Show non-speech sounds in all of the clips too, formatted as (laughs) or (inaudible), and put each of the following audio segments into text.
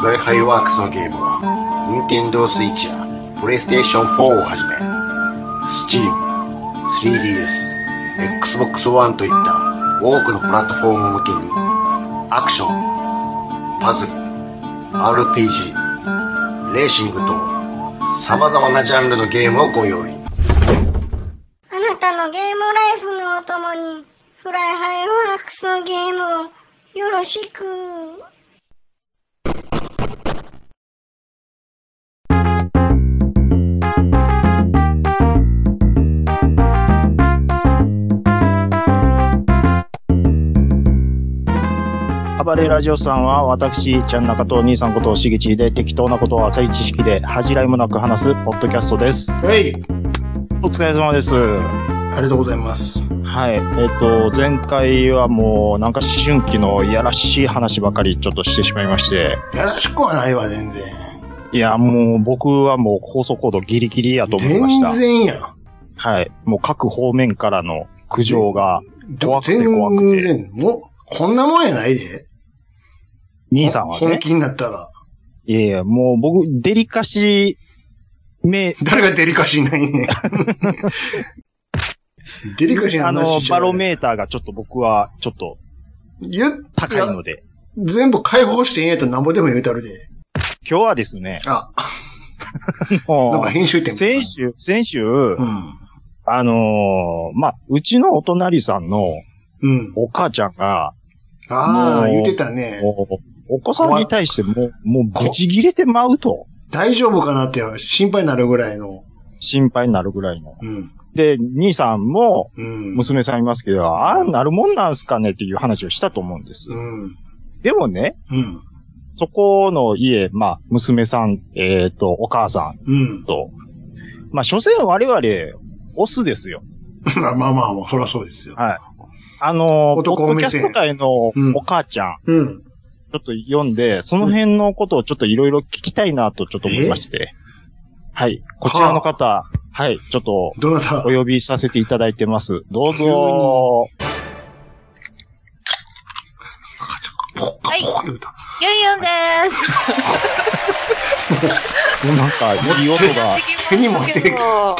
ブライハイワークスのゲームは、Nintendo Switch や PlayStation 4をはじめ、Steam、3DS、Xbox One といった多くのプラットフォーム向けに、アクション、パズル、RPG、レーシングと、様々なジャンルのゲームをご用意。あなたのゲームライフのお供に、フライハイワークスのゲームをよろしく。暴れラジオさんは、私、ちゃん中と兄さんことしげちで、適当なことを浅い知識で、恥じらいもなく話す、ポッドキャストです。はい、お疲れ様です。はありがとうございます。い。えっ、と、前回はもう、なんか思春期のいやらしい話ばかりちょっとしてしまいまして、やらしくはないわ、全然。いや、もう、僕はもう放送コードギリギリやと思いました全。然やん。はい。もう各方面からの苦情が、怖くて怖くて全然、もう、こんなもんやないで。兄さんは本ね、気になったら。いやいや、もう僕、デリカシー、め、誰がデリカシー (laughs) ないねん。デリカシーのあの話し、ちゃバうよロメーターがちょっと僕は、ちょっと言っ高いので。全部解放してええやとなんぼでも言うたるで。今日はですね、あ、なん (laughs) もか編集う点。先週、先週、うあのーまあ、うちのお隣さんのん。うん。お母ちゃんが、ああ、もう言ってたね。もうお子さんに対してもう、もうブチ切れてまうと、大丈夫かなって心配になるぐらいの。心配になるぐらいの。うん。で、兄さんも、うん。娘さんいますけど、ああ、なるもんなんすかねっていう話をしたと思うんです。うん。でもね、うん。そこの家、まあ、娘さん、えっ、と、お母さんうん。 (laughs) と、まあ、所詮我々、オスですよ。まあまあまあ、そらそうですよ。はい。あのー、ポ男ッド目線キャスト界のお母ちゃん、うちん。ょっと読んで、その辺のことをちょっといろいろ聞きたいなとちょっと思いまして。はい。こちらの方、はい、ちょっとどなたお呼びさせていただいてます。どうぞ。ポッカポッカ言うた。ユンユンです。なんか、いい音が、手に持って、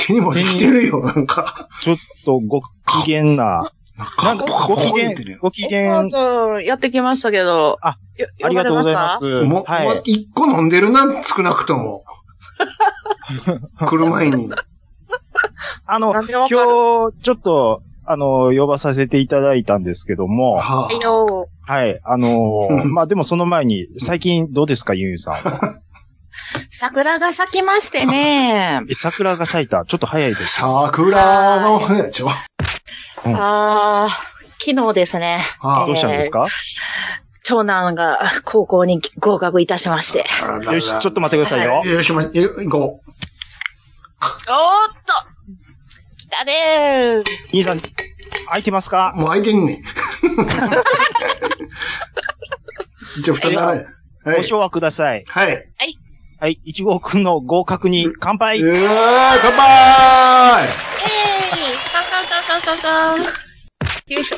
手に持ってきてるよ、なんか。ちょっとご機嫌な、なんか、ポカポご機カ言嫌ってる、よ。ご機ちょ嫌っ、とやってきましたけど。あよ、ありがとうございます。もう、はもうい。一個飲んでるな、少なくとも。来る前に。あの、な今んでわ日、かちるょっと、あの、呼ばさせていただいたんですけども、ははいよ。はい。あのーうんまあ、でもその前に、最近どうですか、ゆうゆうさんは。桜が咲きましてね。え桜が咲いた。ちょっと早いです。あ。桜の、やちょ。うんああ、昨日ですね、あどうしたんですか、長男が高校に合格いたしまして。よし、ちょっと待ってくださいよ。よし、ま、行こう。おーっと来たねー兄さん、空いてますかもう開いてんねん。じゃあ、二並べ。はごい。賞はください。はい。はい、一号くんの合格に乾杯うわー、乾杯えいカンカンカンカンカンカン。よいしょ。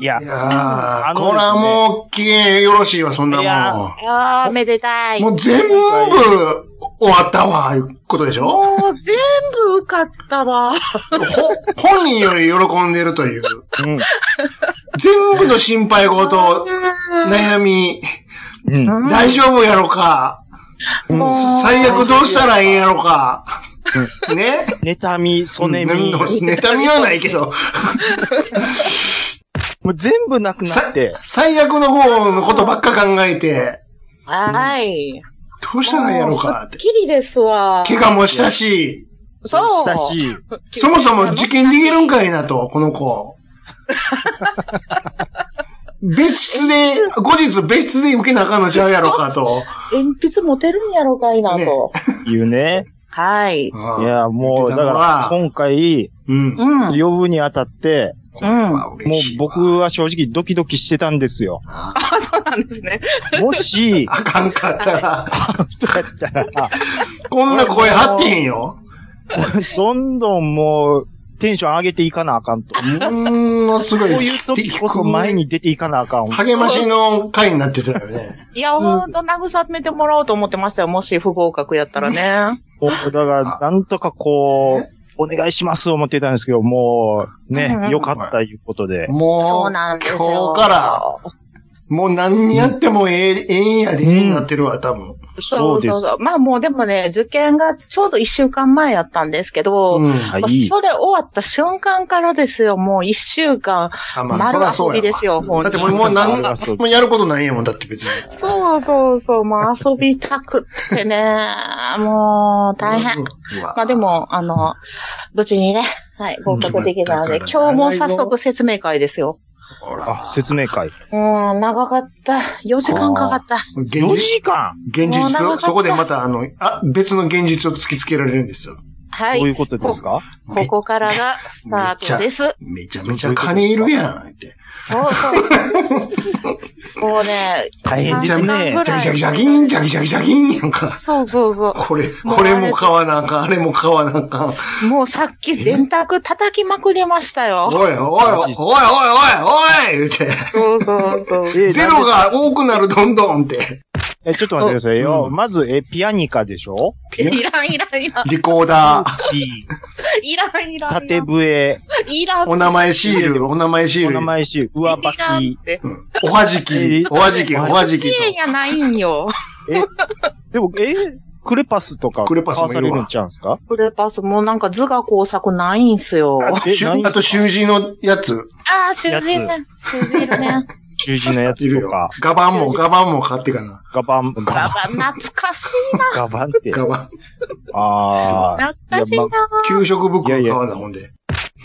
いやい、やあー、のこれはもう、機嫌よろしいわ、そんないやもああ、めでたい。ん。ももうう全部、終わったわ、いうことでしょ全部受かっ (laughs) たわ。ほ、本人より喜んでるという。うん。全部の心配事、悩み、うん。うん大丈夫やろか、うんもう最悪どうしたらええんやろか、ね妬み、そねみ、も妬みはないけど、う全部なくなさって、最悪の方のことばっか考えて、はい。どうしたらええんやろかってすっ。きりですわ。怪我もしたし、そう。親しい。そもそも受験できるんかいなと、この (laughs) 子。別室で、後日別室で受けなあかんのちゃうやろかと。鉛筆持てるんやろかいなと。ね言うね。はい。いや、もう、だか言ってたのらは、今回、うん。うん。うん。呼ぶにあたって、あ、もう僕は正直ドキドキしてたんですよ。 (laughs) そうなんですね。もし、あかんかったら、とか言ったら、こんな声張ってへんよ。どんどんもう、テンション上げていかなあかんと。こものすごうい、いう時こそ前に出ていかなあかん。励ましの回になってたよね。いや、ほんと慰めてもらおうと思ってましたよ。もし不合格やったらね。こうだから、なんとかこう、お願いします思ってたんですけど、もう、うんうね、んよかったいうことで。もう、そうなんです今よ。日から、もう何やってもええ、ええんやで、ええんなってるわ、多分。そうそうそう。まあもうでもね、受験がちょうど一週間前やったんですけど、うん。はいまあ。それ終わった瞬間からですよ、もう一週間。あ丸遊びですよ、ほんだとってもう、もう何、丸遊びもうやることないやもん、だって別に。そうそうそう、もう遊びたくってね、もう大変。うわ。まあでも、あの、無事にね、はい、合格できたので、決ま今ったから日も早速説明会ですよ。ほら、あ、説明会。うん、長かった。4時間かかった。現4実、時間現も実う長かを、ったそこでまたあの、あ、別の現実を突きつけられるんですよ。はどういうい。ことですかここからがスタートです。めちゃめちゃ金いるやん、って。そうそう。もうね、大変3で時す間ねぐジャキらジャキい。ジャキーン、ジャキジャキジャキーンやんか。そうそうそう。これ、これも買わなあかん、あれも買わなあかん。もうさっき電卓叩きまくりましたよ。おいおいおいおいおいおい言うて。そうそうそう。えゼロが多くなるどんどんって。え、ちょっと待ってくださいよ。うんまず、え、ピアニカでしょいらん、いらん、いらん。リコーダー、 ?B、いらん、いらん。縦笛、いらん。お名前シール、お名前シーおル。名前し、上いらん履きっ。て。おはじき、おはじき、おはじき支援と。やないんよ。でも、えクレパスとか、クレパスも買わいるわされるんちゃうんすかクレパスもうなんか図画工作ないんすよ。あえしゅ何あと、習字のやつ、あー、囚人ね。囚人ね。囚人のやいつるとよか、。ガバンも、ガバンも買ってかな。ガバン、ガバババ、懐かしいン、ガバンって。ガバン。あな。あ。懐かしいな。い給食袋買わな、ほんで。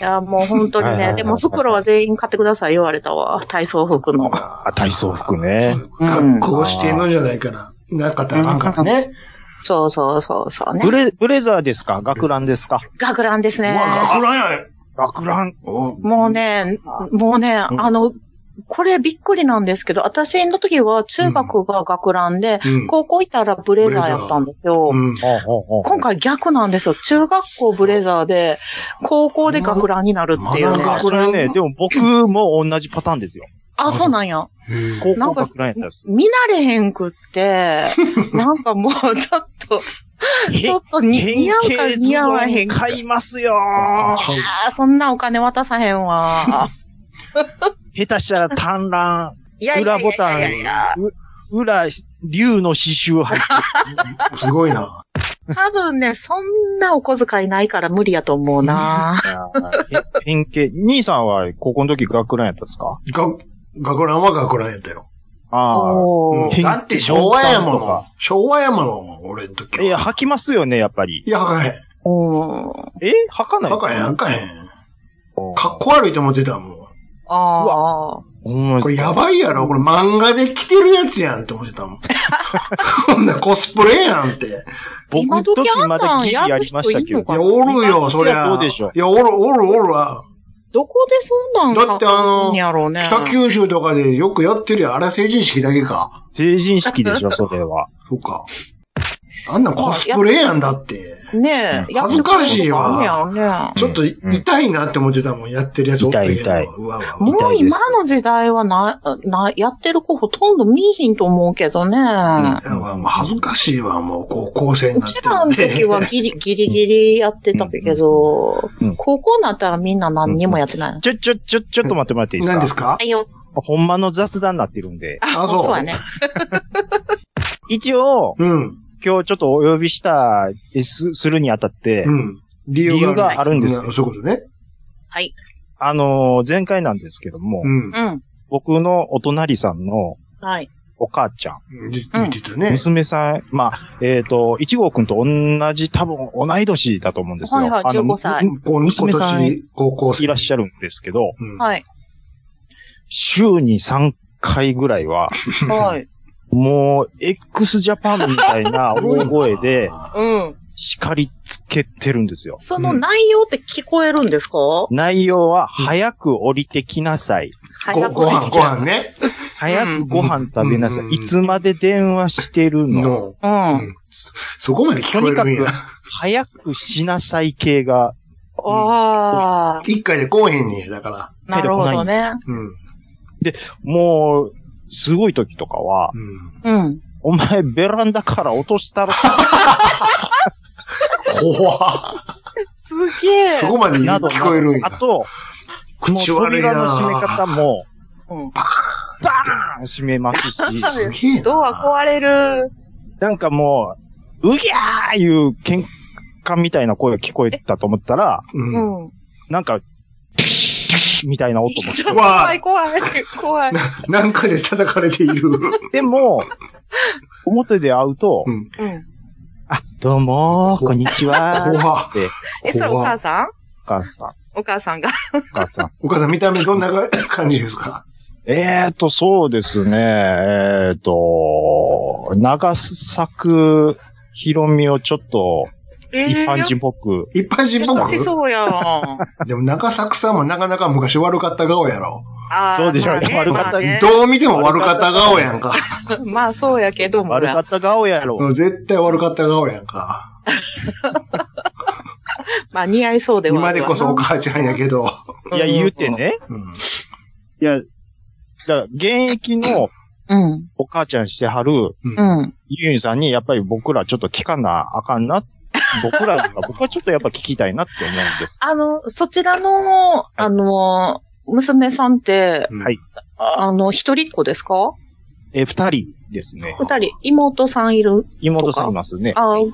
や、もう本当にはいはいはいはね。いでも袋は全員買ってください言われたわ。体操服の。あ、体操服ね。格好してんのじゃないから。なかったらあかんからね。そうそうそうそうねブ。レ、ブレザーですか学ランですか学ランですうね。わ、学ランや学ラン。おもうね、もうね、うんあの、これびっくりなんですけど、私の時は中学が学ランで、うん高校行ったらブレザーやったんですよ。うん。ほうほうほう今回逆なんですよ。中学校ブレザーで、高校で学ランになるっていうね。まだ学それね、でも僕も同じパターンですよ。あ、そうなんや。へえ高な校んか学ランやったんです。見慣れへん (laughs) くって、なんかもうちょっと、ちょっとに似合うか似合わへんか。買いますよあー。買うあーそんなお金渡さへんわ。下手したら単乱、いやいや (laughs) 裏いやボいやタいンやいや、う裏、竜の刺繍入ってすごいな。多分ね、そんなお小遣いないから無理やと思うな。る。へ変形。兄さんは高校の時学ランやったんですかが学ランは学ランやったよ。あおー変だって昭和やもとかの。昭和やもの、俺の時あ。いや、は。履きますよね、やっぱり。いや、はかへん。おーえ履かないですはかかへん、はかへん。うんかっこ悪いと思ってたもほあんまん。ですこかれやばいやろこれ漫画で着てるやつやんって思って (laughs) たもん。こんなコスプレやんって。い僕の時まだギリやりましたけど。今時あんなんやる人や、おいんのかるよ、そりいやゃ。どうでしょういや、おる、おる、おるわ。ーどこでそんなんだってあの買うんやろうね。北九州とかでよくやってるやん。あれは成人式だけか。成人式でしょ、それは。そっか。あんなコスプレやんだって。ねえ、や恥ずかしいわってることがあんねやろね。ちょっと痛いなって思ってたもん、やってるやつおったけど。痛い痛いうわうわうわ。もう痛いです今の時代はな、な、やってる子ほとんど見えひんと思うけどね。いやもう恥ずかしいわ、もう高校生にうなってちるらの時はギリ、ギリギリやってたけどうんうん、高校になったらみんな何にもやってない。ちょ、ちょ、ちょ、ちょっと待ってもらっていいです何かですかはいよ。ほんまの雑談になってるんで。あ、あそうそうやね。一応、うん。今日ちょっとお呼びした、えす、するにあたって、うん。理理由由ががああるるんんでですすよよ。そういうことね。はい。あのー前回なんですけども、うん。うん。僕のお隣さんのはい。お母ちゃん、言ってたね。娘さん、まあ、えっ、と、一号くんと同じ、多分同い年だと思うんですよ。はいはいあの15歳むこん今娘さん年、高校生。いらっしゃゃるんですけど、る。うん。はい。週に3回ぐらいは、はい。もう、X ジャパンみたい (laughs) な大声でうん。叱りつけてるんですよ。その内容って聞こえるんですか内容は、早く降りてきなさい。ご早くご飯、ご飯ね。早くご飯食べなさうい。んいつまで電話してるの。の、うんうん。そそこまで聞とこえにかるんくや。、早くしなさい系がああ、一回でこうへんねんだから。なるほどね。うん。もう、すごい時とかは、うん。うん。お前ベランダから落としたろ。怖っすげえ。そこまでなど聞こえるんやあ。と、この口悪いな扉の閉め方も、うんバーン閉めますし、 (laughs) そうですすげえなドア壊れる。なんかもう、うぎゃーいう喧嘩みたいな声が聞こえたと思ってたら、う。うんん。なんか、みたいな (laughs) 音もして。わ怖い怖い怖い。なんかで叩かれている。でも、表で会うとう、ん。うん。あ、どうもー、こんにちはー、怖っって、え、それお母さんお母さん、お母さんが。お母さん。お母さん見た目どんなか感じですかえーと、そうですね、えーと、長作ひろみをちょっと、え一般人優っぽく、一般人僕しそうやん。でも中作さんもなかなか昔悪かった顔やろ。あ (laughs) ーそうでしょうねまあ悪かったまあねどう見ても悪かった顔やんか。まあそうやけども悪かや。った顔やろ。うん絶対悪かった顔やんか。まあ似合いそうではあ今るでわこそお母ちゃんやけど。いや、言うて。ね、うん。いや、だから現役のうん。お母ちゃんしてはる、うんうん。ユンさんに、やっぱり僕らちょっと聞かなあかんな。僕らが、僕はちょっとやっぱ聞きたいなって思うんです。あの、そちらの、あの、娘さんって、うんはいあの、一人っ子ですかえー、二人ですね。二人、妹さんいる妹さんいますね。あー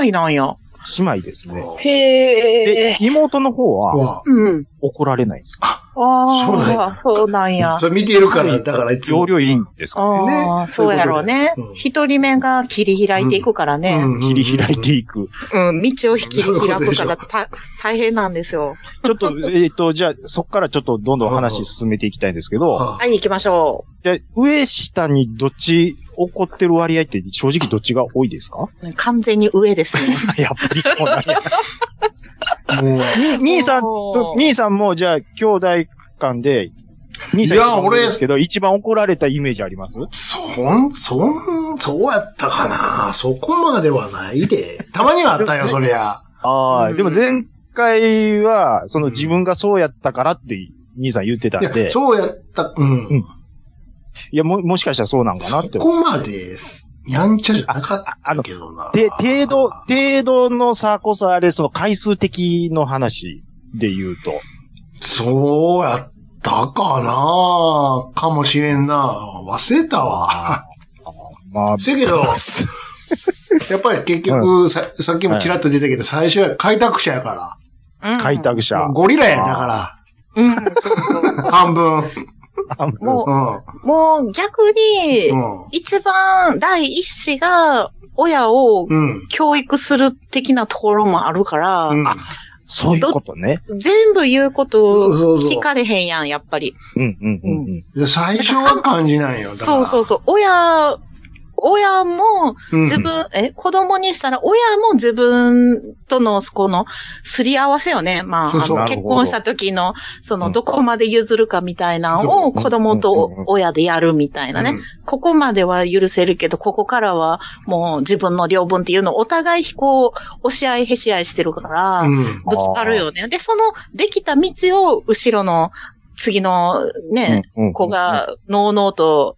姉妹なんや。姉妹ですね。へでえ。、妹の方はわうん。怒られないんです。そうなんあやあ、そうなんやあ。それ見ているから、だからいつ容も。量いいんですかああ、そそうういうことだやろうねうん。一人目が切り開いていくからね。切り開いていく。うん、道を切り開くからそういうこた大変なんですよ。ちょっと、えっ、と、じゃあ、そこからちょっとどんどん話進めていきたいんですけど、ははい、行きましょで上下にどっち怒ってる割合って正直どっちが多いですかう。完全に上ですね。 (laughs) やっぱりそうなんや。あもう。兄さんおと、ー兄さんも、じゃあ、兄弟間で、兄さんいや一番多ですけど、一番怒られたイメージありますそん、そん、そうやったかなそこまではないで。たまには (laughs) あったよ、そりゃ。ああ、うんでも前回は、その自分がそうやったからって、兄さん言ってたんいで、いや、そうやった、うん。うんや、も、もしかしたらそうなんかなってそ。こまで、やんちゃじゃなかったけどな。で、程度、程度の差こそあれ、その回数的の話で言うと。そうやったかなかもしれんな忘れたわ。まあ、せやけど、やっぱり結局、ささっきもちらっと出たけど、最初は開拓者やかうん開。拓者ら。。ゴリラや、だかうん、そうそうそら。半分。う。もうん。うう、もう逆に、ん。一番第一子が親をうん。教育する的なところもあるから、うんそういうことね。全部言うこそとうそう聞かれへんやん、やっぱり。うん、うん、うんうん。で最初は感じないよ。だからそうそうそう。親、親もうん自分、え、子供にしたら、親も自分との、この、すり合わせよね。まあ、そうそうあのなる結ほど婚した時の、そうの、んどこまで譲るかみたいなそのを子供うんとうんうん親でやるみたいなね。ここまでは許せるけど、ここからはもう自分の両分っていうのをお互いこう、押し合いへし合いしてるから、うん。うんぶつかるよね。で、その、できた道を後ろの、次のね、うんうん子が、のうのうと、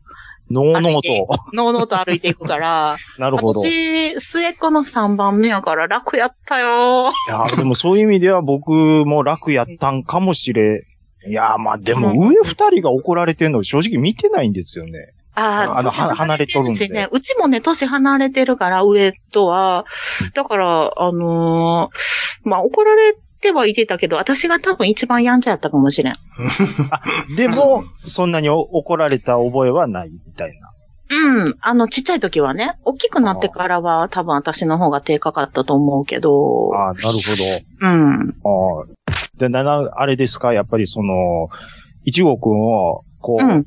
ノーノー歩いてと。のうのうと歩いていくから、 (laughs) なるほど。い私、末っ子の3番目やから楽やったよ。や、でもそういう意味では僕も楽やったんかもしれん。いや、まあでも上二人が怒られてんの正直見てないんですよね。ああの年離れとるんでしね。うちもね、年離れてるから、上とは。だから、あのーまあ、怒られてはいてたけど、私が多分一番やんちゃやったかもしれん。でも、そんなにお怒られた覚えはないみたいな。うん。あの、ちっちゃい時はね、大きくなってからは多分私の方が低かかったと思うけど、ああ、なるうん。ほど。ああ。で、なな、あれですかやっぱりその、一号くんを、こう、うん。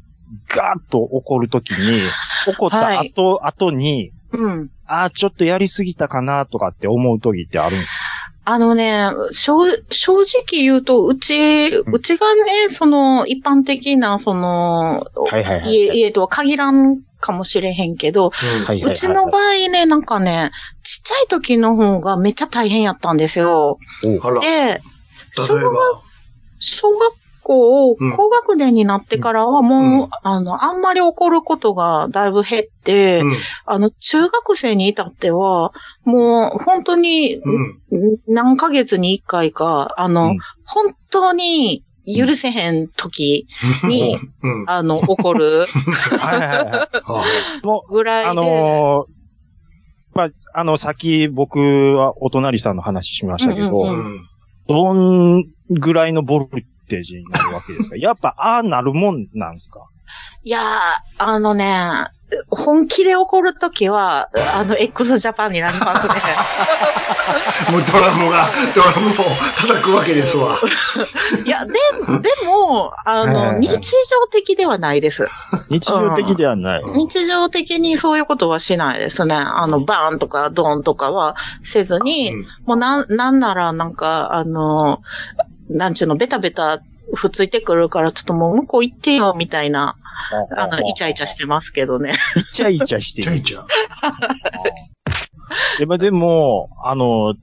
ガーッと怒るときに、怒ったはい後、後に、うん。ああ、ちょっとやりすぎたかなとかって思うときってあるんですあのね、正正直言うと、うち、うちがね、その、一般的な、その、かはいはいはい。家、家とは限らんかもしれへんけど、はいはいはういちの場合ね、なんかね、ちっちゃい時の方がめっちゃ大変やったんですよ。あら、例えで、小学ば。小学校をうん高学年になってからはもう、うんあの、あんまり怒ることがだいぶ減って、うん。あの、中学生に至っては、もう本当に、うん。何ヶ月に一回か、あうの、ん本当に許せへん時に、うん。あの、怒るはいはいはい。あぐらいで。 (laughs) あのーまあ、あの、先僕はお隣さんの話しましたけど、うんうん。どんぐらいのボルテージになるわけですか (laughs) やっぱ、ああなるもんなんですかいやー、あのね、本気で怒るときは、あの、x ジャパンになりますね。もうドラムが、ドラムを叩くわけですわ。いや、で、でも、あはいはいはの、い日常的ではないです。日常的ではない。日常的にそういうことはしないですね。あの、バーンとかドーンとかはせずに、うんもうなん、なんならなんか、あの、なんちゅうの、ベタベタ、ふついてくるから、ちょっともう向こう行ってよ、みたいな、あの、イチャイチャしてますけどね。イチャイチャしてちゃる。いちゃ。でまあでも、あの、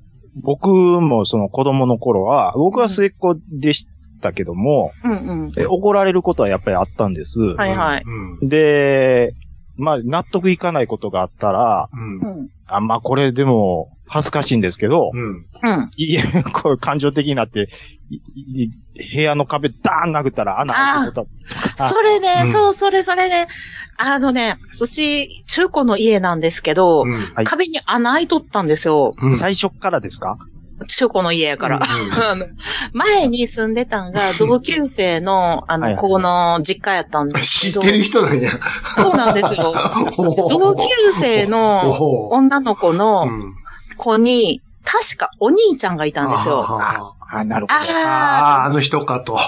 僕もその子供の頃は、僕は末っ子でしたけども、うんうん。え怒られることはやっぱりあったんです。はいはい。うん。で、まあ、納得いかないことがあったら、うんう。ん。あまあ、これでも、恥ずかしいんですけど、うん。うん。いや、 (laughs) これ感情的になって、いい部屋の壁ダーン殴ったら穴開いてた。あそれね、うんそう、それ、それね。あのね、うち、中古の家なんですけど、うん。はい壁に穴開いとったんですよ。うん。最初からですか中古の家やから。う (laughs) あの前に住んでたんが、同級生の、あはいの、はいここの実家やったんでんす知けど。ってる人なんや。そうなんです (laughs) よ。同級生のの女の子うのん。子に、確かお兄ちゃんがいたんですよ。ああ、なるあああ、あの人かと。ど。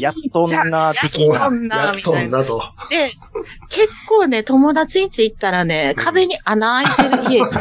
やっとんな、的やっなと。んなやっとんなと。ーで、結構ね、友達ん家行ったらね、壁に穴開いてる家 (laughs) があって、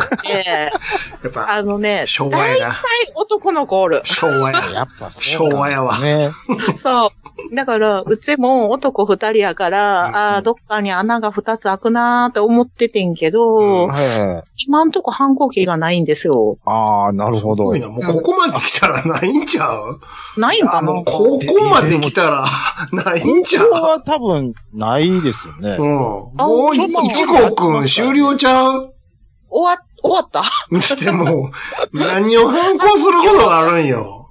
やっぱ、あのね、昭和大や体な。男の子 (laughs) おる。昭和や。やっぱそうなんですね。そう。だから、うちも男二人やから、うんああ、どっかに穴が二つ開くなーって思っててんけど、うはいはい。今んとこ反抗期がないんですよ。ああ、なるほすどごい。な。もうここまで来たらないんちゃうないんかもなうここまで来たらないんちゃここうは多分、ないですよねうん。。もう、ちょっと一号くん終了ちゃう (laughs) 終わ、終わっただってもう、何を反抗することがあるんよ。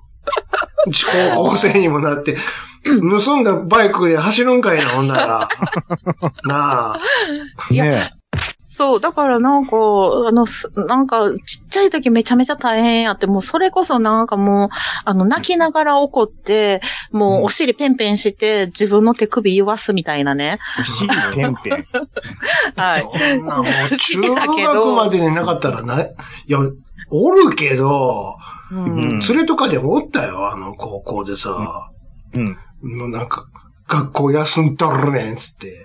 うち高校生にもなって、盗んだバイクで走るんかいな、ほんなら。 (laughs) なあ。いやねそう、だからなんか、あの、すなんか、ちっちゃい時めちゃめちゃ大変やって、もうそれこそなんかもう、あの、泣きながら怒って、もううんお尻ペンペンして、自分の手首言わすみたいなね。不思議ペンペン。はい。そんなもう知中ってたけど学までになかったらない、いや、おるけど、うん。連れとかでもおったよ、あの高校でさ。うん。もうなんか、学校休んどるねん、つ (laughs) って。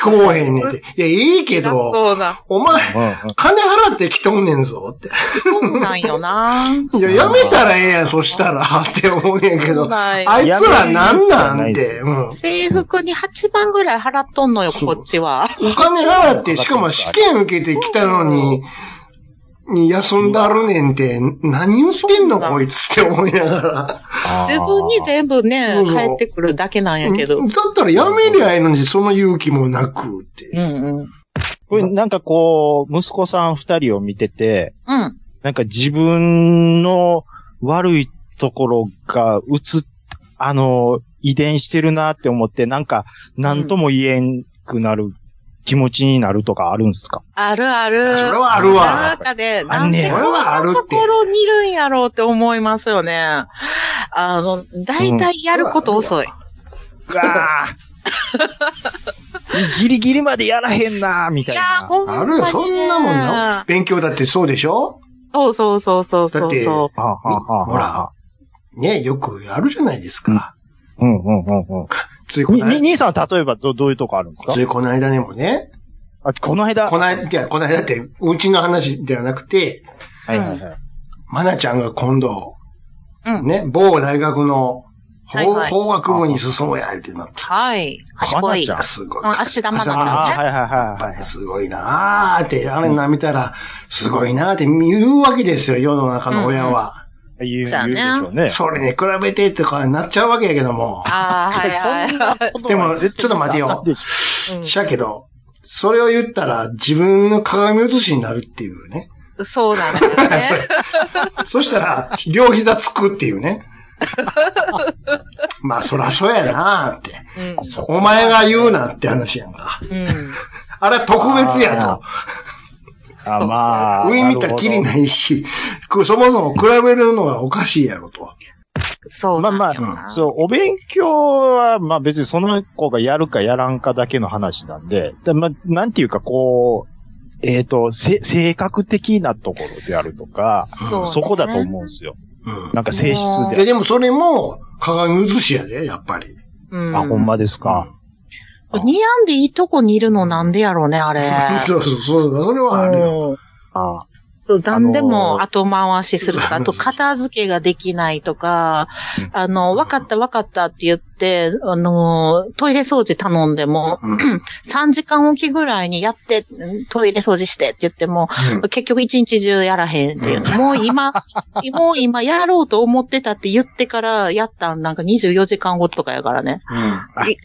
聞こえへんねんって。いや、いいけ辛ど、そうな。お前、うんうん金払って来とんねんぞ、って。そうなんよな。いや、やめたらええやん、そしたら、って思うんやけそうど。なんよあいつらなんなやんっめるて。やうん。制服に8万ぐらい払っとんのよ、こっちは。お金払って、しかも試験受けてきたのに、に休んだるねんって、何言ってんのこいつって思いながら。自分に全部ねそう、そう帰ってくるだけなんやけど。うだんったらやめりゃええのに、その勇気もなくって。うん。これなんかこう、息子さん二人を見てて、うん。なんか自分の悪いところが映っ、あの、遺伝してるなって思って、なんか、なんとも言えんくなる気持ちになるとかあるんすか、あるあそる。れはあるなわん。かね、あなんんねでやこんなところにいるんやろうって思いますよね。あの、だいたいやること遅い。うわー (laughs) ギリギリまでやらへんなーみいたいやな。ー、ほんまあにるねよ、そんなもんな。勉強だってそうでしょそうそうそうそうだそってうそはあはあはあほら。ね、よくあるじゃないですか。うんうんうんうん。ついこにのに間、兄さんは例えばどどういうとこあるんですかついこの間にもね、あこの間。この間、いや、この間って、うちの話ではなくて、はいはいはい。まなちゃんが今度、うんね、某大学のはい法はい法学部に進もうや、ってなっはい。賢い。かなちゃんた。すごい。うん芦田愛菜ち芦ゃんああ、田はいはいやっはいぱはりい。すごいなーって、あれな見たら、すごいなーって言うわけですよ、世の中の親は。言う、じゃ言あうでしねょうね。それに比べてとかなっちゃうわけやけども。ああ、はいはいはい。でも、ちょっと待てよ。でししゃけど、それを言ったら自分の鏡写しになるっていうね。そうなんだよね。そしたら、両膝つくっていうね。まあ、そらそうやなーって。うんお前が言うなって話やんか。うん。あれは特別やと。 (laughs) ょあ、まあ。上見たらきりないし、くそもそも比べるのがおかしいやろと。そうまなあんだよ。まあ、そう、お勉強は、まあ別にその子がやるかやらんかだけの話なんで、でまあ、なんていうかこう、えっ、と、せ、性格的なところであるとか、そうねそこだと思うんですよ。うん。なんか性質いや、で。でもそれも、鏡写しやで、やっぱり。うん。あ、ほんまですか。似合んでいいとこにいるのなんでやろうね、(laughs) あれ。そうそうそう、それはあるよ。うんあそう、何であのもー後回しするとか、あと片付けができないとかうん、あの、分かった分かったって言って、あのー、トイレ掃除頼んでも、うん3時間おきぐらいにやって、トイレ掃除してって言っても、うん結局一日中やらへんっていう。もう今、もう今やろうと思ってたって言ってからやったんなんか24時間後とかやからね。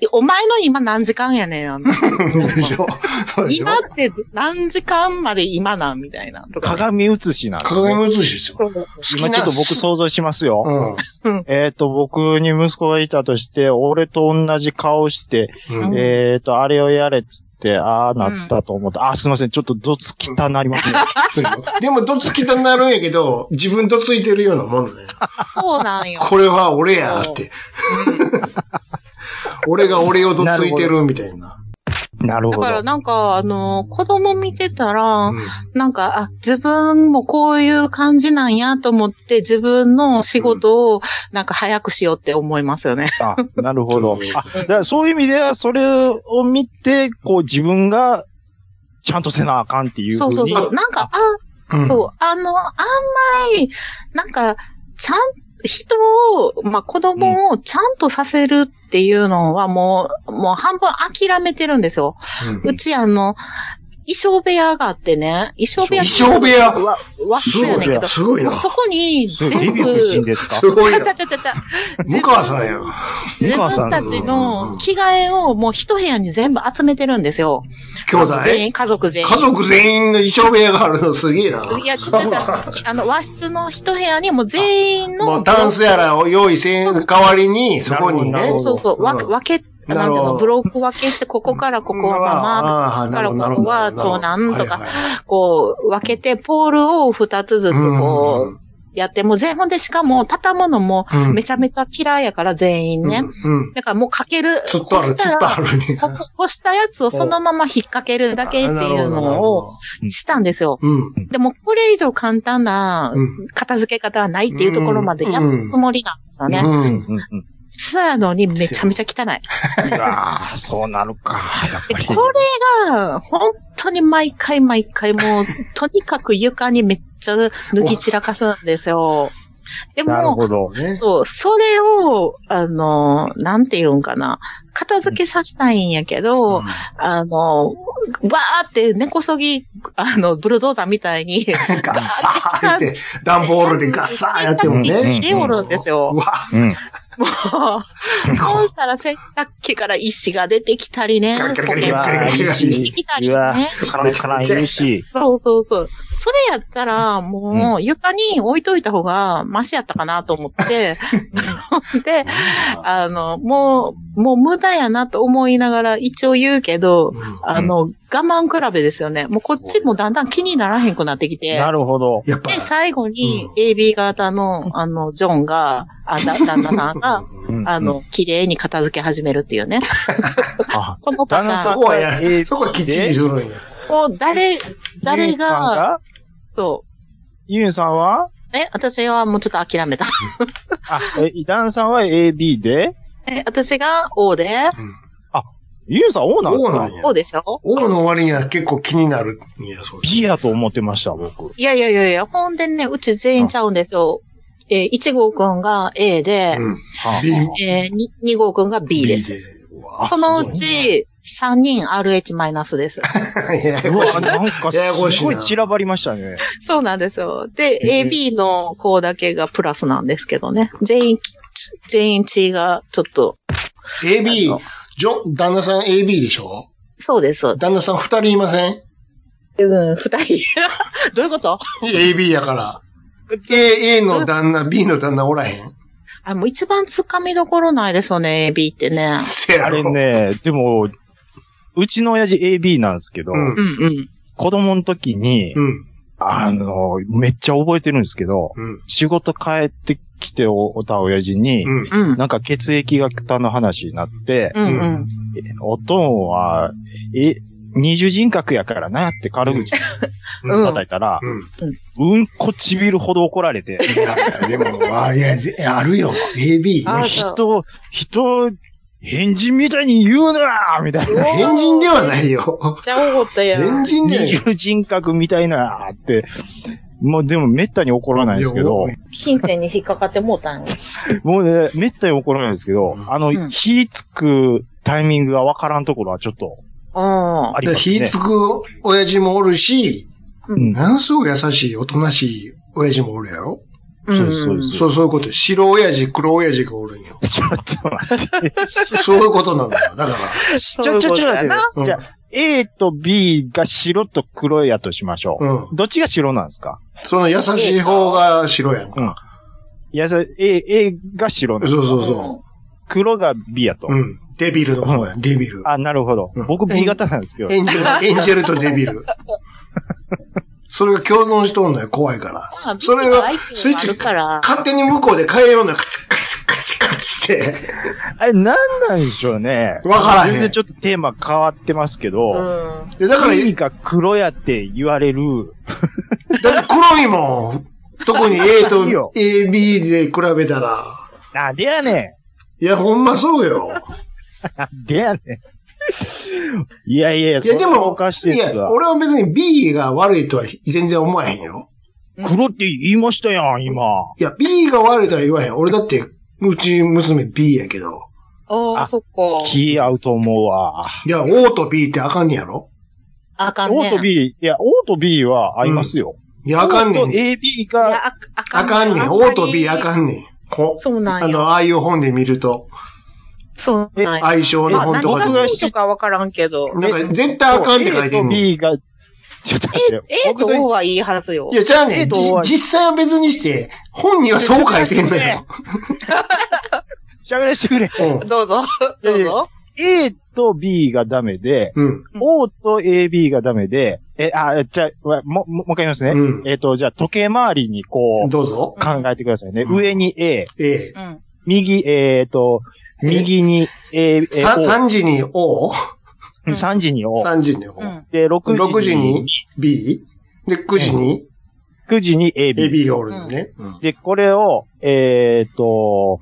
いお前の今何時間やねんあんな。うん。でしょそうでしょ今って何時間まで今なんみたいな。とか鏡映しなんです、ね。鏡写しですよ。そうそうそう好き今なちょっと僕想像しますよ。うん。えっ、と、僕に息子がいたとして、俺と同じ顔して、うんうんえっ、と、あれをやれっつって、ああなったと思った。あ、すいません、ちょっとどつきたなりますね。そうよでも、どつきたなるんやけど、自分どついてるようなもんね。そうなんよ。これは俺やって。俺が俺をどついてるみたいな。なるだほからど。なんか、あの、子供見てたら、うんなんか、あ、自分もこういう感じなんやと思って、自分の仕事をなんか早くしようって思いますよね。あ、なるほどそう。あ、だからそういう意味では、それを見て、こう自分が、ちゃんとせなあかんっていうふそううに。そうそう。なんか、あ、うんそう、あの、あんまり、なんか、ちゃん、人を、まあ、子供をちゃんとさせるっていうのはもう、もう半分諦めてるんですよ。うんうちあの、衣装部屋があってね、衣装部屋衣装部屋わ和す室ごやねんけいどな。、すごいな。そこにそう全デヴィ夫人部、ですかすごいなちゃ。ちゃちゃちゃ。向川さんや。自分たちの着替えをもう一部屋に全部集めてるんですよ。兄弟全員、家族全員。家族全員の衣装部屋があるのすげえな。いや、ちょっとじゃあ、(laughs) あの、和室の一部屋にもう全員の。もうダンスやらを用意せん代わりに、そこになるねほ。そうそう、わうん分け、ななんるほていうどの、ブロック分けして、ここからここはママ、ああなるほどなるほどからここは長男とかはいはいこう、分けて、ポールを二つずうつんうんこう、やって、もう全本でしかも、畳むのもうんめちゃめちゃ嫌いやから、全員ね。うん。うんだからもうかける、つっとある、干つっしたとらあ、るね。ここ干したやつをそのまま引っ掛けるだけっていうのをしたんですよ。うん。でも、これ以上簡単なうん片付け方はないっていうところまでやったつもりなんですよね。うん。うんうん。そうやのにめちゃめちゃ汚い。ああ、そうなるか。やっでぱり。これが、本当に毎回毎回もう、とにかく床にめっちゃ脱ぎ散らかすんですよ。でなるも、ほど。ね。そう、それを、あの、なんて言うんかな。片付けさせたいんやけど、あの、わーって根こそぎ、あの、ブルドーザーみたいに、ガッサーって、段ボールでガッサーやってもね。入れおるんですよ。うわ、うん。もう、そうしたら洗濯機から石が出てきたりね。ガリガリガリうわガリガあ、いリいガリポケモンがし出てきた。うりわね。辛い辛い、いいし。そうそうそう。それやったら、もう、床に置いといた方が、マシやったかなと思 (laughs) って、で、あの、もう、もう無駄やなと思いながら、一応言うけど、あの、我慢比べですよね。もうこっちもだんだん気にならへんくなってきて。なるほど。やっぱで、、最後にうん、 AB 型の、あの、ジョンが、あ、だ、旦那さんが、 (laughs) うんあ、の、綺麗に片付け始めるっていうね。あこのパタ旦那そさーんンこはや、そこはきっちりするんや。を誰、誰ユンさんが、がそユンさんはう。え、私はもうちょっと諦めた。あ、え、ダンさんは AB でえ、私が O で、ユンさん O なんです王かなんや。 O でしょ王の割には結構気になるんや、そう B やと思ってました、僕。いやいやいやいや、ほんでね、うち全員ちゃうんですよ。えー1号くんが A で、うん。あビンえーに2号くんが B です。。うわそのうち、3人 RH- (laughs) です。ややうこしい (laughs) わ、なんかややこしいすごない散らばりましたね。そうなんですよ。で、うん AB の子だけがプラスなんですけどね。全員、全員血がちょっと、 AB、ジョン、旦那さん AB でしょそうです、そうで旦那さん二人いませんす。うん、二人。 (laughs) どういうこと ?AB やから。A、A の旦那、B の旦那おらへん。あ、もう一番掴みどころないですよね、AB ってね。せやあれろ。ね、でも、うちの親父 AB なんですけど、うんうんうん。子供の時に、うん。あの、めっちゃ覚えてるんですけど、うん。仕事帰ってきておった親父に、うん。うん。なんか血液型の話になって、うんうん。おとんは、え、二重人格やからなって軽口うん叩いたら、うん。うんこちびるほど怒られて、いや、でも、あ、いや、ぜあるよ。AB。あそう人、人、変人みたいに言うなみたいな。変人ではないよ。めっちゃおごったやん。変人では二な重い。人格みたいなって、もうでもめったに怒らないんですけど、金銭に引っかかってもうたんよ。もうね、めったに怒らないんですけどう、んあうんの、火つくタイミングがわからんところはちょっとあありでます火ねつ。く親父もおるし、うんなんすごい優しい、おとなしい親父もおるやろあ。そうですそうですそう、そういうこと。白親父、黒親父がおるんよ。ちょっと待って。そういうこ (laughs) となんだよ。だから、ちょちょちょ待ってう。んじゃあ、A と B が白と黒やとしましょう。うん。どっちが白なんですかその優しい方が白やんか。いや、それ A、A が白なんそうですそうかそ黒が B やとう。。うん。デビルの方やん、デビル。あ、なるほどうん。僕 B 型なんですけど。エンジェル、エンジェルとデ (laughs) ビル。それが共存しとんのよ、怖いから。それが、スイッチるから。勝手に向こうで変えような、カチカチカチカチって。あれ、なんなんでしょうね。わからへん全然ちょっとテーマ変わってますけうど、ん。でだから、 B が黒やって言われる、だって黒いもん。(laughs) 特に A といいよ AB で比べたら。なんでやねいや、ほんまそうよ。んなんでやねん (laughs) いやいやいや、いそや、れではもおか、しいいですや、わ。俺は別に B が悪いとは全然思わへんよ。黒って言いましたやん、今。いや、B が悪いとは言わへん。俺だって、うち娘 B やけど。ああ、あそっか。気合うと思うわ。いや、O と B ってあかんねやろあかんね。 O と B、いや、O と B は合いますよ。いや、あかんね O とん。 AB いが、や、ああかあんかんねん。あま O りと B あかんねん。ほそうあなんや。の、ああいう本で見ると、そうなんや。相性のまあ本とか何がで僕どがうとかわからんけど。なんか、絶対あかんって書いて A とんねん。 B が、ちょっと待って。 A と O はいいはずよい。や、じゃあね A ん、とじ O は実際は別にして、本にはそう書いてんのよ。しゃべらせてくれ。うどうぞ。どうぞ。 A と B がダメで、ん。うん。 O と AB がダメで、え、あ、じゃあ、わも、ももう一回言いますね。うんえっ、と、じゃあ、時計回りにこう、どうぞ。考えてくださいね。うん上に A、 A。うん。右、えっ、と、え右に A、えーさ3時に O? お3時に O、 3時に O。うん。で、6 6時時にに、B? で、9時に9時に AB。 AB がおるのね。うんで、これを、えっ、と、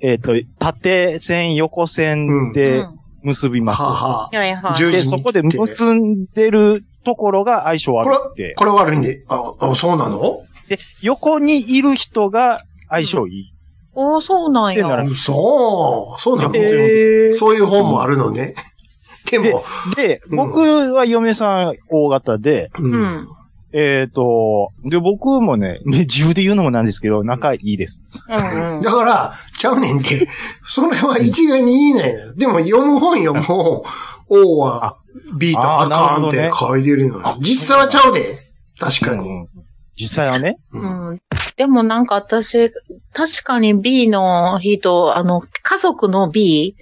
えっ、と、縦線、横線うでん結びはます。あははいはあ。い。 10で、時そにこで結んでるところが相性悪くて、これ悪いんで、あ、あそうなので、横にいる人が相性いい。おー、そうなんってなやら。嘘そうなの、えへーそういう本もあるのね。でも、で、うん僕は嫁さん O 型で、う。うんん。えっ、と、で、僕もね、ね自由で言うのもなんですけど、仲いいです。うんうん。だから、ちゃうねんて、それは一概に言いないのよでも読む本よ、もう、O は B とあかんっあーなてる書いてるのよ。実際はちゃうで。確かに。うん実際はね、うんうんでもなんか私、確かに B の人、あの、家族の B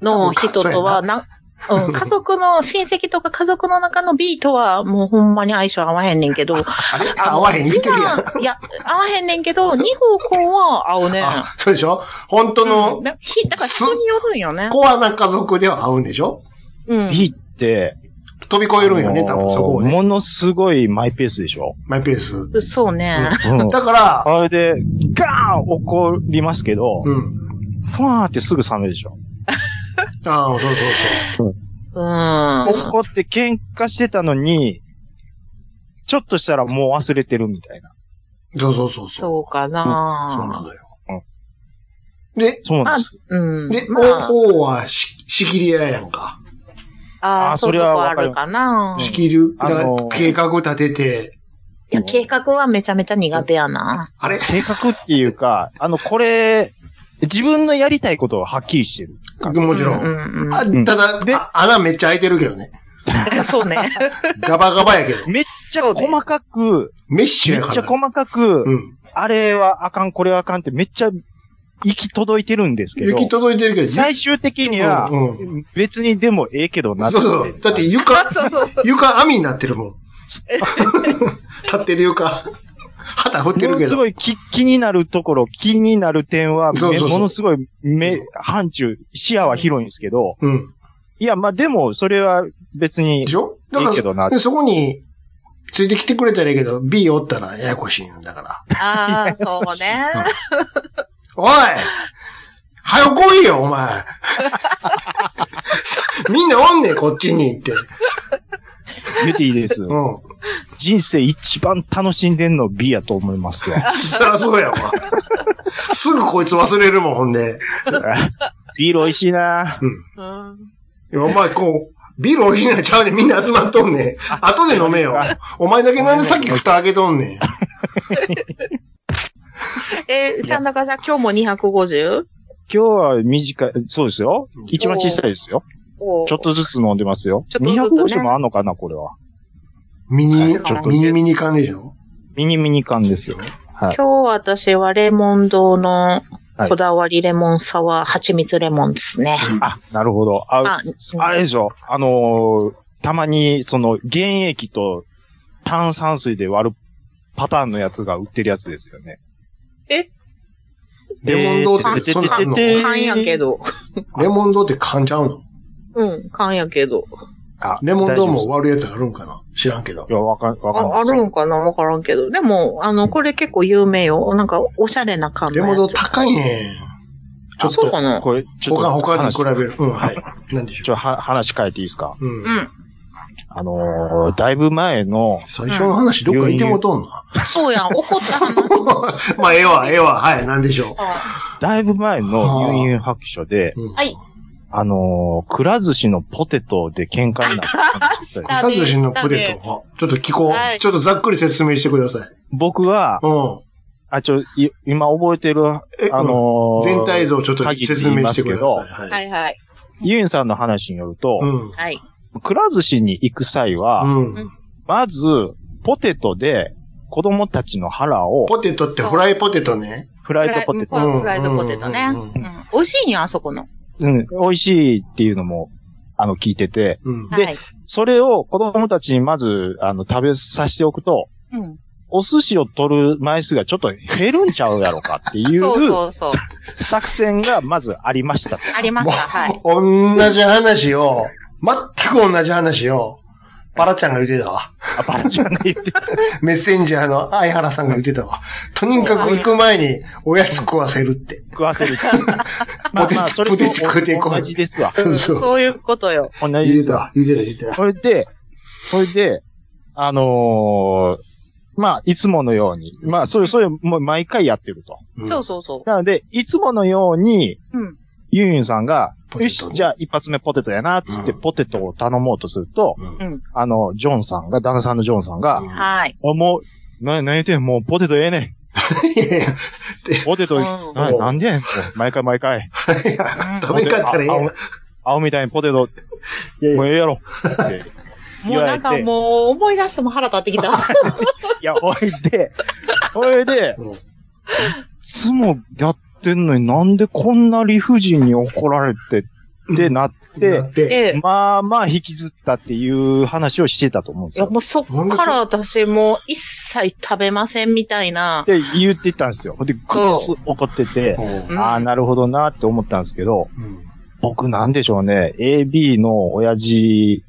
うん。の人とは、な、 (laughs) うん、家族の親戚とか家族の中の B とは、もうほんまに相性合わへんねんけど。あれあ (laughs) の合わへん見てるやん。一番いや、合わへんねん (laughs) けど、二号君は合うねん。あ、そうでしょ本当うのん、だひだから人によるんよね。コアな家族では合うんでしょうん。 B って、飛び越えるんよね、多分そこをね。ものすごいマイペースでしょ。マイペース。そうね。うんだから、あれで、ガーン怒りますけど、うん。ファーってすぐ冷めるでしょ。ああ、そうそうそう。うん。怒って喧嘩してたのに、ちょっとしたらもう忘れてるみたいな。そうそうそうそう。そうかそうななのよ。で、そうなんです。うん。で、まあお、おはし仕切り屋やんか。あああ、そういうとそれこはあるかなうん。仕切る、だあのー計画立てて、いや、計画はめちゃめちゃ苦手やな。あれ計画っていうか、あの、これ、自分のやりたいことははっきりしてる。もちろ。うんんうんあんただ、であ穴めっちゃ開いてるけどね。うん。そう (laughs) ね。ガバガバやけど。 (laughs) めっちゃ細かく、メッシュめっやから。ちゃ細かく、うん。あれはあかん、これはあかんってめっちゃ行き届いてるんですけど行、き届いてるけど、最終的にはうんう別にでもええけどなそうって。そう。だって床、そうそう。床網になって (laughs) るもん。立ってる床。旗振ってもるのけすど。ごい気気になるところ、気になる点は、めそうそうそうものすごい目、範疇、視野は広いんですけど、うん。いや、まあでも、それは別にでし、ょだいいけどかなら、でそこに、ついてきてくれたらいいけど、B おったらややこしいんだから。ああ、そうね。おいはよ来いよ、お (laughs) 前みんなおんねん、こっちにって。言っていいです。 (laughs) うん。人生一番楽しんでんの B やと思います (laughs) よ。そりゃそうやわ。すぐこいつ忘れるもん、ほんで。ビール美味しいなうんいやお前、こう、ビール美味しいなちゃうねんみんな集まっとんねん。後で飲めよそうです。お前だけなんでさっき蓋開けとんねん。え、ちゃんだかさん、今日も今 250? 日は短い、そうですよ。一番小さいですよ。おーちょっとずつ飲んでますよ。ちょっとずつね250もあんのかな、これは。ミニ、ちょっとミニミニ缶でしょミニミニ缶ですよ。はい。今日私はレモン堂のはいこだわりレモンサワー、蜂蜜レモンです (laughs) ね。あ、なるほど。あ、ああれでしょ。あのーたまに、その、原液と炭酸水で割るパターンのやつが売ってるやつですよね。えレモン堂ってててそんてなんあんのてて缶やけ。ど。レモンドって缶ちゃうのうん、缶やけど。あレモンドも大丈夫割るやつあるんかな知らんけでどすい。や、わかん、わかんあないあるんかなわからんけど。でも、あの、これ結構有名よ。なんか、おしゃれな缶レのモンドやつ。高いねん。ちょあっそうと、かなこれ、ちょっ他、と他に話、比べる。 (laughs) うん、はい。なんでしちょ、ょは、話変えていいですかう。うんう。ん。あのーだいぶ前の、最初の話どっか行ってもとんな。そうやん。怒った話。 (laughs) まあ、ええわ、ええわ、はい、なんでしょ (laughs) あだいぶ前の入院白書で、う。うんはい。あのーくら寿司のポテトで喧嘩になった。あカズシのポテト。あちょっと聞こはう。いちょっとざっくり説明してください。僕は、うあ、ちょ、い今覚えてる、あえのん。ー全体像ちょっと説明してください。。はいいはい。ユンさんの話によるとう、ん。はい。くら寿司に行く際は、うん。まず、ポテトで、子供たちの腹を、ポテトってフライポテトね。フライドポテト、うんフライドポテトね。うんうん美味しいんよ、あそこの。うん、美味しいっていうのも、あの、聞いてて、うん。はでい。それを子供たちにまず、あの、食べさせておくと、うん。お寿司を取る枚数がちょっと減るんちゃうやろかって (laughs) いそううそうそう。作戦がまずありました。ありました。はい。 (laughs) 同じ話を、全く同じ話を、パラちゃんが言ってたわ。あ、バラちゃんが言ってた。メッセンジャーの相原さんが言ってたわ。とにかく行く前におやつ食わせるって。食わせるって (laughs) いう。まあまあ、それとポテチ食うてこ同いじですわ。うんそうそういうことよ。同じ言でってすたわ。わ、言ってた、言ってた。それで、それで、あのーまあ、いつものように、まあ、それ、それ、もう毎回やってると。うんそうそうそなので、いつものように、う。うん。ユンユンさんが、ポテよトし、じゃあ一発目ポテトやな、つってうんポテトを頼もうとすると、うんうんあの、ジョンさんが、旦那さんのジョンさんが、はい。あ、もう、な、何言ってんもうポテトええねいやいや、ん。ポテト、うんななんでやねん。毎回毎回。食べ方ね。青青みたいにポテト、いやいもうやええや (laughs) ろ。ってもうなんかもう思い出しても腹立ってきた。いや、ほいで、ほいで、うんいつもやってんのになんでこんな理不尽に怒られてってなっでて、、で、で、まあまあ引きずったっていう話をしてたと思うんでいすやよ。もうそっから私もう一切食べませんみたいなっ。て言ってたんですよ。ほんで、ぐっそつ怒ってて、うんああ、なるほどなって思ったんですけど、うん僕なんでしょうね、AB の親父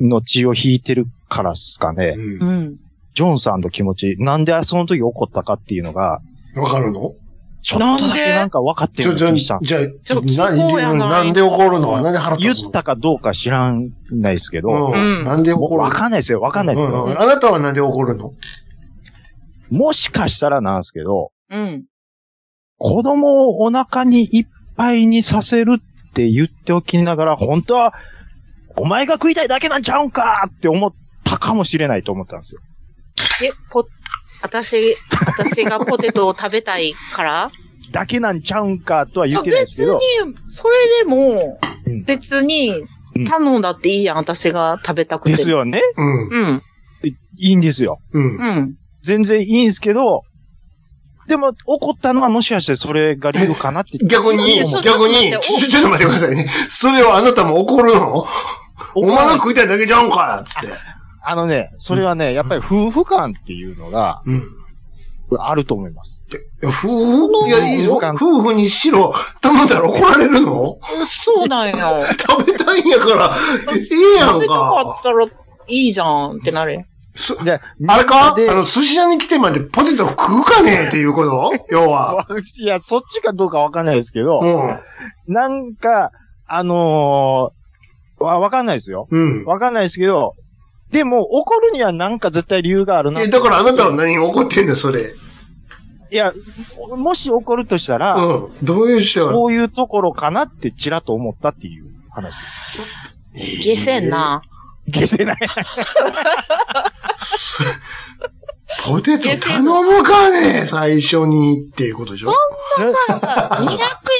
の血を引いてるからですかね、う。うんジョンさんの気持ち、なんでその時怒ったかっていうのが、ん。わかるのちょっとだけなんか分かってちるょ、気ちょ、がしじたんゃあ、ですよちょっと聞こうやなななんで怒るのなんで腹言立つのったかどうか知らんないですけど、うん。うんなんでもう怒るわのかんないですよ、わかんないですうよ。んうんあなたはなんで怒るのもしかしたらなんですけど、うん。子供をお腹にいっぱいにさせるって言っておきながら、本当は、お前が食いたいだけなんちゃうんかって思ったかもしれないと思ったんですよ。え、ポ、 (laughs) 私、私がポテトを食べたいからだけなんちゃうんかとは言ってないですけど、別に、それでもうん、別にうん、頼んだっていいやん、私が食べたくて。ですよね。うん。うん。いいいんですよ。うん。。うん。全然いいんですけど、でも怒ったのはもしかしてそれが理由かなって逆にちょ、逆に、ちょっと待ってちょ、ちょっと待ってくださいね。それをあなたも怒るのお前が食いたいだけじゃうんかつって。あのね、それはね、やっぱり夫婦間っていうのがうん。あると思います。いや夫婦、いや、いいよ。感夫婦にしろ、頼んだら怒られるのそうなんよ。食べたいんやから、ええや食んべたかかっ。たらいいじゃんってなるよ。そで、 (laughs) あれかあでの、寿司屋に来てまでポテト食うかねえっていう (laughs) こと要は。 (laughs) いや、そっちかどうかわかんないですけうど、ん。なんか、あのーわ、わかんないですよ。うん。わかんないですけど、でも怒るにはなんか絶対理由があるな。え、いだからあなたは何に怒ってんだよ、それ。や、もし怒るとしたら、うん。どういう人が。そういうところかなってちらっと思ったっていう話。下せんな。消せない。ポテト頼むかね最初にっていうことでしょ200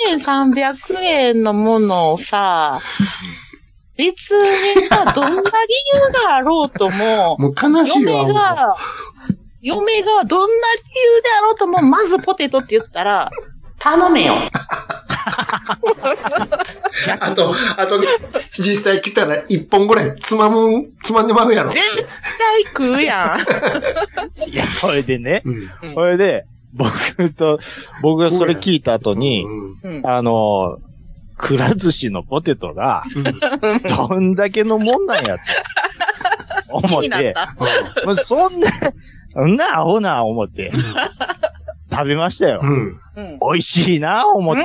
円、300円のものをさ、別にさ、どんな理由があろうとも、もう悲しいわ。嫁もが、嫁がどんな理由であろうとも、まずポテトって言ったら、頼めよ。うあと、あと、実際来たら一本ぐらいつまむ、つまんでまうやろ。絶対食うやいや、それでね、うん。ん。それで、僕と、僕がそれ聞いた後に、うんうんあの、くら寿司のポテトが、どんだけのもんなんやと思っ、気になってた。もうそんな、そんなアホな思って、食べましたよ。うん。うん。美味しいな思って。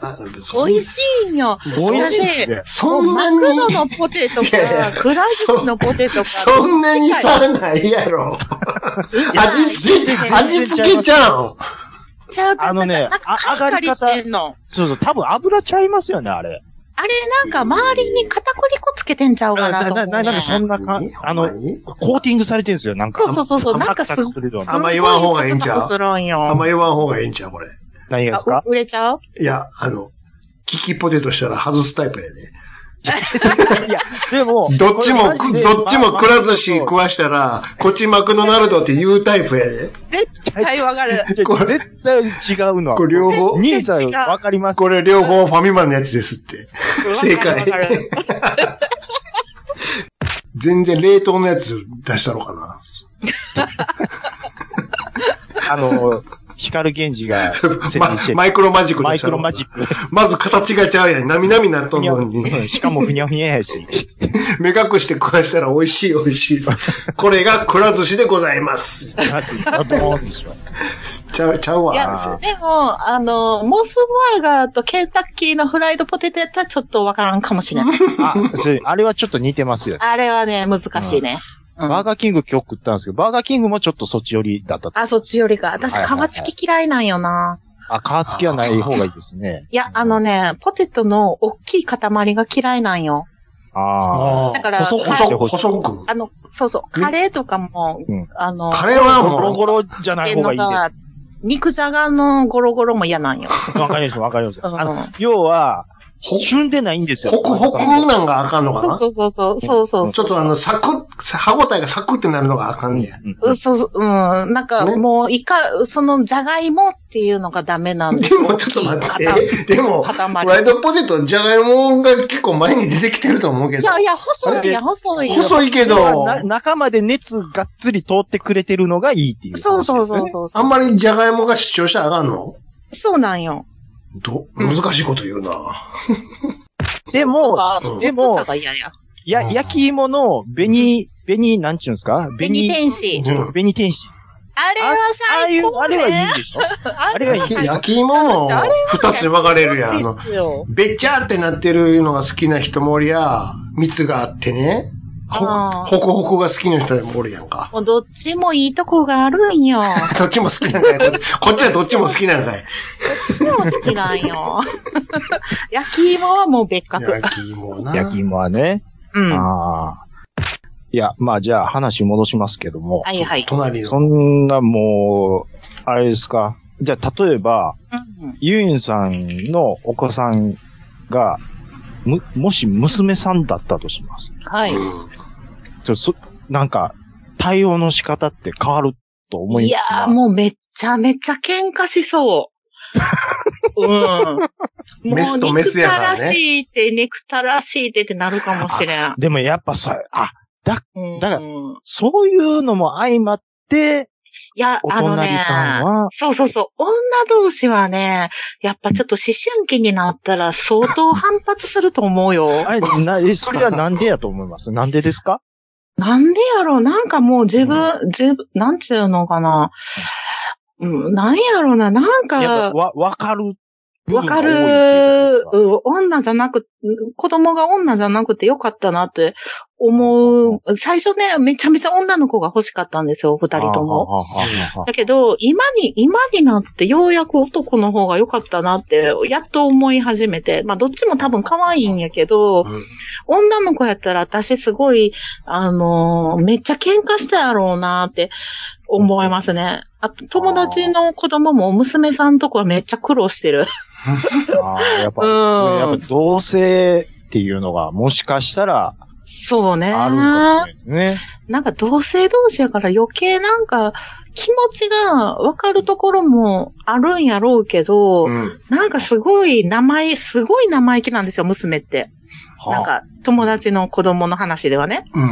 あ美味しいんよ。美味しいっすね。そんなマクドのに、ポテトいやいやか、くら寿司のポテトか。そんなに差ないやろ。味付け、味付けちゃうん。ちゃうちゃうあのねなんかあカリカリしてんの。そうそう、多分油ちゃいますよね、あれ。あれなんか周りに片栗粉つけてんちゃうかなと思う、ね。なんかそんなかえ、あのほんま、にコーティングされてるんですよ、なんか。そうそうそうそうなんかすサクサクするようなあんま言わん方がいいんちゃうすごいサクサクするんよ。あんま言わん方がいいんちゃう、これ。何がですあかう売れちゃういや、あの、キキポテトしたら外すタイプやで。いや、でも、どっちこも、れマジでどっちもくら寿司まあ食わしたら、こっちマクドナルドって言うタイプやで。絶対わかる。いや絶対違うのは。これ両方、兄さん、わかります。これ両方ファミマのやつですって。正解わかるわかる。 (laughs) 全然冷凍のやつ出したろかな。あの、光源氏 (laughs) が設ま定してる。マイクロマジックマ出イしクたロろマジック。まず形がちゃうやん。なみなみなっとんのに。うんしかもふにゃふにゃやし。目隠して食わしたら美味しい美味しい。これがくら寿司でございます。あドーンでしょ。ちゃう、ちゃういやわ。、でも、あの、モスバーガーとケンタッキーのフライドポテトやったらちょっとわからんかもしれない。あ、それ、あれはちょっと似てますよ。あれはね、難しいね。うんバーガーキング今日食ったんですけど、バーガーキングもちょっとそっち寄りだった。あ、そっちよりか。私、はいはいはい皮付き嫌いなんよな。あ、皮付きはない方がいいですね。いや、あのね、ポテトの大きい塊が嫌いなんよ。ああ。だから細く、細く、細く。あの、そうそう、カレーとかも、うんあの、カレーはゴもロう、ゴロじゃない方がいいで肉じゃがのゴロゴロも嫌なんよ。す。わかります、わかります。うんあの、要は、ほ旬でないんですよ。ホクホクなんがあかんのかなそうそうそう、そうそうちょっとあの、サクッ、歯応えがサクってなるのがあかんねや。うんう。そうそう、うん。なんか、ねもう、いか、その、じゃがいもっていうのがダメなんで。でもちょっと待大きいって、でも、フ塊ライドポテト、じゃがいもが結構前に出てきてると思うけ塊いど。やいや、細いや、細いよ。細いけど、な中まで熱がっつり通ってくれてるのがいいっていう。そうそうそうそう。あんまりじゃがいもが主張したらあかんのそうなんよ。ど、難しいこと言うな。でとも、かうんでも太さが嫌や。や、うん焼き芋の紅、紅、なんちゅうんですか紅紅、天使。うん紅天使。あれはああい最う、あ高れね。はいいで (laughs) しょあれれははいいい焼き焼き芋も二つに分かれるやん。あの、ですよ。べちゃーってなってるのが好きな人もおりや、蜜があってね、ほあーホクホクが好きな人もおるやんか。もうどっちもいいとこがあるんよ。どっどっちも好きなんかい。こっちこっちはどっちも好きなんかい。ちも好きなんよ。 (laughs) 焼き芋はもう別格。焼き芋な。焼き芋はね。うん。はああ。いや、まあじゃあ話戻しますけども。いはい。隣その。んなもう、あれですか。じゃあ例えば、うんユインさんのお子さんが、む、もし娘さんだったとします。はい。うんちょそなんか、対応の仕方って変わると思いいやー、もうめちゃめちゃ喧嘩 (laughs) しそう。うん。メスとメスやからねもう憎たらしいって、ネクタらしいってってなるかもしれん。でもやっぱさ、あ、うんだからうんそういうのも相まって、いや、おあの隣ねさんは、そうそうそう、女同士はね、やっぱちょっと思春期になったら相当反発すると思うよ。 (laughs) あれ、な、えそれはなんでやと思いますなんでですかなんでやろうなんかもう自分、自分、なんちゅうのかな。うん、なんやろうななんやっかぱ、、わ、わかる部わ分がか多いってる、いうことですか。うん女じゃなく、子供が女じゃなくてよかったなって思う。最初ね、めちゃめちゃ女の子が欲しかったんですよ、二人とも。ああ。ああああだけど、今に、今になってようやく男の方が良かったなって、やっと思い始めて、まあどっちも多分可愛いんやけど、うん女の子やったら私すごい、あのーめっちゃ喧嘩したやろうなって思いますね。あと友達の子供も娘さんとこはめっちゃ苦労してる。ああ、やっぱ、うんそれやっぱ同性っていうのが、もしかしたら、そうね。あるかもしれないですね。なんか同性同士やから余計なんか気持ちがわかるところもあるんやろうけど、うん。なんかすごい生意、すごい生意気なんですよ、娘って。はあなん、か友達の子供の話ではね。うん。うん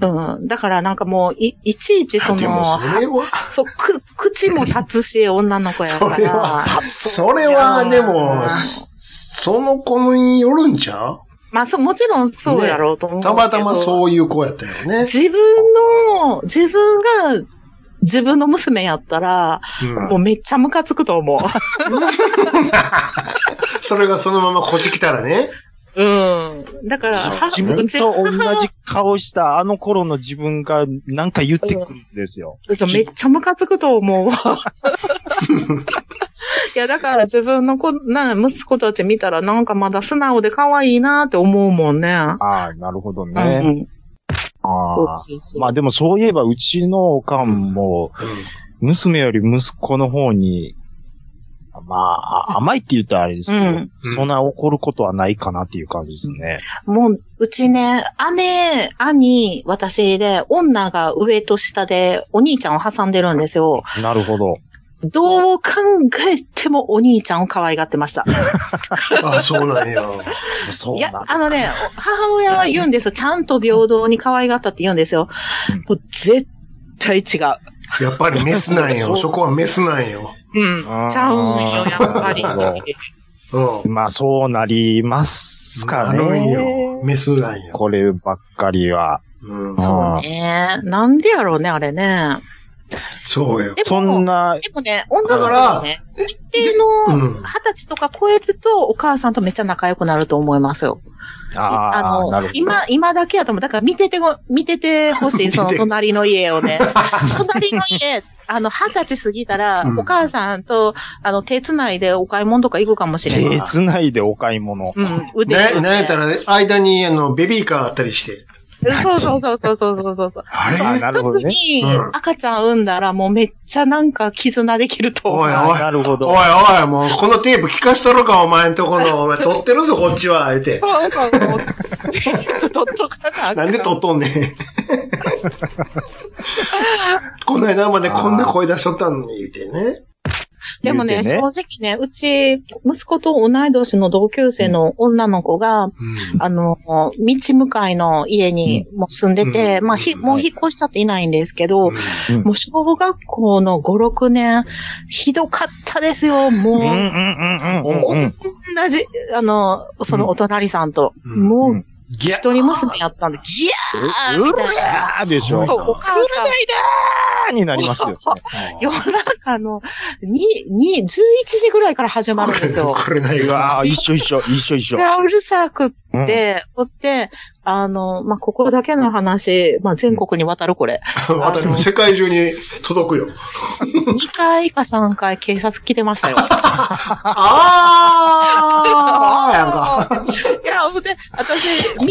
うんうん。だからなんかもうい、いちいちそでもの、それは、そう、く、口も立つし、女の子やから。それはそれうは、んでも、その子によるんちゃまあ、そう、もちろんそうやろうと思ううけたど、またまそういう子やったよね。自分の、自分が、自分の娘やったら、うんもうめっちゃムカつくと思それがそのままこっち来たらね。う。うん。だから、は自分と同じ顔したあの頃の自分がなんか言ってくるんですよ。うちはめっちゃムカつくと思う (laughs) わ。いや、だから自分の子、な、息子たち見たらなんかまだ素直で可愛いなって思うもんね。ああ、なるほどうんうね。ん。ああそうそうまあでもそういえばうちのおかんも、娘より息子の方に、まあ、あ甘いって言ったらあれですけど、うんそんな怒ることはないかなっていう感じですね。もう、うちね、姉、兄、私で、女が上と下でお兄ちゃんを挟んでるんですよ。なるほど。どう考えてもお兄ちゃんを可愛がってました。あ、そうなんや。そういなやんだ、あのね、母親は言うんですよ。ちゃんと平等に可愛がったって言うんですよ。もう絶対違う。やっぱりメスなんよ。そこはメスなんよ。うん。あーちゃうんよ、やっぱり。なるほうん。まあそうなりますかあるんねよ。。メスなんよ。こればっかりは。うん。そうね。なんでやろうね、あれね。そうよ。でそんも、な、でもね、女の子はね、一定でのうん二十歳とか超えると、お母さんとめっちゃ仲良くなると思いますよ。ああ、なるほ、ど。の今、今だけやと思う。だから見ててご、 (laughs) 見ててほしい、その隣の家をね。隣の家、あの、二十歳過ぎたら、うんお母さんと、あの、手繋いでお買い物とか行くかもしれない。手繋いでお買い物。うん、腕ね、組んでなんやったら、間に、あの、ベビーカーあったりして。そうそうそうそうそうそうそう。あれあなるほどね特にうん赤ちゃん産んだらもうめっちゃなんか絆できると思おうい。あおいな。るほど。おいおい、もう、このテープ聞かしとるか、お前んとこの。お前、撮ってるぞ、こっちは。言うて。そうそうそう。取っとかなあかなんで撮っとん (laughs) ねん。この間までこんな声出しとったのに、言うてね。でも言うね、て正ね直ね、うち、息子と同い年の同級生の女の子が、あの、道向かいの家にもう住んでて、うんまあ、ひ、もう引っ越しちゃっていないんですけど、ううんんもう小学校の5、6年、ひどかったですよ、うもんうう。んうんうんうんうん。同じ、あの、そのお隣さんと、うんもう、うんギャ一人娘やったんで、ギャーみうたいな。らーでしょ。ううらんお母さん、ーになりますよね。夜中のにに11時ぐらいから始まるんですよ。これな (laughs) ういわ。わー一緒一緒、一緒一緒で。うるさくっうんて、おって、あの、まあ、ここだけの話、まあ、全国に渡るこれ。私も世界中に届くよ。 2回か3回警察来てましたよ。あーやんか。いや、ほんで、私、道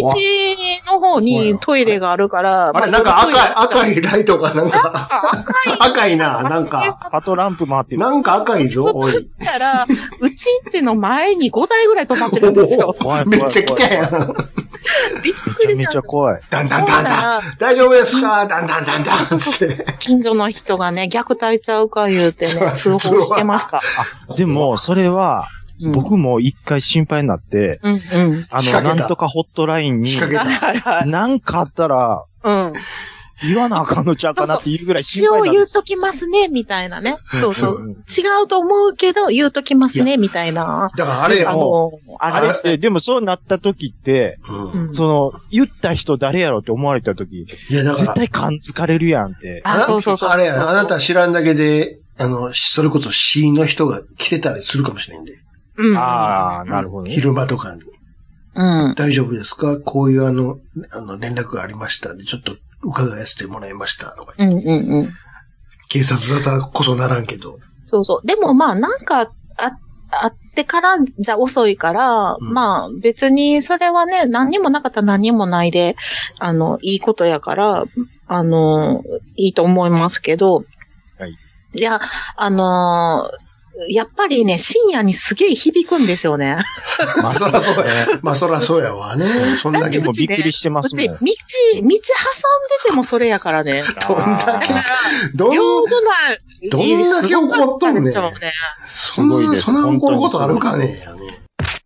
の方にトイレがあるから、あれ、まなんか赤い、い。赤いライトがなんか、赤いな、なんか、あとランプ回ってる。なんか赤いぞ、おい。だから、うちんちの前に5台ぐらい止まってるんですよ。怖いめ怖い怖いっちゃ来たやん。びっくめちゃめりしちちゃゃっ怖い。ダンダンダンダン。大丈夫ですかダンダンダンダンって。た。近所の人がね、虐待ちゃうか言うてね、通報してました。でも、それは、うん僕も一回心配になって、うんうん。あ仕の、掛けなたんとかホットラインに仕、掛けた。はいはい。なんかあったら、うん。言わなあかんのちゃうかなっていうぐらい一心配応にな言るう。ときますね、みたいなね。そうそうんう。違うと思うけど、言うときますね、みたいな。だからあれやあもの、あれでしたえでもそうなった時って、う。うんその、言った人誰やろって思われた時、いや、だから絶、対感づかれるやんって。あなそうそうそうあれや、あなた知らんだけで、あの、それこそ死の人が来てたりするかもしれんで。うん。ああ、なるほどね。昼間とかに。うん。大丈夫ですかこういうあの、あの、連絡がありましたんで、ちょっと伺わせてもらいましたとか。うんうんうん。警察沙汰こそならんけど。そうそう。でもまあ、なんか、あ、あってからじゃ遅いから、うんまあ、別にそれはね、何にもなかったら何にもないで、あの、いいことやから、あの、いいと思いますけど、はい。いや、あのやっぱりね、深夜にすげえ響くんですよね。まあそらそうや。 (laughs) まあそらそうやわね。そんだでけ飛もうちびっねくりしてまうすち、もん。道、道挟んでてもそれやからね。んだけあ、どん、領土内、どんだけ怒っとるねすごかたでしょそうね。んすごいな、ですそんな怒ることあるかね。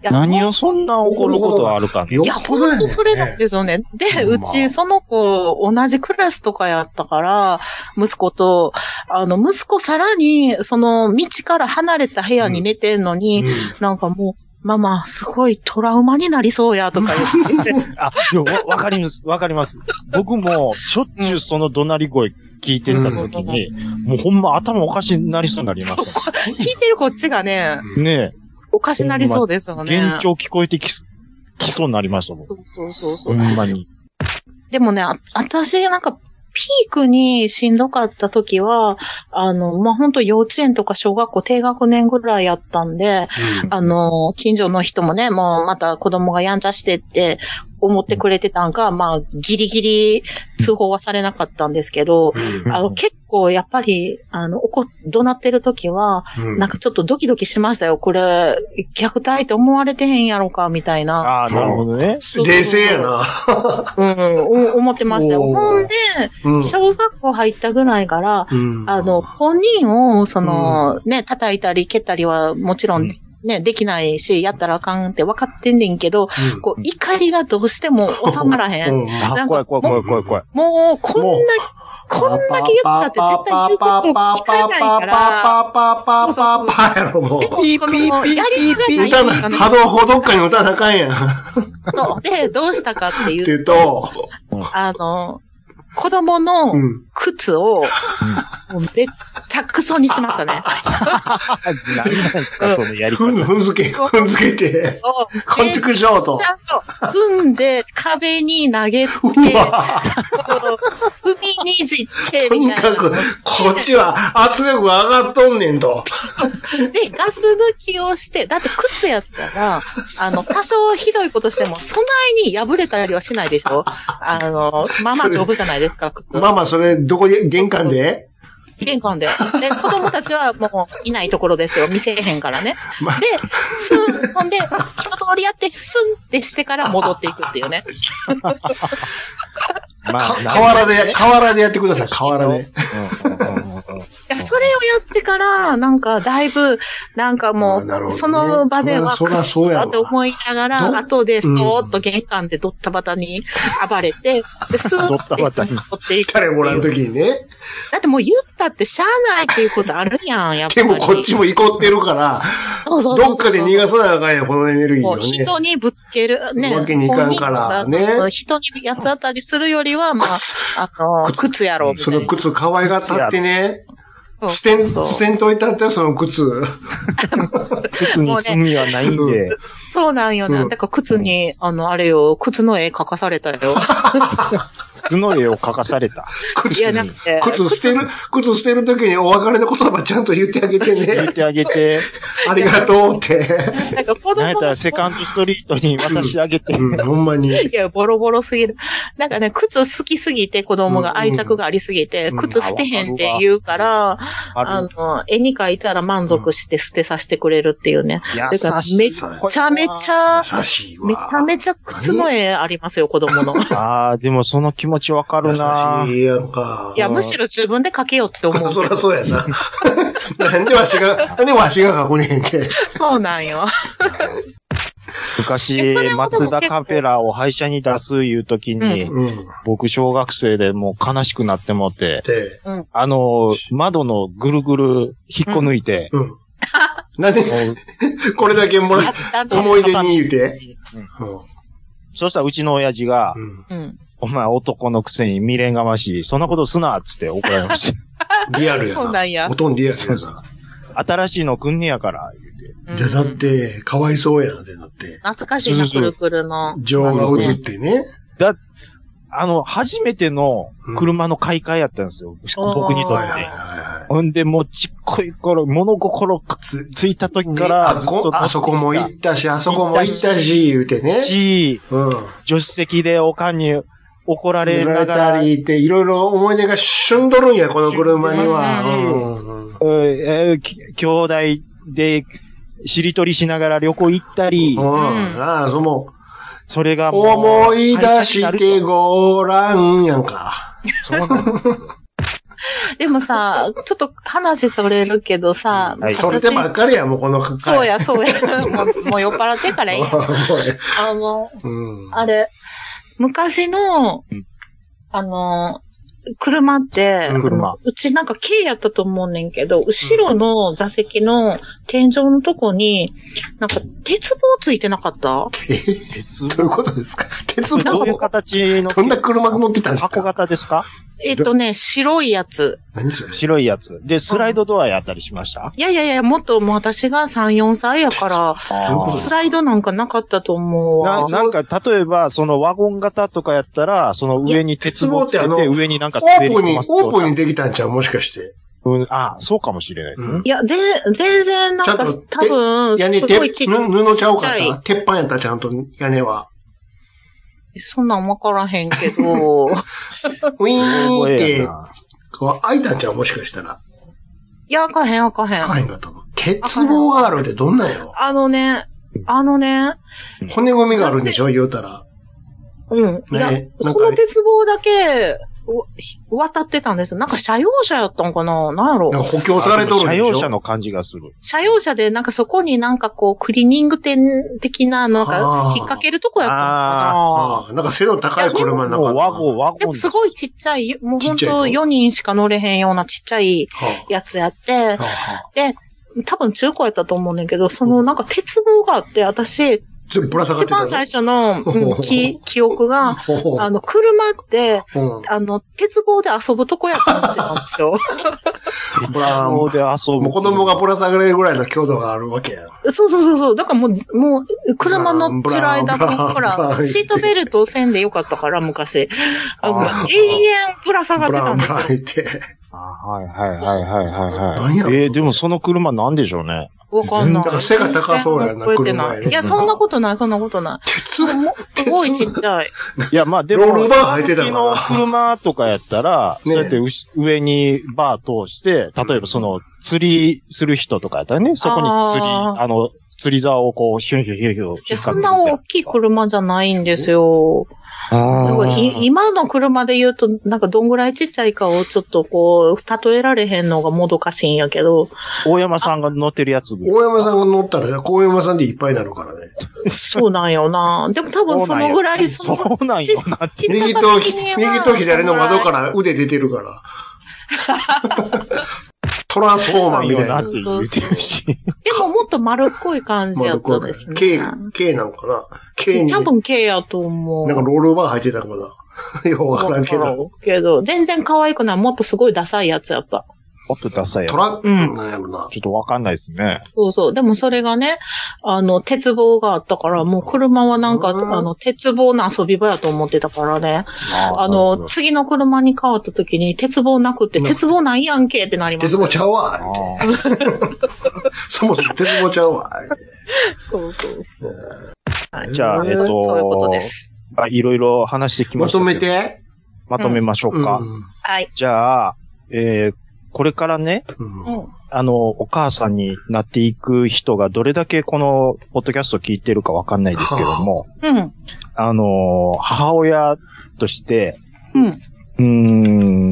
いや何をそんな怒ることはあるかね。よいや、っぽほどやんねとそれなんですよね。で、ほんまうち、その子、同じクラスとかやったから、息子と、あの、息子さらに、その、道から離れた部屋に寝てんのに、うんなんかもう、ママ、すごいトラウマになりそうや、とか言って。あ、いやわわかります。わかります。僕も、しょっちゅうその怒鳴り声聞いてた時に、もうほんま頭おかしになりそうになりましたも聞いてるこっちがね、ん。ねおかしなりそうですよえ、ね。幻聴聞こえてきす、きそうになりましたもん。そうそうそうそうほ。んまに。でもね、あ私、なんか、ピークにしんどかった時は、あの、まあ、本当幼稚園とか小学校低学年ぐらいやったんで、あの、近所の人もね、もうまた子供がやんちゃしてって思ってくれてたんか、まあ、ギリギリ通報はされなかったんですけど、あの、結構やっぱり、あの、怒っ、怒鳴ってる時は、うんなんかちょっとドキドキしましたよ。これ、虐待って思われてへんやろか、みたいな。ああ、なるほどね。冷静やな。うん、お思ってましたよ。おーほんで、うん小学校入ったぐらいから、うんあの、本人を、その、ね、叩いたり蹴ったりはもちろん、ね、できないし、やったらあかんって分かってんねんけど、うんこう、怒りがどうしても収まらへ。うんんあ、怖い怖い怖い怖い怖い。もう、こんなもう、こんだけ言ったって絶対言うことを聞かないから、パパパパパパパやろ、もう。ピーピーピーピー歌な、波動砲どっかに歌なあかんやん。っそうで、どうしたかっててい言う、うと、あの、子供のうん靴を、もうめっちゃクソにしましたね。あ、何なんですか、そのやりふ方。ん、ふんづけ、ふんづけて、ここんちくしょうと。踏んで、壁に投げて、うわ踏みにじって、とみにたいかなく、のこをして。っちは圧力が上がっとんねんと。で、ガス抜きをして、だって靴やったら、あの、多少ひどいことしても、そないに破れたりはしないでしょあの、まあまあ丈夫じゃないですか、靴。まあまあ、それ、どこで、玄関で玄関で。で、子供たちはもういないところですよ。見せえへんからね。まあで、スン、ほんで、一通りやって、スンってしてから戻っていくっていうね。まかあ、河原で、河原でやってください、河原で。いや、それをやってから、なんか、だいぶ、なんかもあーなるほどう、ねその場では、そらそらそうやわくっそーって思いながどら、後で、そうんーっと玄関でドッタバタに暴れて、で、スードッッタてバタ取にっていく。彼もらうときにね。だってもう言ったってしゃあないっていうことあるやん、やっぱでり。もこっちも怒ってるから、そうそうそうそどうっかで逃がさなあかんやん、このエネルギーもをうね。人にぶつける、ね。わけにいかんからね本人が人に八つ当たりするよりは、まあ、あの、靴やろ、みたそいなの靴可愛がったってね、そう捨てん、そう捨てんといたって、その靴。靴に罪はないんで、そうなんような。んだから靴に、あの、あれよ、靴の絵描かされたよ。靴の絵を描かされ (laughs) た。靴いや、なくて。靴捨てる、靴捨てるときにお別れの言葉ちゃんと言ってあげて入ねれ。てあげて、ありがとうって。なんかな子ん供やのったらセカンドストリートに渡してあげて、うん、ほんまに。いや、ボロボロすぎる。なんかね、靴好きすぎて子供うんが愛着がありすぎて、うん靴捨てへんって言うから、 (laughs) あある。の、絵に描いたら満足して捨てさせてくれるっていうね。優しい。めっさちゃめちゃ、優しいわ。めちゃめちゃ靴の絵ありますよ、子供の。ああ、でもその気持ちわかるな優しいやんか。いや、むしろ自分で描けよって思う。そりゃそうやな。なんでわしが、なんでわしが学年で。そうなんよ。い昔やそれ、もでも松田カペラを廃車に出すいう時に、うん。僕小学生でもう悲しくなってもって、で、あの、窓のぐるぐる引っこ抜いて、うん。なんで、もうこれだけもらっだって思い出に言うて。そしたらうちの親父がう、ん。うん。お前男のくせに未練がましい、そんなことすな、っつって怒られました。リアルやな。そうなんやほとんどリアルやな。新しいのくんねやから、言うて。うんじゃ、だって、かわいそうやなってなって。懐かしいな、くるくるの。情が映ってね。あの、初めての車の買い替えやったんですよ、僕にとっはいてはい。はいほんで、もうちっこい頃、物心つついた時はい。からあずっとこ、あそこも行ったし、あそこも行ったし、言うてね。し、うん。助手席でおかんに怒られれながらたら、りって、いろいろ思い出がしゅんどるんや、この車には。しゅんどるうんうんうん。うんえーき兄弟で、しりとりしながら旅行行ったり、うん。ああ、その、それがもう思い出し会社て (laughs) になるごらんやんか。とそうなんですでもさ、ちょっと話それるけどさ、はいそれでばっかりや、もうこの回。そうや、 (laughs) そうや。もうもう酔っ払ってか (laughs) らいいや。あの、うん。あれ、昔のうん、あの、車って、うん車あのうちなんか軽やったと思うねんけど、後ろの座席の天井のとこに、なんか鉄棒ついてなかったえ鉄どういうことで (laughs) すか鉄ど棒ういう形のどんな車が乗ってたんです箱か型ですかえっとね、白いやつ。何それ白いやつ。で、スライドドアやったりしましたいやいやいや、もっともう私が3、4歳やから、あースライドなんかなかったと思うなわ。なんか、例えば、そのワゴン型とかやったら、その上に鉄棒つけいや鉄棒ってて、あの上になんかオ滑ーりプンに、込オますとーかプンにできたんちゃうもしかして。うん、あ、そうかもしれないですね。いや、で、全然なんかちゃんと、多分、屋根、すてごいちっち布布ちゃうかちっちった鉄板やった、ちゃんと屋根は。そんなんわからへんけ (laughs) ど、ウィーンっ覚えてや、なこう開いたんちゃうもしかしたら。いや、あかへん、あかへん。開かへんかったの。鉄棒があるってどんなんやろあのね、あのね、骨組みがあるんでしょ言うたら。うん。いや、ねなんそかあのれ鉄棒だけ、わ渡ってたんです。なんか車用車やったんかななんやろなんか補強されとるんで車しょ用車の感じがする。車用車で、なんかそこになんかこう、クリーニング店的な、なんか、あー引っ掛けるとこやったんかああ、なんか背の高い車の中もうワゴン、ワなでゴンも。すごいちっちゃい、もうちっほんちゃいのと4人しか乗れへんようなちっちゃいはやつやってあ、はあはあ多分中古やったと思うねんけど、そのなんか鉄棒があって、私、ちょっとぶら下がって一たの。番最初 (laughs) の、うんき記憶が、ほうほうあの、車って、うんあの、鉄棒で遊ぶとこやと思ってたんで (laughs) すよ。ほら、そうもで遊ぶ。う子供がぶら下がれるぐらいの強度があるわけや。そうそうそうそう。だからもう、もう、車乗ってる間ブラーンも、ほブラーンブラーら、ンシートベルトせんでよかったから、昔。あのあー永遠ぶら下がっブてたラんンですブよ。ランいて。あはいはいはいはいは何いやはろい。えー、でもその車なんでしょうね。わかんなだからい。背が高そうやな覚えてな車やい。ねいや、そんなことない、そんなこ (laughs) とない。鉄もうすごいちっちゃい。いや、まあでも、ロールバー履いてた時かのら。車とかやったら、ねそうやってうし上にバー通して、例えばその釣りする人とかやったらね、そこに釣り、ああの、釣り竿をこう、ヒュンヒュンヒュンヒュン引っいや、掛そけんてな大きい車じゃないんですよ。なんかい今の車で言うと、なんかどんぐらいちっちゃいかをちょっとこう、例えられへんのがもどかしいんやけど。大山さんが乗ってるやつぐらい。大山さんが乗ったら、高山さんでいっぱいになるからね。そうなん (laughs) よな。でも多分そのぐらい、そそのうなんよそうなんよなって。右と、右と左の窓から腕出てるから。トランスフォーマーみたいななっ。て言うてるし。でももっと丸っこい感じやったんですね。 K、K なのかな ?K に、な多んか分 K やと思う。ロールバー入ってたのかな (laughs) ようわからんけわど。からんけど全然可愛くない。もっとすごいダサいやつやった。もっとダサいやつトラックうんなんやろな。ちょっとわかんないですね。そうそう。でもそれがね、あの、鉄棒があったから、もう車はなんか、うんあの、鉄棒の遊び場やと思ってたからね。あなるほの、ど次の車に変わった時に、鉄棒なくって、うん鉄棒ないやんけってなりま鉄す。棒ちゃうわあって。ーそもそも鉄棒ちゃうわって。そうそうそう。じゃあえっとそういうことです。まあいろいろ話してきまましたけとど。めて。まとめましょうか。うはい。じゃあ、えーこれからね、ん。うんうん。あの、お母さんになっていく人がどれだけこの、ポッドキャスト聞いてるかわかんないですけども、うん。あの、母親として、うん。うー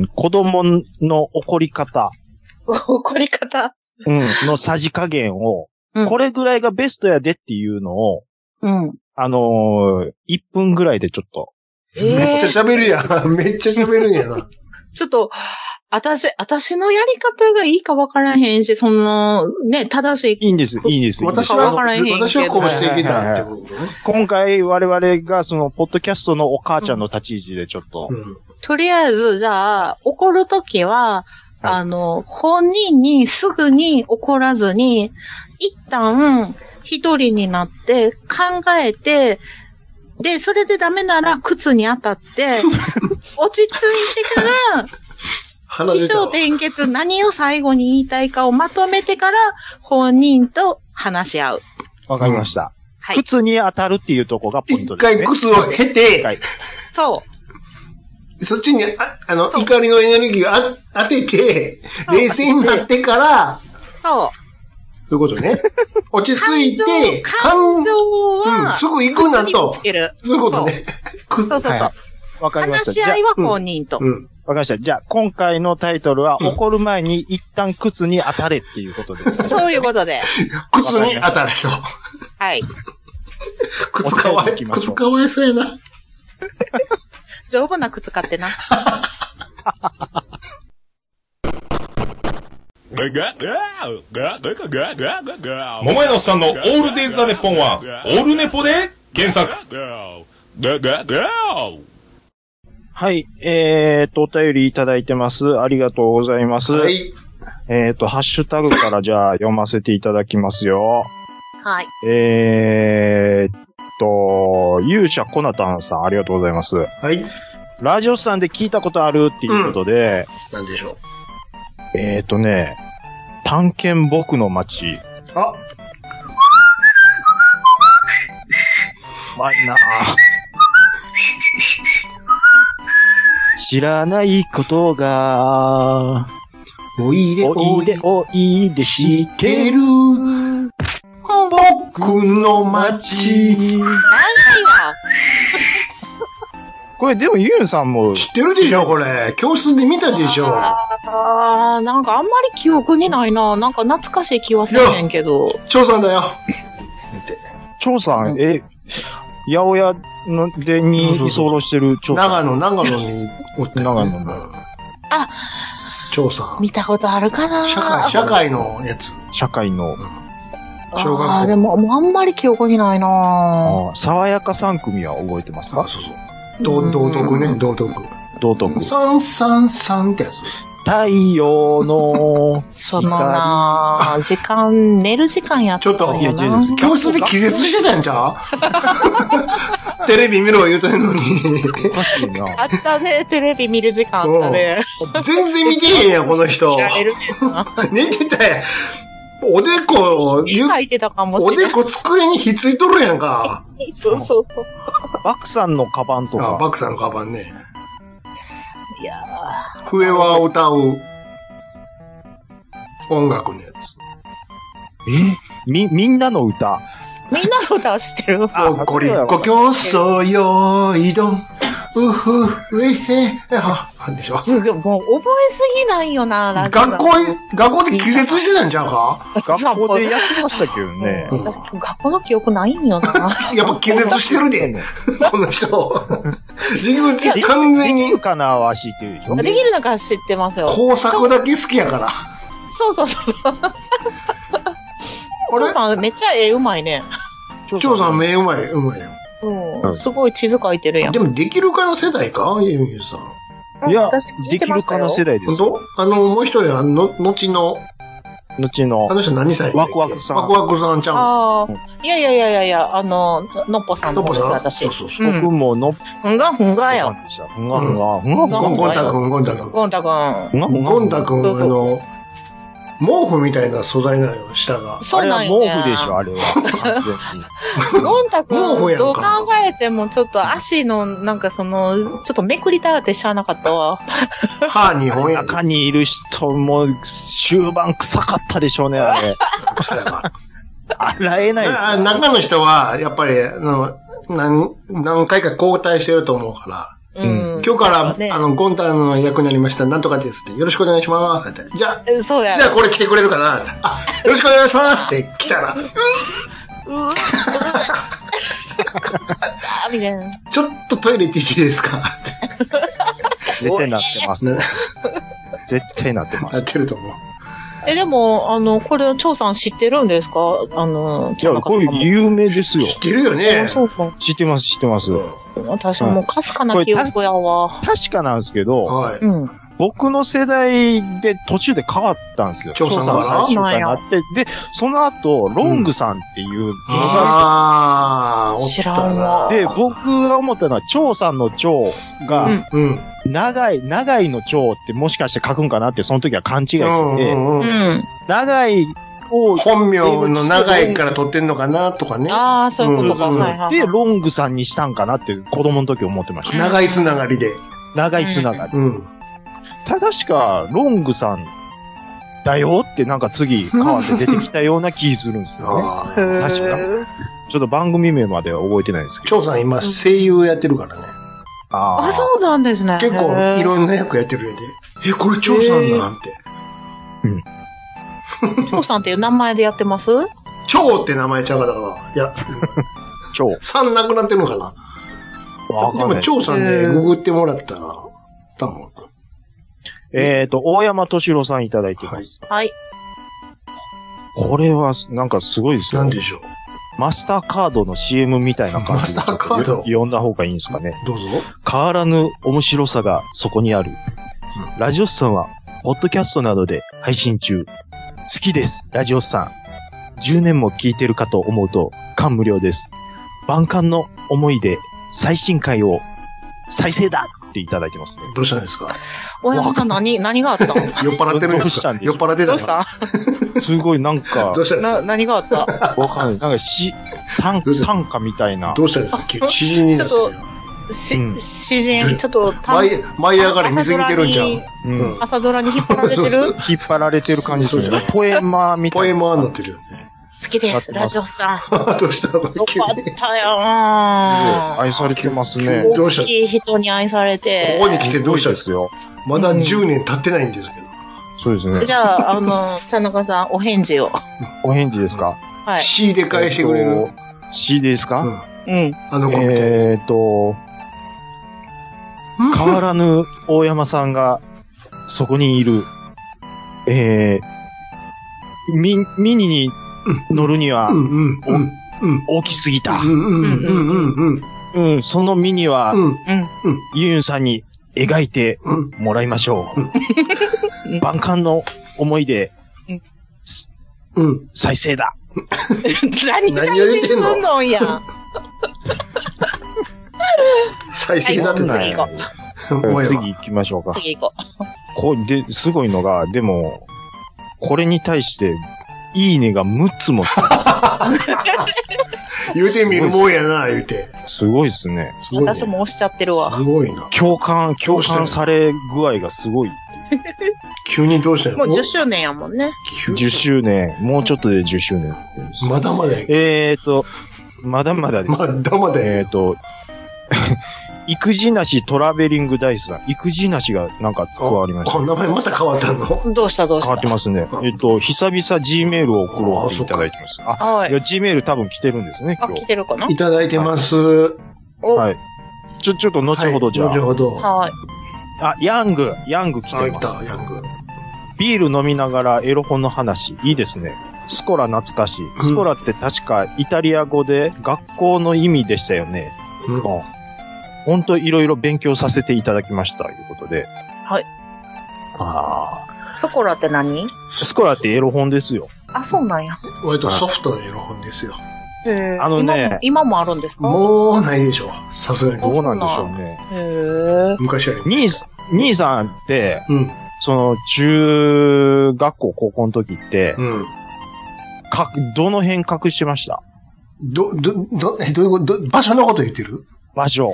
ん、子供の怒り方、 (laughs) 怒り方。うん、のさじ加減を、うんこれぐらいがベストやでっていうのを、うん。あの1分ぐらいでちょっと、えめっえちゃ喋るやん。 (laughs) めっちゃ喋るんやな。ちょっと、私、私のやり方がいいかわからへんし、その、ね、正しい。いいんです、いいん (laughs) です。いいんです私は、わからへんけど私はこうしてきたってことね。今回我々がその、ポッドキャストのお母ちゃんの立ち位置でちょっと、うん。とりあえず、じゃあ、怒るときはいは、あの、本人にすぐに怒らずに、一旦、一人になって、考えて、で、それでダメなら靴に当たって、 (laughs) 落ち着いてから、鼻起出た承わ。転結、何を最後に言いたいかをまとめてから、本人と話し合う。わかりました。はい。靴に当たるっていうとこがポイント一ですね。回靴を経一て、回そそっちに、ああの、そう怒りのエネルギーをあ当てて、そう冷静になってから、う。そそう。ういうことね。 (laughs) 落ち着感い情て、感情は、うんすぐ行くなと靴にぶつけるそういうことね。靴そうそうそう。わかりました。話じしゃあ、合わいは本人と。うん。かりました。じゃあ、今回のタイトルは、うん怒る前に一旦靴に当たれっていうことです。 (laughs) そういうことで。 (laughs) 靴に当たれと。はい。靴かわお伝えでい、きましょう靴かわいそうやな。丈夫な靴買ってな。桃井のおっさんのオールデイズ・ザ・ネッポンは、オールネポで検索。はい。えーと、お便りいただいてます。ありがとうございます。はい。えーと、ハッシュタグからじゃあ読ませていただきますよ。はい。えーと、勇者コナタンさん、ありがとうございます。はい。ラジオさんで聞いたことあるっていうことで、なんでしょえーとね、探検僕の街。う。あ、うまいなぁ知らないことが、おいで、おいで、おいで知しっててるる。僕の街。街。何よ。これでもユンさんも、知ってるでしょ、これ。教室で見たでしょ。あー、なんかあんまり記憶にないな。なんか懐かしい気はせえへんけど。蝶さんだよ。蝶さん、え、八百屋のでに居候してる蝶さん。長野、長野におって。長野のあ、蝶さん。見たことあるかな社会、社会のやつ。社会の、小学校あーでも、もうあんまり記憶にないな。あ爽やか三組は覚えてますあ、かそうそう。道道徳ね、道徳。道徳。三三三ってやつ。太陽の、そのな、時間、寝る時間やったんやな。ちょっといや違う違教室で気絶してたんちゃ (laughs) うテレビ見ろ言うてんのに。おかしいな。あったね、テレビ見る時間あったね。全然見てへんやん、この人見。られるね (laughs) んな。寝てたやん。おでこ、ゆ書いてたかもしおれなでい。こ机にひっついとるやんか。そうそうそう。バクさんのカバンとあ、か、バクさんのカバンね。いや笛は歌う音楽のやつ。み、みんなの歌。ーみんなの歌は知ってる。おっこりっこ競争よーいどん。うふうえへは、なんでしょすぐ、もう覚えすぎないよな、ラジオ学校へ、学校で気絶してたんちゃうか学校でやってましたけどね。うん私、学校の記憶ないん (laughs) よな。やっぱ気絶してるで、この (laughs) 人。授業中完全できにるかなわしっていうよ。できるのか知ってますよ。工作だけ好きやから。そうそうそう。お俺父、さん、めっちゃ絵うまいね。長さん目うまい、うまいよ。うん。すごい地図描いてるやんで。もできるかな世代かゆうゆうさん。いや私、聞でいてきまるした可よ能性大です。本当あの、もう一人は、の、後の、後のあ、の人何歳ワクワクさんワクワクさんちゃうん。ああ、いやいやいやいやいや、あの、のっぽさんのト方ポです、さん私そう。そうそう。うん僕ものっふんがふんがさよ。んでした。ふんがふんが、ふんがふんがゴン、ゴンタ君、ゴンタ君。ゴンタ君。ふんがふんが。ゴンタ君、そうあそうそうの、毛布みたいな素材なのよ、下が。そうあなんれよ、はね。毛布でしょ、あれは。完全に。ゴンタ君、毛布やんかどう考えても、ちょっと足の、なんかその、ちょっとめくりたってしゃあなかったわ。歯日本やん。中にいる人も終盤臭かったでしょうね、あれ。 (laughs) そうやな洗えないですかあ中の人は、やっぱり、あの、何、何回か交代してると思うから、うん。今日から、ねあの、ゴンタの役になりました、なんとかですって、よろしくお願いしますって。じゃあ、えそうや。じゃあこれ来てくれるかなってあ、よろしくお願いしますって来たら、あみたいな。ちょっとトイレ行っていいですかっ絶対なってまてすな。絶対なってまなすっ。てると思う。え、でも、あの、これ、張さん知ってるんですかあの、いや、田中こさんれも有名ですよ。知ってるよあね。そうか。知ってます、知ってます。私もうかすかな記憶やわ。確かなんですけど、はい。うん。僕の世代で途中で変わったんですよ。長さん長さんかそ最初うなんかやなって。で、その後、ロングさんっていうのらが、ああ、おった知らんわな。で、僕が思ったのは、長さんの長が、うんうん。長い、長いの長ってもしかして書くんかなって、その時は勘違いしてて、うんうんうんうん。長いを、本名の長いから取ってんのかなとかね。ああ、そういうことか。うんはいはいで、はい。ロングさんにしたんかなって子供の時思ってました。長いつながりで。長いつながり。うん。ただしか、ロングさんだよってなんか次、変わって出てきたような気するんですよね。ああ。確かへーちょっと番組名までは覚えてないですけど。長さん今声優やってるからね。あーあ、そうなんですね。結構いろんな役やってるやで。え、これ長さんなんて。長さんっていう名前でやってます長って名前ちゃうかだから。いや、超。さんなくなってるのかな。わかんでないもです。長さんでググってもらったら、多分。えっ、と、大山敏郎さんいただいてます。はい。これは、なんかすごいですよなん。でしょう。マスターカードの CM みたいな感マじスでターカード。呼んだ方がいいんですかね。どうぞ。変わらぬ面白さがそこにある。ラジオスさんは、ポッドキャストなどで配信中。好きです、ラジオスさん。10年も聞いてるかと思うと、感無量です。万感の思いで最新回を再生だっていただいてます (laughs) ね。どうしたんですか大山さん何、(laughs) 何があったの酔っ払ってるどんでうすしかたんでしょ酔うっ払ってたどうしたすごいなんかど、うしたんですなか何があったわかんない。なんかし、短どうした短歌みたいなど。うしたんですか急に詩人になってちょるっしうん、詩人、ちょっと、た舞い、舞い上がり見過ぎてるんちゃううんうん朝ドラに引っ張られ (laughs) てる引っ張られてる感じですよね。ポエマーみポたエいな。マーになってるよ (laughs) ね。好きです、ラジオさん。どうしたのよ急かっに。たよ愛されてますね。ど大うしたきい人に愛されてここ。に来てどうしたんですすかよ。まだ10年経ってないんですけど。そうですねじ。ゃあ、あの、田中さん、お返事を。お返事ですかはい。 C で返してくれる。うん。 ?C ですか、 (laughs) うん。あの子みたいえーっと、変わらぬ大山さんが (laughs) そこにいる。えー、ミミニに乗るにはうんうんうん。うん。大きすぎたう。んうんうんうんうん。うん、そのミニはうん。うん。ユンさんに描いてうん。もらいましょう。うん万感の思いでうん。再生だ。何が何を言ってんのすんのんや。再生だってはた次い行こ思えば。次行きましょうかう。。次行ここう、で、すごいのが、でも、これに対して、いいねが6つもつく、言うてみるもんやな、言うて。すごいですね。すう。ごいね。私すも押しちゃってるわ。ごいな。共感、共感され具合がすごい。急にどうしたのもう10周年やもんね。お急10周年、もうちょっとで10周年です。まだまだやえーと、まだまだです。まだまだえやーと、 (laughs) 育児なしトラベリングダイスさん。育児なしがなんか加わりましこた。の名前また変わったのどうしたどうし変わたってますね。えっ、と、久々 G メールを送ろうといただいてます。あ、はいや、い。 G メール多分来てるんですね、あ、今来日。てるかないただいてます。お、ははい。ちょ、ちょっと後ほどじゃあ。はい後ほど。あ、い。あ、ヤング、ヤング来て来ます。た、ヤング。ビール飲みながらエロ本の話、いいですね。スコラ懐かしい。スコラって確かイタリア語で学校の意味でしたよね。うんうん本当いろいろ勉強させていただきました、ということで。はい。ああ。ソコラって何スコラってエロ本ですよ。あ、そうなんや。割とソフトなエロ本ですよ。へーあのね今も今もあるんですかもうないでしょう。さすがに。どうなんでしょうね。へー昔よりも。兄さん、兄さんって、うん。その、中学校、高校の時って、うん。か、どの辺隠してましたど、ど、ど、え、どういうことど場所のこと言ってる場所。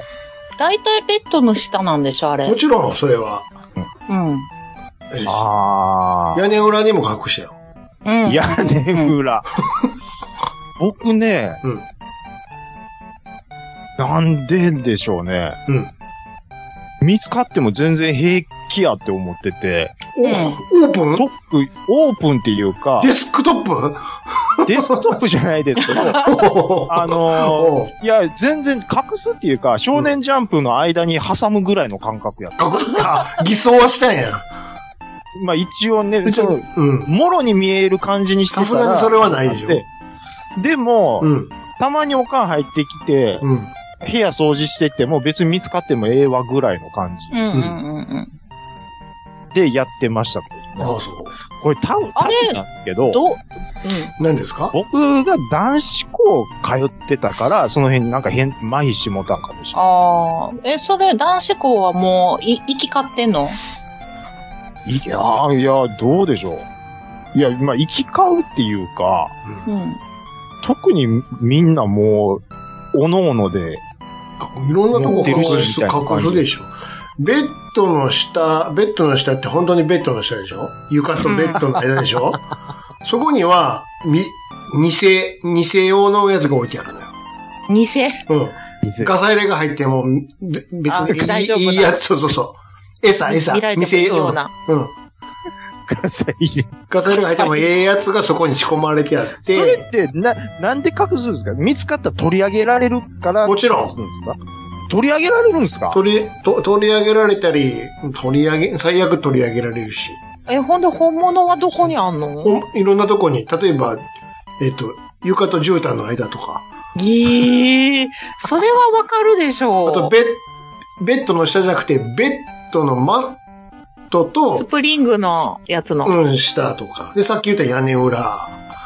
大体ベッドの下なんでしょ、あれ。うもちろん、それは。ん。えあ屋根裏にも隠したよ。うあ。ん。屋根裏。僕ね、うんなんででしょうね。うん見つかっても全然平気やって思ってて、お、オープントップ、オープンっていうか、デスクトップデスクトップじゃないですけど、 (laughs) あのーおういや、全然隠すっていうか、少年ジャンプの間に挟むぐらいの感覚やった。隠あ、偽装はしたんや。まあ一応ね、その、うん。もろに見える感じにしてたさらすがにそれはないでしょ。ででも、うん。たまにおかん入ってきて、うん。部屋掃除してても別に見つかってもええわぐらいの感じうんうんうんうん。でやってましたけどね、ああ、そう。これ多分、あ多れ分なんですけど、どう、何ですか僕が男子校通ってたから、その辺なんか変、麻痺してもうたんかもしれない。ああ、え、それ男子校はもう、い、行き交ってんのいやー、いやー、どうでしょう。いや、まあ、行き交うっていうか、うん。特にみんなもう、おのおので、いろんなとこ隠持ってるしす、みたいな感隠じすでしょ。ベッドの下、ベッドの下って本当にベッドの下でしょ床とベッドの間でし (laughs) ょそこには、み、偽、偽用のやつが置いてあるのよ。偽うん。ガサ入れが入っても、べ別あ大丈夫にいないいいやつ、そうそうそう。餌、餌見られ、ても店いいような。うん。うんガサ入れガサ入れが入ってもええやつがそこに仕込まれてあっ、それってて、な、なんで隠すんですか見つかったら取り上げられるから、もちろん隠すんですか取り上げられるんですか取り、と取り上げられたり、取り上げ、最悪取り上げられるし。え、ほんで本物はどこにあんのほんいろんなとこに、例えば、えっと、床と絨毯の間とか、ええそれはわかるでしょあう。とベッ、ベッドの下じゃなくて、ベッドのマットスと、プリングのやつの。あうん、下とか。で、さっき言った屋根裏。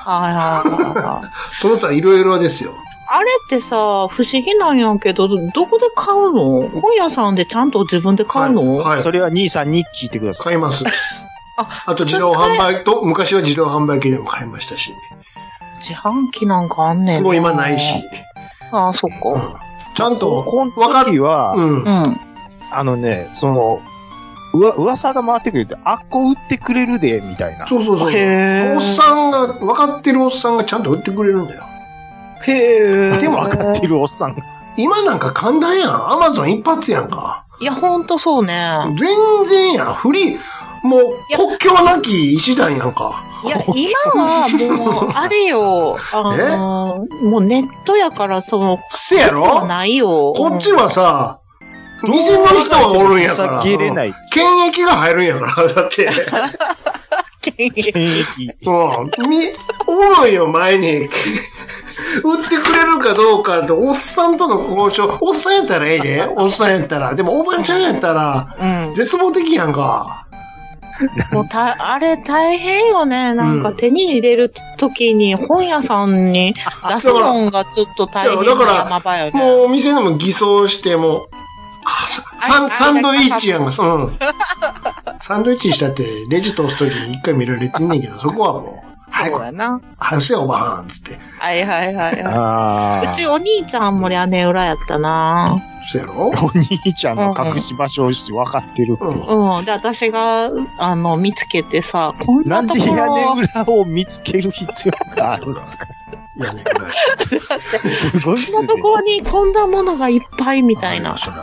あーその他いろいろですよ。あれってさ、不思議なんやけど、どどこで買うの本屋さんでちゃんと自分で買うの、はいはいそれは兄さんに聞いてください。買います。ああと自動販売と、昔は自動販売機でも買いましたし、自販機なんかあんねん。もう今ないし。。ああ、そっうんか。ちゃんと、このわか時る。は、うんう。ん。あのね、その、うわ、噂が回ってくるって、あっこ売ってくれるで、みたいな。そうそうそう。おへーっさんが、分かってるおっさんがちゃんと売ってくれるんだよ。へえ。でも分かってるおっさんが。今なんか簡単やん。アマゾン一発やんか。いや、ほんとそうね。全然やん。フリー、もういや国境なき一団やんか。いや、今はもう、あれ (laughs) よ、あのー、もうネットやから、その、せやはろないよ。こっちはさ、店の人がおるんやから。避けれない。検疫が入るんやから、 (laughs) だって。うん検疫。うん。み、おもろいよ、前に。 (laughs) 売ってくれるかどうかって、おっさんとの交渉。おっさんやったらええで。おっさんやったら。でも、おばちゃんやったら、 (laughs) うん。絶望的やんか。もうた、あれ大変よね。なんうかん手に入れる時に本屋さんに出すのがちょっと大変いやだからな山場よね。もう、お店でも偽装して、もう、あさサンサンドイッチやんか、そうん。サンドイッチしたって、レジ通すときに一回見られてんねんけど、そこはもう、早そうく、やな。早くせよ、おばはん、つって。はいはいはいはあい。あ。うちお兄ちゃんも屋根裏やったな。そやろお兄ちゃんの隠し場所をし分かってるって。うん。うん。で、私が、あの、見つけてさ、こんななんとでころ。屋根裏を見つける必要があるんですか屋根裏。すごいっこすんねな。ところにこんなものがいっぱいみたいな。そら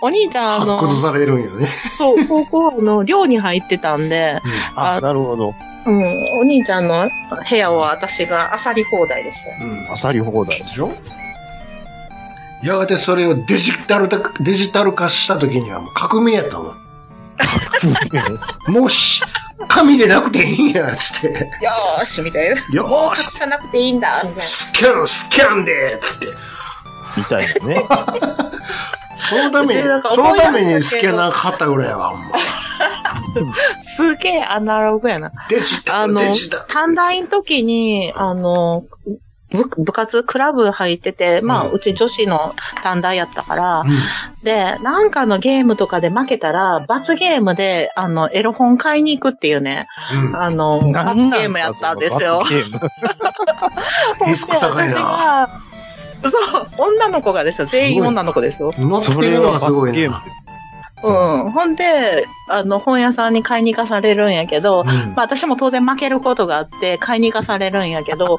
お兄ちゃん、あの発、 (laughs) 掘されるんよね。そう、高校の寮に入ってたんで、あ、なるほど。うん、お兄ちゃんの部屋は私が漁り放題でしたよ。うん。あさり放題。でしょやがてそれをデジタル化、デジタル化した時にはもう革命やった (laughs) もん。もうし、紙でなくていいんや、つって。よーし、みたいな。よもうー隠さなくていいんだ、みたいし、スキャン、スキャンでつって。みたいな (laughs) ね。そのために、うちなんかその思たい出したけどめにスケナー買ったぐらいやわ、ほんま。すげえアナログやな。デジタあル、のデジタル。、短大の時に、あの、部部活、クラブ入ってて、まあ、うんうち女子の短大やったから、うんで、なんかのゲームとかで負けたら、罰ゲームで、あの、エロ本買いに行くっていうね、うん。あの、なん罰なんゲームやったんですよその罰。ゲーム。リスク高いな。私がそう、女の子がですよ。全員女の子ですよ。乗っそてれるのがはすご罰いゲーな。ムです。うん。ほんで、あの、本屋さんに買いに行かされるんやけど、うんまあ私も当然負けることがあって、買いに行かされるんや (laughs) けど、どう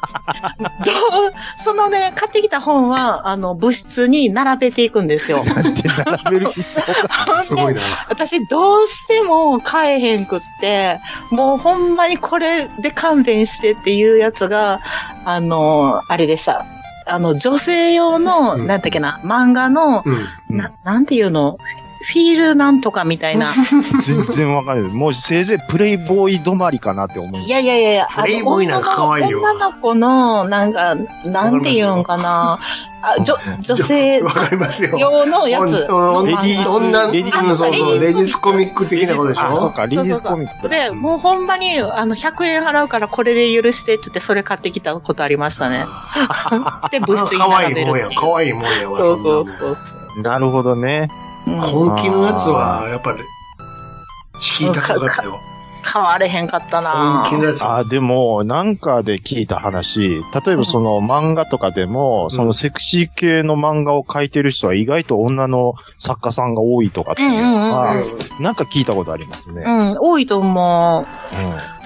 そのね、買ってきた本は、あの、部室に並べていくんですよ。 (laughs) で、並べる必要が。すごほんいで、な。私どうしても買えへんくって、もうほんまにこれで勘弁してっていうやつが、あの、あれでした。あの、女性用の、うんなんだっけな、漫画の、うん。うんな、なんていうのフィールなんとかみたいな。全然わかんない。もうせいぜいプレイボーイ止まりかなって思うい。やいやいやいや、プレイボーイなんか可愛いよあの女の子の、なんか、なんて言うんかな。あ、じょ、女性わかりますよ。用のやつ。おおレディース女、レディースうんそうそう、レレディースコミック的なことでしあ、そうょか、リリースコミックだ。で、もうほんまに、あの、100円払うからこれで許してって言って、それ買ってきたことあり (laughs) ましたね。で、物質に可愛並いべるもんっや、ていう。可愛いもんやわ。そうそうそんなもんそうそう。なるほどね。うん本気のやつは、やっぱり、敷居高かったよ。買われへんかったな本気のやつは。あ、でも、なんかで聞いた話、例えばその漫画とかでも、そのセクシー系の漫画を描いてる人は意外と女の作家さんが多いとかっていうのあはう、んなんか聞いたことありますね。うん、多いと思う。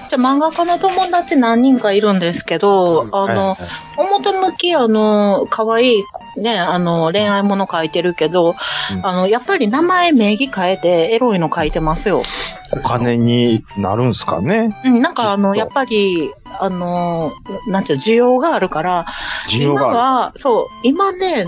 じゃあ漫画家の友達何人かいるんですけど、うんあの、表向き、あの、可愛い、ね、あの、恋愛もの書いてるけど、うんあの、やっぱり名前名義変えて、エロいの書いてますよ。お金になるんすかねうん、なんかあきっの、とやっぱり、あの、なんていうの、需要があるから、需要今がある。は、そう、今ね、ティ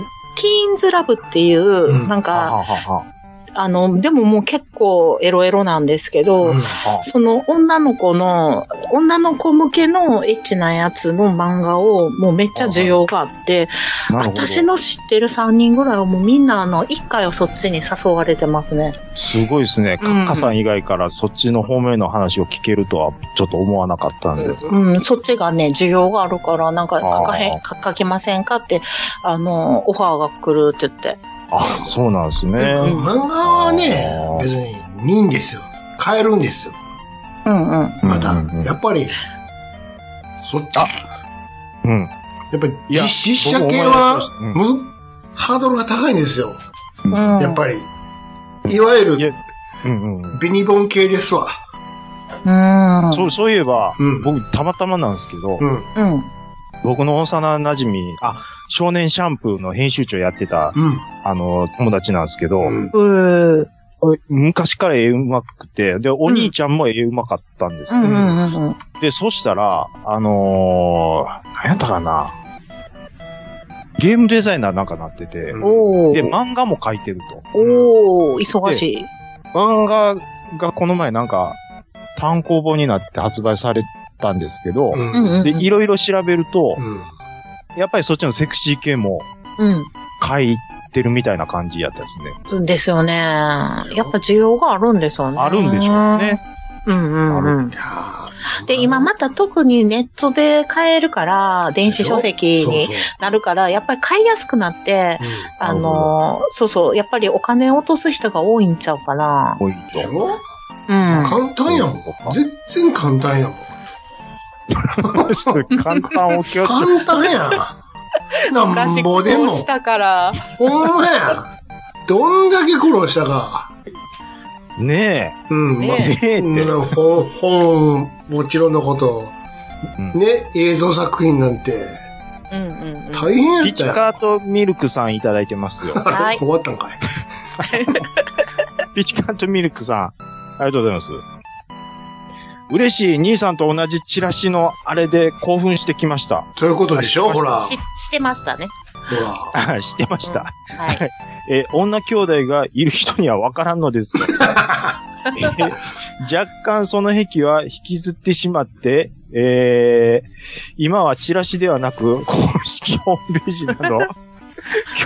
ーンズラブっていう、うんなんはか、ははあの、でももう結構エロエロなんですけど、うんはその女の子の、女の子向けのエッチなやつの漫画をもうめっちゃ需要があって、あなるほど。私の知ってる3人ぐらいはもうみんなあの、1回はそっちに誘われてますね。すごいですね。カッカさん以外からそっちの方面の話を聞けるとはちょっと思わなかったんで。うん、そっちがね、需要があるから、なんかあー書かへん、書書きませんかって、あの、オファーが来るって言って。あ、そうなんですうね。漫画はね、別に、いいんですよ。買えるんですよ。うんうん。またうんうんう、んやっぱり、そっち、やうん。っぱりいや実実写系は僕も思い、むずハードルが高いんですよ。うんうん、やっぱり。いわゆいやる、うんうん。ベニボン系ですわ。うん。そう、そういえば、うん僕、たまたまなんですけど、うん。うん。僕の幼馴染み、あ、少年シャンプーの編集長やってた、うん。あの、友達なんですけど、うん。うん。昔から絵うまくて、で、お兄ちゃんも絵うまかったんですうよ、んうんうん。で、そしたら、あのー、何やったかな、ゲームデザイナーなんかなってて、おで、ー。漫画も描いてると。おー、忙しい。漫画がこの前なんか、単行本になって発売されたんですけど、うんうんうん。で、いろいろ調べるとう、ん。やっぱりそっちのセクシー系も書いてるみたいな感じやったですね。うん。ですよね。やっぱ需要があるんですよね。あるんでしょう。ね。うんうんうんい。やーで、今また特にネットで買えるから、電子書籍にそうなるから、やっぱり買いやすくなって、そうあのー、そうそう、やっぱりお金落とす人が多いんちゃうかな。ポインうんでしト。ょうん。簡単やもん。全然簡単やもん。簡単お気をつけ簡単や (laughs) ん。なんぼでも。したから。ほんまや。どんだけ苦労したか。ねうん。ねまあえ。ねえって。うん本、本、もちろんのこと、うんね、映像作品なんて、うんうんうん。大変やピっチたやカートミルクさんいただいてますよん。。あはれい終わったんかい。ピチカートミルクさん、ありがとうございます。嬉しい、兄さんと同じチラシのあれで興奮してきました。 (laughs) そういうことでしょほら。しほしてましたね。ら。あ知ってました。はい。え、女兄弟がいる人にはわからんのです (laughs) よ。え若干その壁は引きずってしまって、 (laughs) えー今はチラシではなく、公式ホームページなど、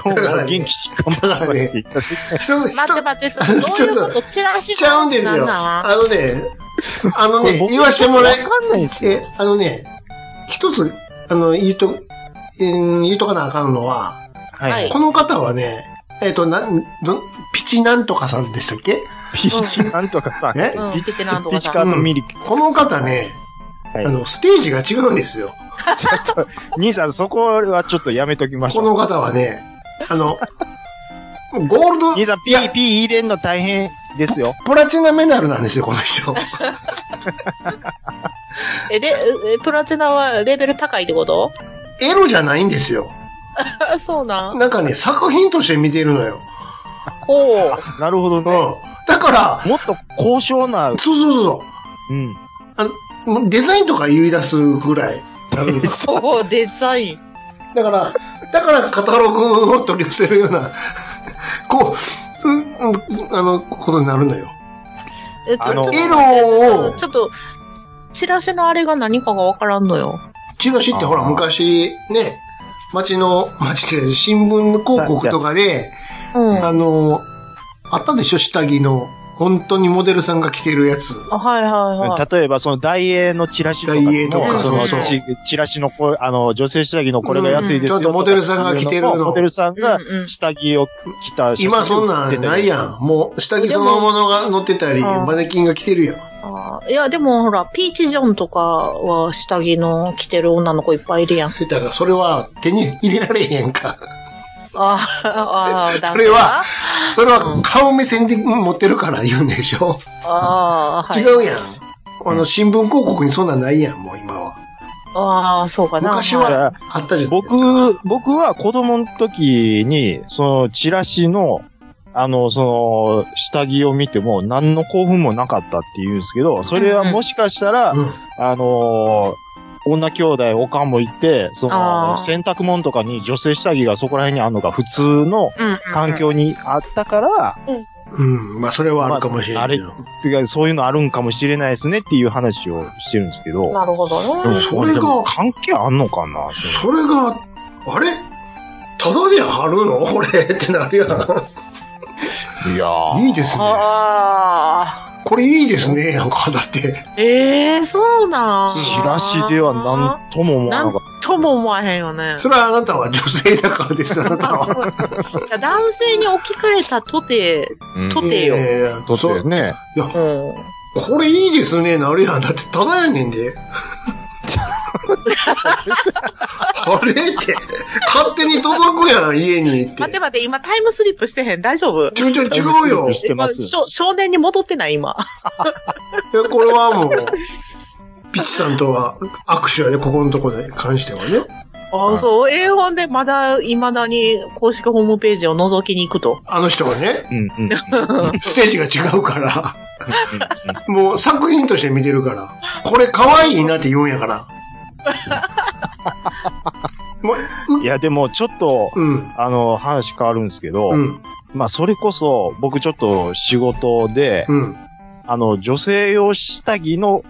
今日も元気しかもらしていただきたい。人の、待って待って、ちょっとどういうことチラシちゃうんですなんよ。なんあのね、あのこれね、僕言わしてもらえわ、かんないですよえ。、あのね、一つ、あの、言うと、えー言うとかなあかんのは、ははいい。この方はね、えっ、と、なん、ど、ピチなんとかさんでしたっけピーチなんとかさ、えうんピピチなんとピかチさカートミリキ。この方ね、はいあの、ステージが違うんですよ。ちょっと、兄さん、そこはちょっとやめときましこょう。の方はね、あの、ゴールド、兄さん、いピやー、ピー入れんの大変ですよ。プラチナメダルなんですよ、この人。え、で、えプラチナはレベル高いってことエロじゃないんですよ。 (laughs) そうなん。なんかね、作品として見てるのよ。おうなるほどうね。ん。だから、もっと高尚な、そうそうそううん。そうもう、デザインとか言い出すぐらい。そう、デザイン。だから、だからカタログを取り寄せるような、こう、すうんあの、ことになるのよ。え、ちょあのちょっとエロをちょっと、チラシのあれが何かがわからんのよ。チラシってほら、あー昔、ね、町の、町で新聞広告とかで、うん。あの、あったでしょ下着の、本当にモデルさんが着てるやつ。あはいはいはい。例えば、その、大英のチラシとかダイエーとも、かそそうのそうチ、チラシのこ、あの、女性下着のこれが安いですようんちゃんとモデルさんが着てるのとかモデルさんがうんうん下着を着た写真今そんなをんないやん。もう、下着そのものが載ってたり、でもマネキンが着てるやん。あいや、でもほら、ピーチジョンとかは下着の着てる女の子いっぱいいるやん。出たら、それは手に入れられへんか。ああ、あだそれは、それは顔目線で持ってるから言うんでしょ。ああ、はい違うやん。あの、新聞広告にそんなんないやん、もう今は。ああ、そうかな。昔いはあったじゃないですか。僕、僕は子供の時に、その、チラシの、あの、その、下着を見ても、何の興奮もなかったって言うんですけど、それはもしかしたら、うんあのー女兄弟、おかんもいて、そあーの、洗濯物とかに女性下着がそこら辺にあるのが普通のうんうんうん環境にあったから、うん。まあ、それはあるかもしれないけど。てかそういうのあるんかもしれないですねっていう話をしてるんですけど、なるほどうね。んそれがでも関係あんのかなそれが、あれただで貼るの俺ってなるやん。いやーいいですね。あこれいいですね、なんか、だって。あ、ええそうなん。チラシではなんとも思わななかんっとも思わへんよね。それはあなたは女性だからです、あなたは。いや男性に置き換えたとて、た。うんとてよ。えとそうてね。うん。これいいですね、なるやん。だって、ただやねん (laughs) で。あれって、勝手に届くやん、家にって。待って待って、今タイムスリップしてへん。大丈夫ちょいちょい違うよ。してます今少少年に戻ってない、今。いやこれはもう、ピチさんとは握手やで、ここのとこで関してはね。あそう、英本でまだ、未だに公式ホームページを覗きに行くと。あの人はね、うんうん。ステージが違うから、もう作品として見てるから、これ可愛いなって言うんやから。もう、いや、でもちょっと、ううん、あの、話変わるんですけど、うん、まあ、それこそ、僕ちょっと仕事で、うん。あの、女性用下着の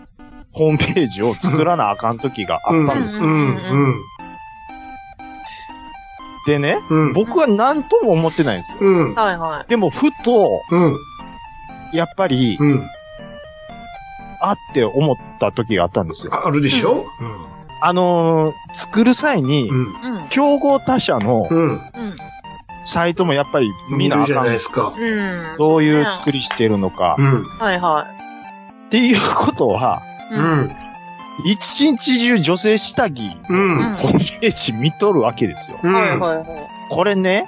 ホームページを作らなあかん時があったんですよ。うん、うん、でね、うん、僕は何とも思ってないんですよ。うん、はいはい。でも、ふと、うん、やっぱり、うん。あって思った時があったんですよ。あるでしょあのー作る際にう、ん、うん。うん。競合他社のうん、うん。サイトもやっぱり見なるあじゃかないんで。すか。うん。どういう作りしてるのかう。ん、はいはっていうことは、い。う。ん、一日中女性下着うのん、ホームページ見とるわけですよ。うはいん。はいはい。これね、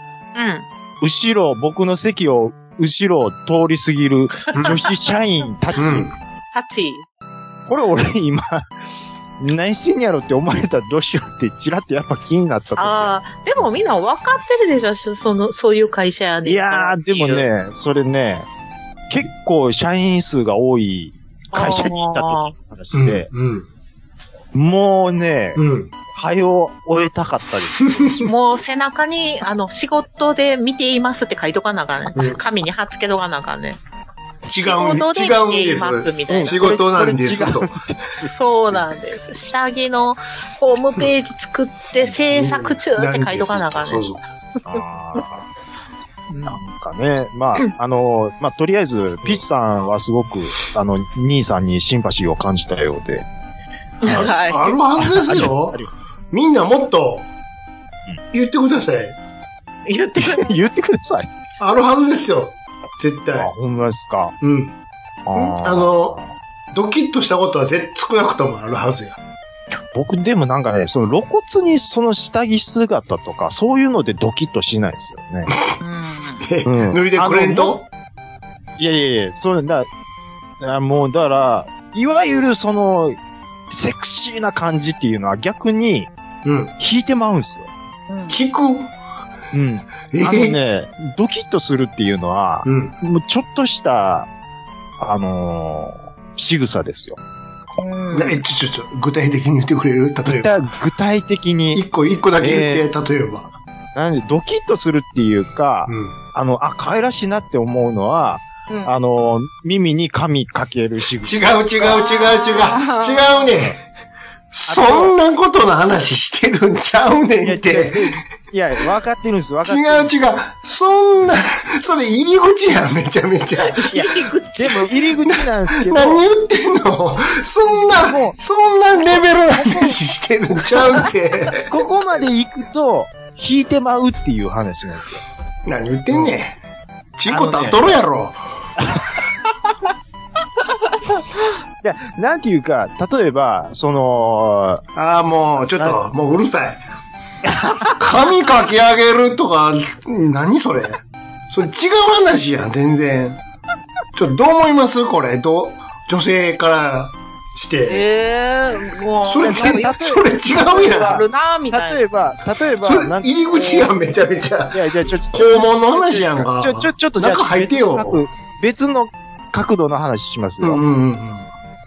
うん。後ろ、僕の席を後ろを通り過ぎる女子社員たち。うん、タッチ。これ俺今、何してんやろって思われたらどうしようってチラッとやっぱ気になった時。ああ、でもみんな分かってるでしょしその、そういう会社やねいやー、でも。ね、それね、結構社員数が多い会社にいた時の話で、うん、もうね、うん。早を終えたかったです。もう背中に、あの、仕事で見ていますって書いとかなあかんね。うん紙に貼っつけとかなあかんね。違うんです。仕事で違うん見てでいますす。みたいな。仕事なんですことれ。違うんですそうなんです。下着のホームページ作って制作中って書いとかなあかんそねう。そうあーうんなんかね、 (laughs) まあ、あの、まあ、とりあえず、ピッチさんはすごく、あの、兄さんにシンパシーを感じたようで。はい。あるはずですよあり。みんなもっと、言ってください。言ってくれ。 (laughs) 言ってください。あるはずですよ。絶あ、対。ほんまですか。うん。あーあの、ドキッとしたことは絶少なくともあるはずや。僕でもなんかね、その露骨にその下着姿とか、そういうのでドキッとしないですよね。 (laughs) うん脱いでくれんといやいやいや、そうだ、あもうだから、いわゆるその、セクシーな感じっていうのは逆にうん。引いてまうんですよ。うん聞くうん。えあのえね、ドキッとするっていうのは、うん。もうちょっとした、あのー、仕草ですよ。うんなえ、ちょ、ちょ、ちょ、具体的に言ってくれる例具えば。体具体的に、一個、一個だけ言って、例えば。なんでドキッとするっていうか、うん。あの、あ、可愛らしいなって思うのは、うんあの、耳に髪かける仕草。違う違う違う違うあ違うねんそんなことの話してるんちゃうねんって。いや、分かってるんです、分か違ってうる。違う。そんな、それ入り口やん、めちゃめちゃ。いや、でも入り口なんですけど、何言ってんのそんもな、そんなレベルの話してるんちゃうって。ここまで行くと、引いてまうっていう話なんですよ。何言ってんねん。チンコ立っとるやろ。いや、なんていうか、例えば、その、ああ、もう、ちょっと、もううるさい。髪かき上げるとか、何それ。それ違う話やん、全然。ちょっとどう思いますこれ、どう、女性からして。ええ、もう、それ、なん全か然それ違うやあんる。な、みたいな例。えば、例えばそ、れ、なん入かり口やん、めちゃめちゃい。やいや、ちょ、ちょ、肛門の話やんか。ちょ、ちょ、ちょっとじゃあ中入ってよ。別の角別の角度の話しますうよ。んうんうん。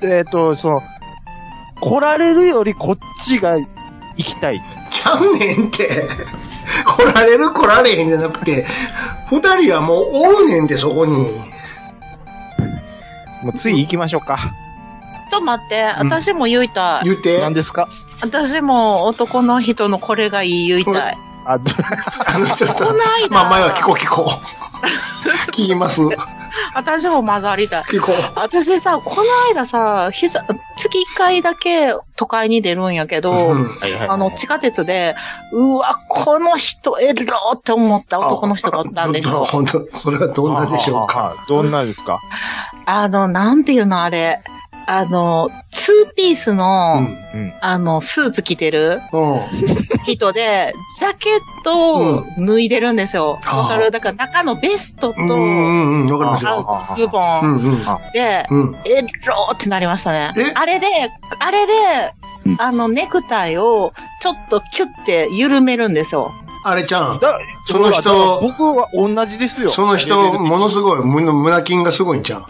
えっ、と、その、来られるよりこっちが行きたい。ちゃうねんって。来られる来られへんじゃなくて、二人はもうおるねんって、そこに。もうつい行きましょうか。ちょっと待って、私も言いたい。言って。何ですか私も男の人のこれがいい言いたい。あ、どあの、ちょっとこない。なまあ、前は聞こう聞こう。 (laughs) 聞きます。聞私も混ざりたい。こ私さ、この間さ、膝、月1回だけ都会に出るんやけう。ど、うんあの、地下鉄で、うわ、この人エロって思った男の人がおったんですよ。本当それはどんなでしょうか。か。どんなですかあの、なんていうのあれ。あの、ツーピースの、うん。あの、スーツ着てるうん。人で、ジャケットを脱いでるんですよ。うんわかはるあだから中のベストと、うんうんうん。わかりますよ。あのズボうンんうん。で、うん。エローってなりましたねえ。あれで、あれで、あの、ネクタイをちょっとキュッて緩めるんですよ。あれちゃん、だその人だから僕は同じですよ。そのレベル人、的にものすごい、胸胸筋がすごいんちゃう。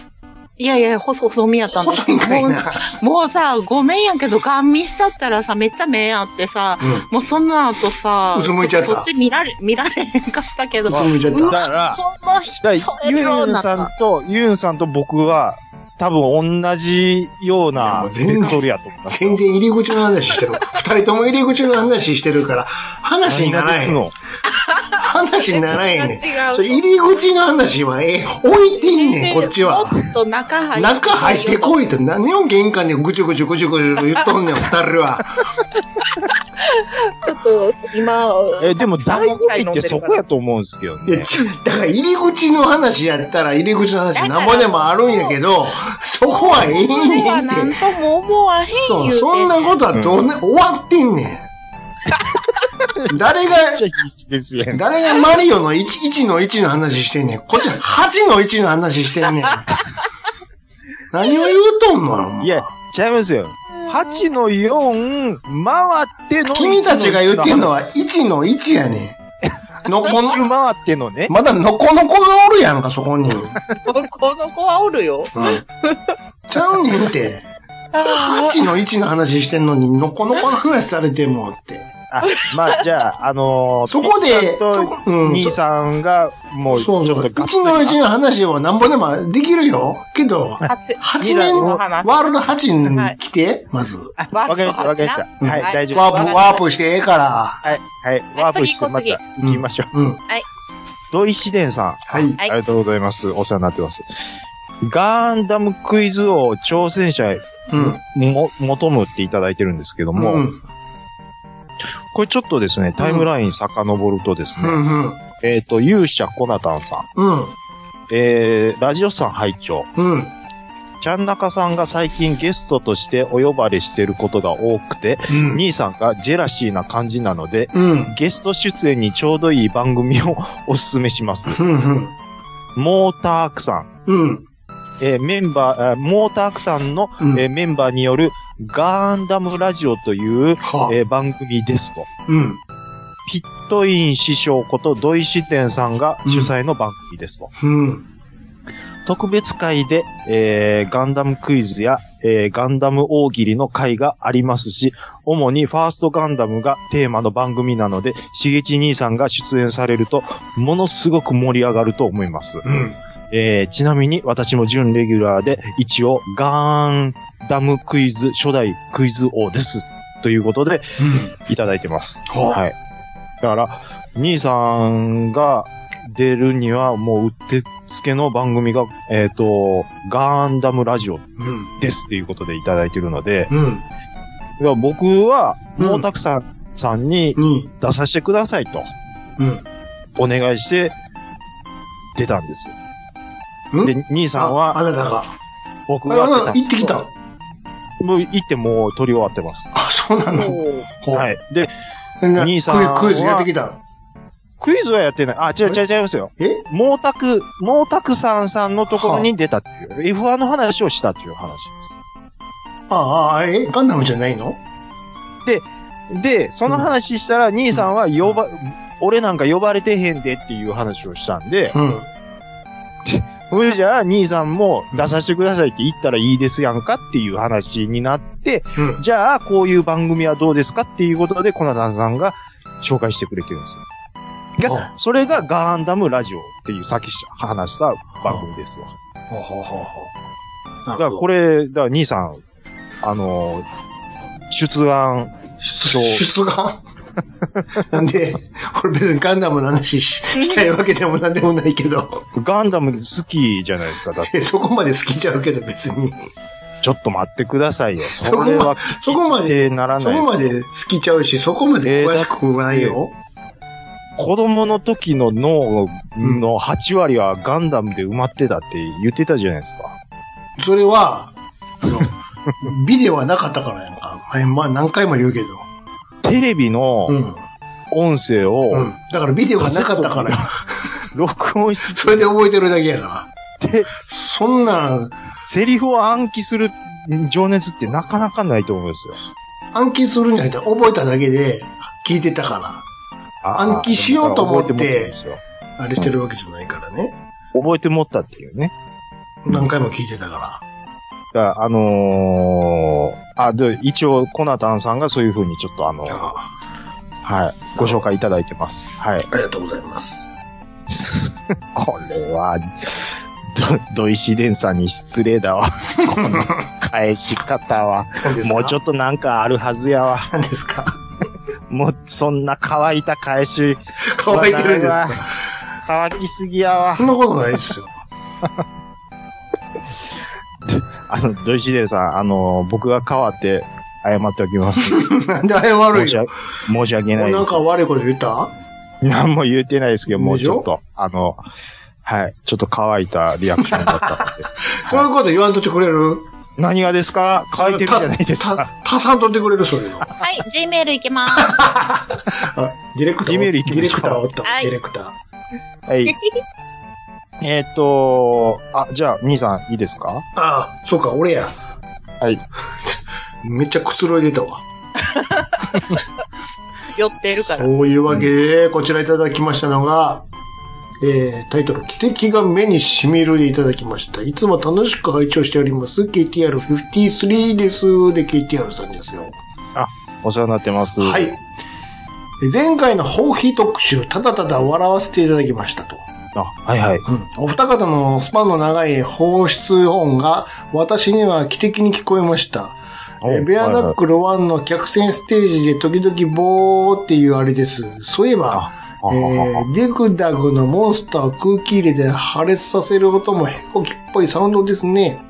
いやいや、細、細身やったんです細いんかいな。もうさ、ごめんやけど、ガン見しちゃったらさ、めっちゃ目あってさ、うん。もうその後さ、うつむいちゃったそっち見られ、見られへんかったけど、うつむいちゃっうた。だから、この人だ、そかられユようンなさんと、ユンさんと僕は、多分同じよういやなもう全然ベクトルやと思います。全然入り口の話してる。 (laughs) 二人とも入り口の話してるから、話にならへん。の話にならへんねん。違うそれ入り口の話は、ええ、置いてんねん、こっちは。もっと中入って。中入ってこいと、何を玄関でぐちゅぐちゅぐちゅぐちゅ言っと (laughs) んねん、二人は。ちょっと、今、え、でも、醍醐味ってそこやと思うんですけどいや、ね。ちだから入り口の話やったら入り口の話なんぼでもあるんやけど、そこは (laughs) ええそれねはんなんって。とも思わへんそ言う、うそんなことはどうね、終わってんね (laughs) ん。誰が、めっちゃ必死ですよ。誰がマリオの 1, 1の1の話してんねん。こっちは8の1の話してんねん。何を言うとんのよお前いや、ちゃいますよ。8の4、回っての。君たちが言ってんのは1の1やね (laughs) ん。のこ一周の、回ってのね。まだのこのこがおるやんか、そこに。うん。と。この子はおる (laughs) よ。ちゃうねんって。あ8の1の話してんのに、のこのこの話されてもって。あ、まあ、じゃあ、あのー、そこでピッチさんそこうとん兄さんが、もう、ちそょうっそとう。ガッツ一のうちの話はなんぼでもできるよ。けど、八 (laughs) 八二面、のワ話ールド8はいに来て、まず。あワわかりました、わかりました。うんはい、大丈夫ワでーす。プ、ワープしてええから。はい、はい、ワープしてまた次行きましょう。うん。ドイシデンさん、はい。はいありがとうございます。お世話になってます。ガンダムクイズ王挑戦者へうん。も、求むっていただいてるんですけども、うん。これちょっとですね、タイムライン遡るとですうね、ん。うん。えっ、と、勇者コナタンさん、うん。えー、ラジオさん拝聴うん。ちゃんなかさんが最近ゲストとしてお呼ばれしてることが多くて、うん。兄さんがジェラシーな感じなので、うん。ゲスト出演にちょうどいい番組を (laughs) おすすめします。うん。モータークさん、うん。えーメンバー、あモータークさんの、うんえーメンバーによるガンダムラジオという、はえー番組ですと。うん。ピットイン師匠こと土井支店さんが主催の番組ですと。うん。特別会で、えー、ガンダムクイズや、えー、ガンダム大喜利の会がありますし、主にファーストガンダムがテーマの番組なので、しげち兄さんが出演されると、ものすごく盛り上がると思います。うん。えー、ちなみに私も準レギュラーで、一応、ガンダムクイズ初代クイズ王です。ということで、いただいてます。はあはい。だから、兄さんが出るにはもううってつけの番組が、えっ、と、ガンダムラジオうん。ですっていうことでいただいてるので、うん。だから僕は、うんもうたくさんさんにに。出させてくださいと、うん。お願いして、出たんです。んで、兄さんあ、あは、なたが。僕あがな出たたんで行ってきた。す。もう行ってもう撮り終わってます。あ、そうなの。ほうはい。で、な兄さんはクイクイズやってきた。クイズはやってない。あ、違う違う違いますよ。え毛沢、毛沢さんさんのところに出たっていう、F1 の話をしたっていう話ああ、えガンダムじゃないのです。で、その話したら、兄さんは呼ば、俺なんか呼ばれてへんでっていう話をしたんで、うん。それじゃあ兄さんも出させてくださいって言ったらいいですやんかっていう話になって、うんじゃあこういう番組はどうですかっていうことで、コナタンさんが紹介してくれてるんですよ。あが、それがガンダムラジオっていうさっき話した番組ですわ。ほうほうほうほう。だからこれ、れ、だから兄さん、あのー、出願、出出願 (laughs) なんで、俺別にガンダムの話ししたいわけでもなんでもないけど、ガンダム好きじゃないですか。だってえそこまで好きちゃうけど別に。ちょっと待ってくださいよ。そこまれは、そこまでで、ならそないこ。まで好きちゃうし、そこまで詳しくはないよ。子供の時の脳の8割はガンダムで埋まってたって言ってたじゃないですか。それは、あの (laughs) ビデオはなかったからやんか。前、まあ何回も言うけど。テレビのうん。音声うをん。だからビデオがなかったから。録音しそれで覚えてるだけやから。て、そんなん、セリフを暗記する情熱ってなかなかないと思うんですよ。暗記するんじゃなくて、覚えただけで聞いてたかあー暗記しようと思って覚えもたんですよら、あれしてるわけじゃないからね。覚えてもったっていうね。何回も聞いてたかだあのー、あ、で、一応、コナタンさんがそういう風にちょっとあの、ら。はあい、ご紹介いただいてます。 (laughs) はい。ありがとうございます。これは、ど、土井紫伝さんに失礼 (laughs) だわ。この返し方は。もうちょっっとなんかあるはずやわ。と。何ですかもう、そんな乾いた返し。乾いてるんですわか乾きすぎやわそ。んなことないですよ。あの、土井紫伝さん、あの、僕が代わって謝っておき (laughs) ます。なんで謝る申しよ。訳申し訳ないです。なんか悪いこと言った何も言えてないですけど、もうでちしょょっと、あの、はい、ちょっと乾いたリアクションだったんで。 (laughs) そういうこと言わんとってくれる何がですか乾いてるじゃないですたか。、たさんとってくれる、そういうの。あはい、G メールいけます。ディレクター。 Gmail デ行きィまレしょうクターおったは。いディレクター。はい。えーっと、あ、じゃあ、兄さんいいですかああ、そうか、俺や。はい。 (laughs) めっちゃくつろいでたわ。寄ってるから。そういうわけで、こちらいただきましたのが、えー、タイトル、汽笛が目にしみるでいただきました。いつも楽しく拝聴しております。KTR53 です。で、KTR さんですよ。お世話になってます。は。い。前回の放棄特集、ただただ笑わせていただきましたと。あ、はいはい。うんお二方のスパンの長い放出音が私には奇跡に聞こえました。おえーベアナックル1の客船ステージで時々ボーっていうあれです。そういえば、えあー、デグダグのモンスターを空気入れで破裂させる音もへこきっぽいサウンドですね。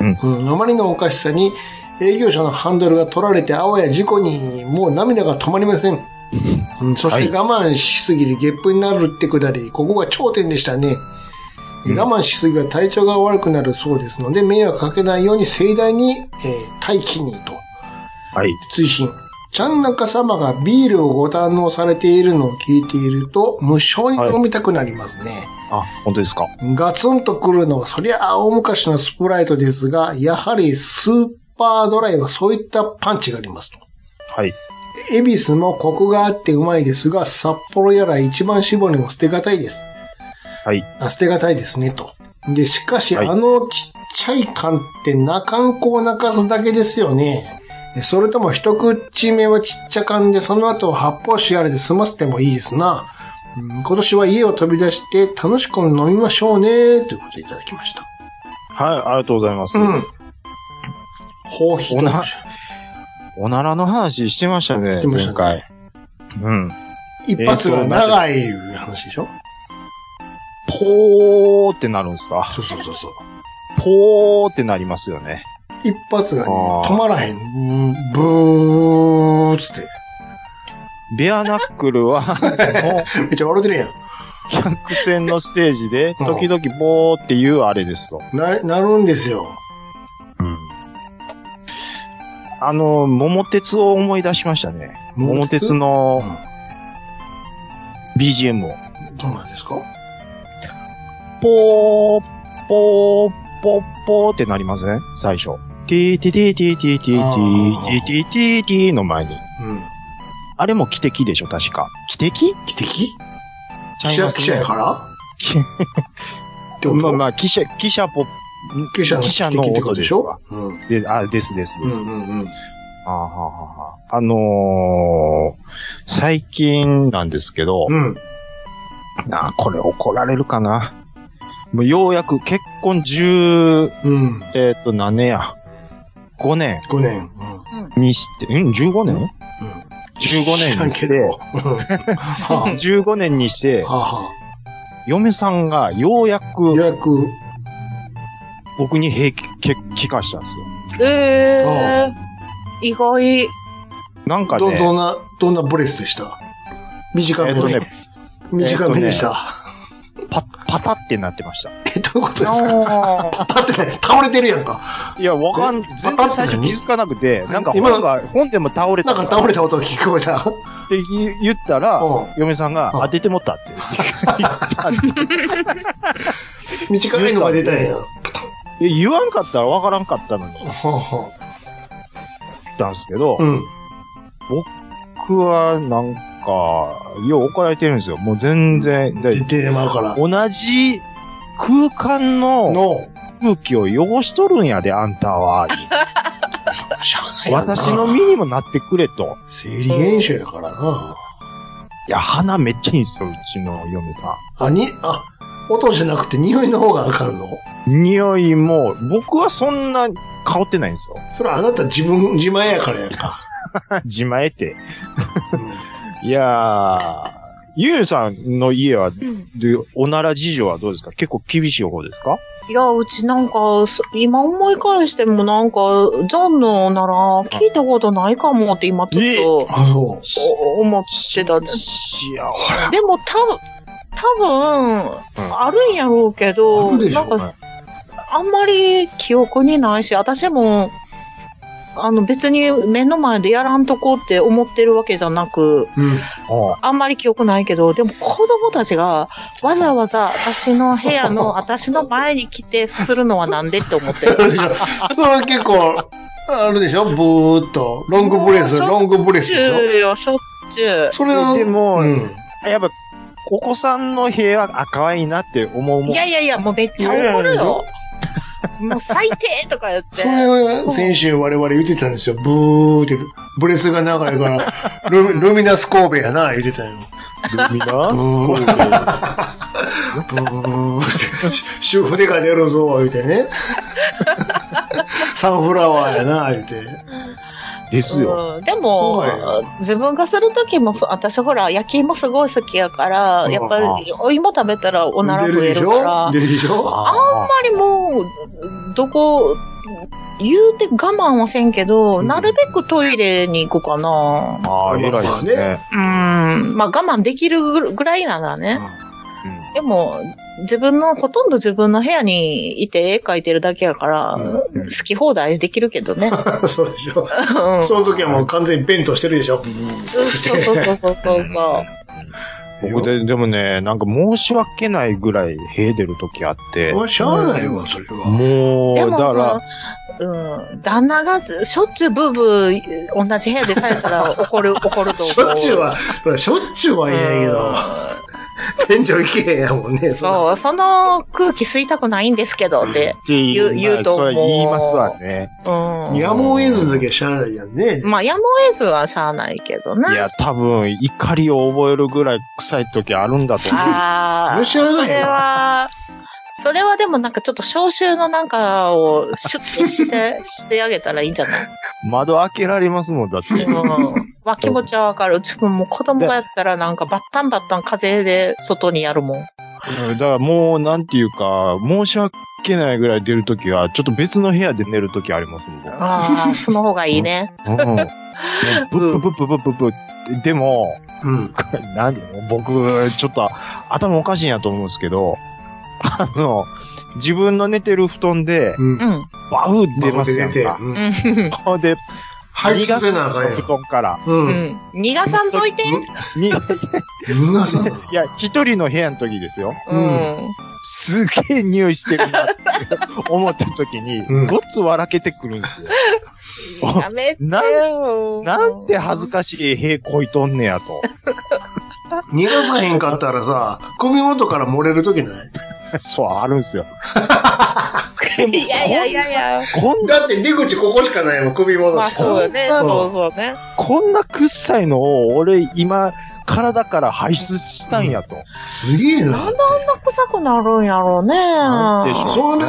うんあまりのおかしさに営業者のハンドルが取られてあわや事故にもう涙が止まりません。うんそして我慢しすぎてゲップになるってくだり、ここが頂点でしたね。えー我慢しすぎは体調が悪くなるそうですので、迷惑かけないように盛大に、えー待機にと。はい。追伸。ちゃん中様がビールをご堪能されているのを聞いていると、無性に飲みたくなりますね。あ、本当ですか。ガツンとくるのは、そりゃあ大昔のスプライトですが、やはりスーパードライはそういったパンチがありますと。はい。エビスもコクがあってうまいですが、札幌やら一番絞りも捨てがたいです。はい。あ捨てがたいですね、と。で、しかし、はいあのちっちゃい缶って、なかんこを泣かすだけですよね。それとも一口目はちっちゃ缶で、その後は発泡酒あれで済ませてもいいですな。うん今年は家を飛び出して楽しく飲みましょうね、ということでいただきました。はい、ありがとうございます。うん。放棄おなおならの話してましたね、してました前ね回。うん。一発が長いいう話でしょぽーってなるんですかそうそうそうそう。ぽーってなりますよね。一発がね、あー止まらへん。ブーっつって。ベアナックル (laughs) は、もうめっちゃ笑ってるやん。客船のステージで、うん時々ぼーっていうあれですと。な、なるんですよ。あの、桃鉄を思い出しましたね。桃鉄うんの BGM を。どうなんですかぽー、ぽー、ぽー、ぽーってなりません最初。てーててーてーてーてーてあーーてーてーてーの前に。うん。あれも汽笛でしょ、確か。汽笛汽笛ちゃい汽車、ます汽車やから汽ってこ (laughs) とまあまあ、汽車、汽車ぽ、汽車の汽車汽の笛ってこ音とででししょょうん。で、あ、ですですうです。んうんうん。あーはーはーはーあのー、最近なんですけど、うん。なあ、これ怒られるかな。もうようやく結婚10、うん。えっ、と、何年や。5年5年。にして、ん ?15 うん年うん。 15年に (laughs) 知らんけしど。 (laughs) うんて、は15年にしてあ、は嫁さんがようやあ。予く約。僕に平気、け帰化したんですよ。えあー、意外。なんかど、どね、んな、どんなブレスでした短えめっとねで。短めでした。パ、パタってなってました。え、どういうことですかあーパタってね、倒れてるや (laughs) んか。いや、わかん、全然最初気づかなくて、なんか本が、本でも倒れなたかんから倒れた音が聞こえた。って言言ったらうん、嫁さんがうん当ててもったって言ったんで短いのが出たんやん。はえ言わんかったらわからんかったのに言っあはたんですけどあ。う、ん。僕はなんか、よう怒られてるんですよ。もう全然。出でてまうから。同じ空間のの、空気を汚しとるんやで、あんたは。しゃあないやんな私の身にもなってくれと。生理現象やからな。いや、鼻めっちゃいいんですよ、うちの嫁さあ、に、あ、音じゃなくて匂いの方があかんのん。匂いも、僕はそんな香ってないんですよ。 (laughs) それはあなた自分、自前やからやんか。自前って。うんいやー。ゆうさんの家は、うんでおなら事情はどうですか結構厳しい方ですかいや、うちなんか、そ今思い返してもなんか、ジョンのなら聞いたことないかもって今ちょっとあ、そう。お思ってた。いや、 (laughs) でも多分、多分、あるんやろうけど、あるでしなょんか、あんまり記憶にないし、私も、あの別に目の前でやらんとこって思ってるわけじゃなく、うん。うんあんまり記憶ないけど、でも子供たちがわざわざ私の部 (laughs) 屋の私の前に来てするのはなんでって思ってる。それは結構、あるでしょブーっと。ロングブレス、ロングブレスしでょっちゅしうよ、しょっちゅうょ。それは、でもうん。やっぱ、お子さんの部屋、あ、可愛いなって思うもん。いやいやいや、もうめっちゃ怒るよ。もう最低とか言って。それは先週我々言ってたんですよ。ブーって、ブレスが長いから、ルミルミナス神戸やな、言ってたよ。ルミ (laughs) ナス神戸ブーって、し主婦でが出るぞ、言うてね。サンフラワーやな、言うて。ですよ。うん、でも、は自分がするときもそう、私ほら、焼き芋すごい好きやから、やっぱりあお芋食べたらおなら出る増えでしるから、ょあん出るでしょあまりもう、どこ、言うて我慢はせんけど、うんなるべくトイレに行くかな。ーあー、偉いですね。うん、まあ我慢できるぐらいならね。うんでも、自分の、ほとんど自分の部屋にいて絵描いてるだけやから、うん好き放題できるけどね。そうでしょうんその時はもう完全に弁当してるでしょそうそうそうそうそうそう。僕で、でもね、なんか申し訳ないぐらい塀出る時あって、もうしゃあないわ、それは。もう、でだもかその、うん、旦那がしょっちゅうブーブー同じ部屋でさえたら (laughs) 怒る、怒ると思う。しょっちゅうは、それしょっちゅうは言えんけど、店長行けへんやもんね。うんそう、その空気吸いたくないんですけどら、っってて。言う、言うとそれは言いますわね。うん。やむを得ずの時はしゃあないやんね。まあ、やむを得ずはしゃあないけどいな。や、多分、怒りを覚えるぐらい臭い時あるんだと思う。(laughs) ああ、むしろそないよれは、それはでもなんかちょっと消臭のなんかをシュッ (laughs) として、してあげたらいいんじゃない窓開けられますもん、だって。うん。わ、気持ちはわかる。うちももう子供がやったらなんかバッタンバッタン風で外にやるもん。うんだからもう、なんていうか、申し訳ないぐらい出るときは、ちょっと別の部屋で寝るときありますもんね。 (laughs) ああ、その方がいいね。うん。もうブッブッブッブッブッブッってでも、 (laughs) うん。なんで僕、ちょっと頭おかしいなと思うんですけど、あの、自分の寝てる布団で、うんう。ん。バフ出ますやんて。か。うんうほんで、排出逃がすせんなあですかんよやん布。団から。うん。ん。逃がさんといて。にい逃がさない。や、一人の部屋の時ですよ。う。うんすげえ匂いしてるなって思った時に、うんごっつ笑けてくるんですよ。やめてよ。なんて恥ずかしい平行いとんねやと。逃がさへんかったらさ、首元から漏れる時ないそう、あるん (laughs) ですよ。いやいやいやいや。こんな、だって出口ここしかないもん、首元まあそうよね。そんなそのうそうね。こんな臭いのを俺今、体から排出したんやと。すげえなな。んであんな臭くなるんやろうね。なんでしょうそれ、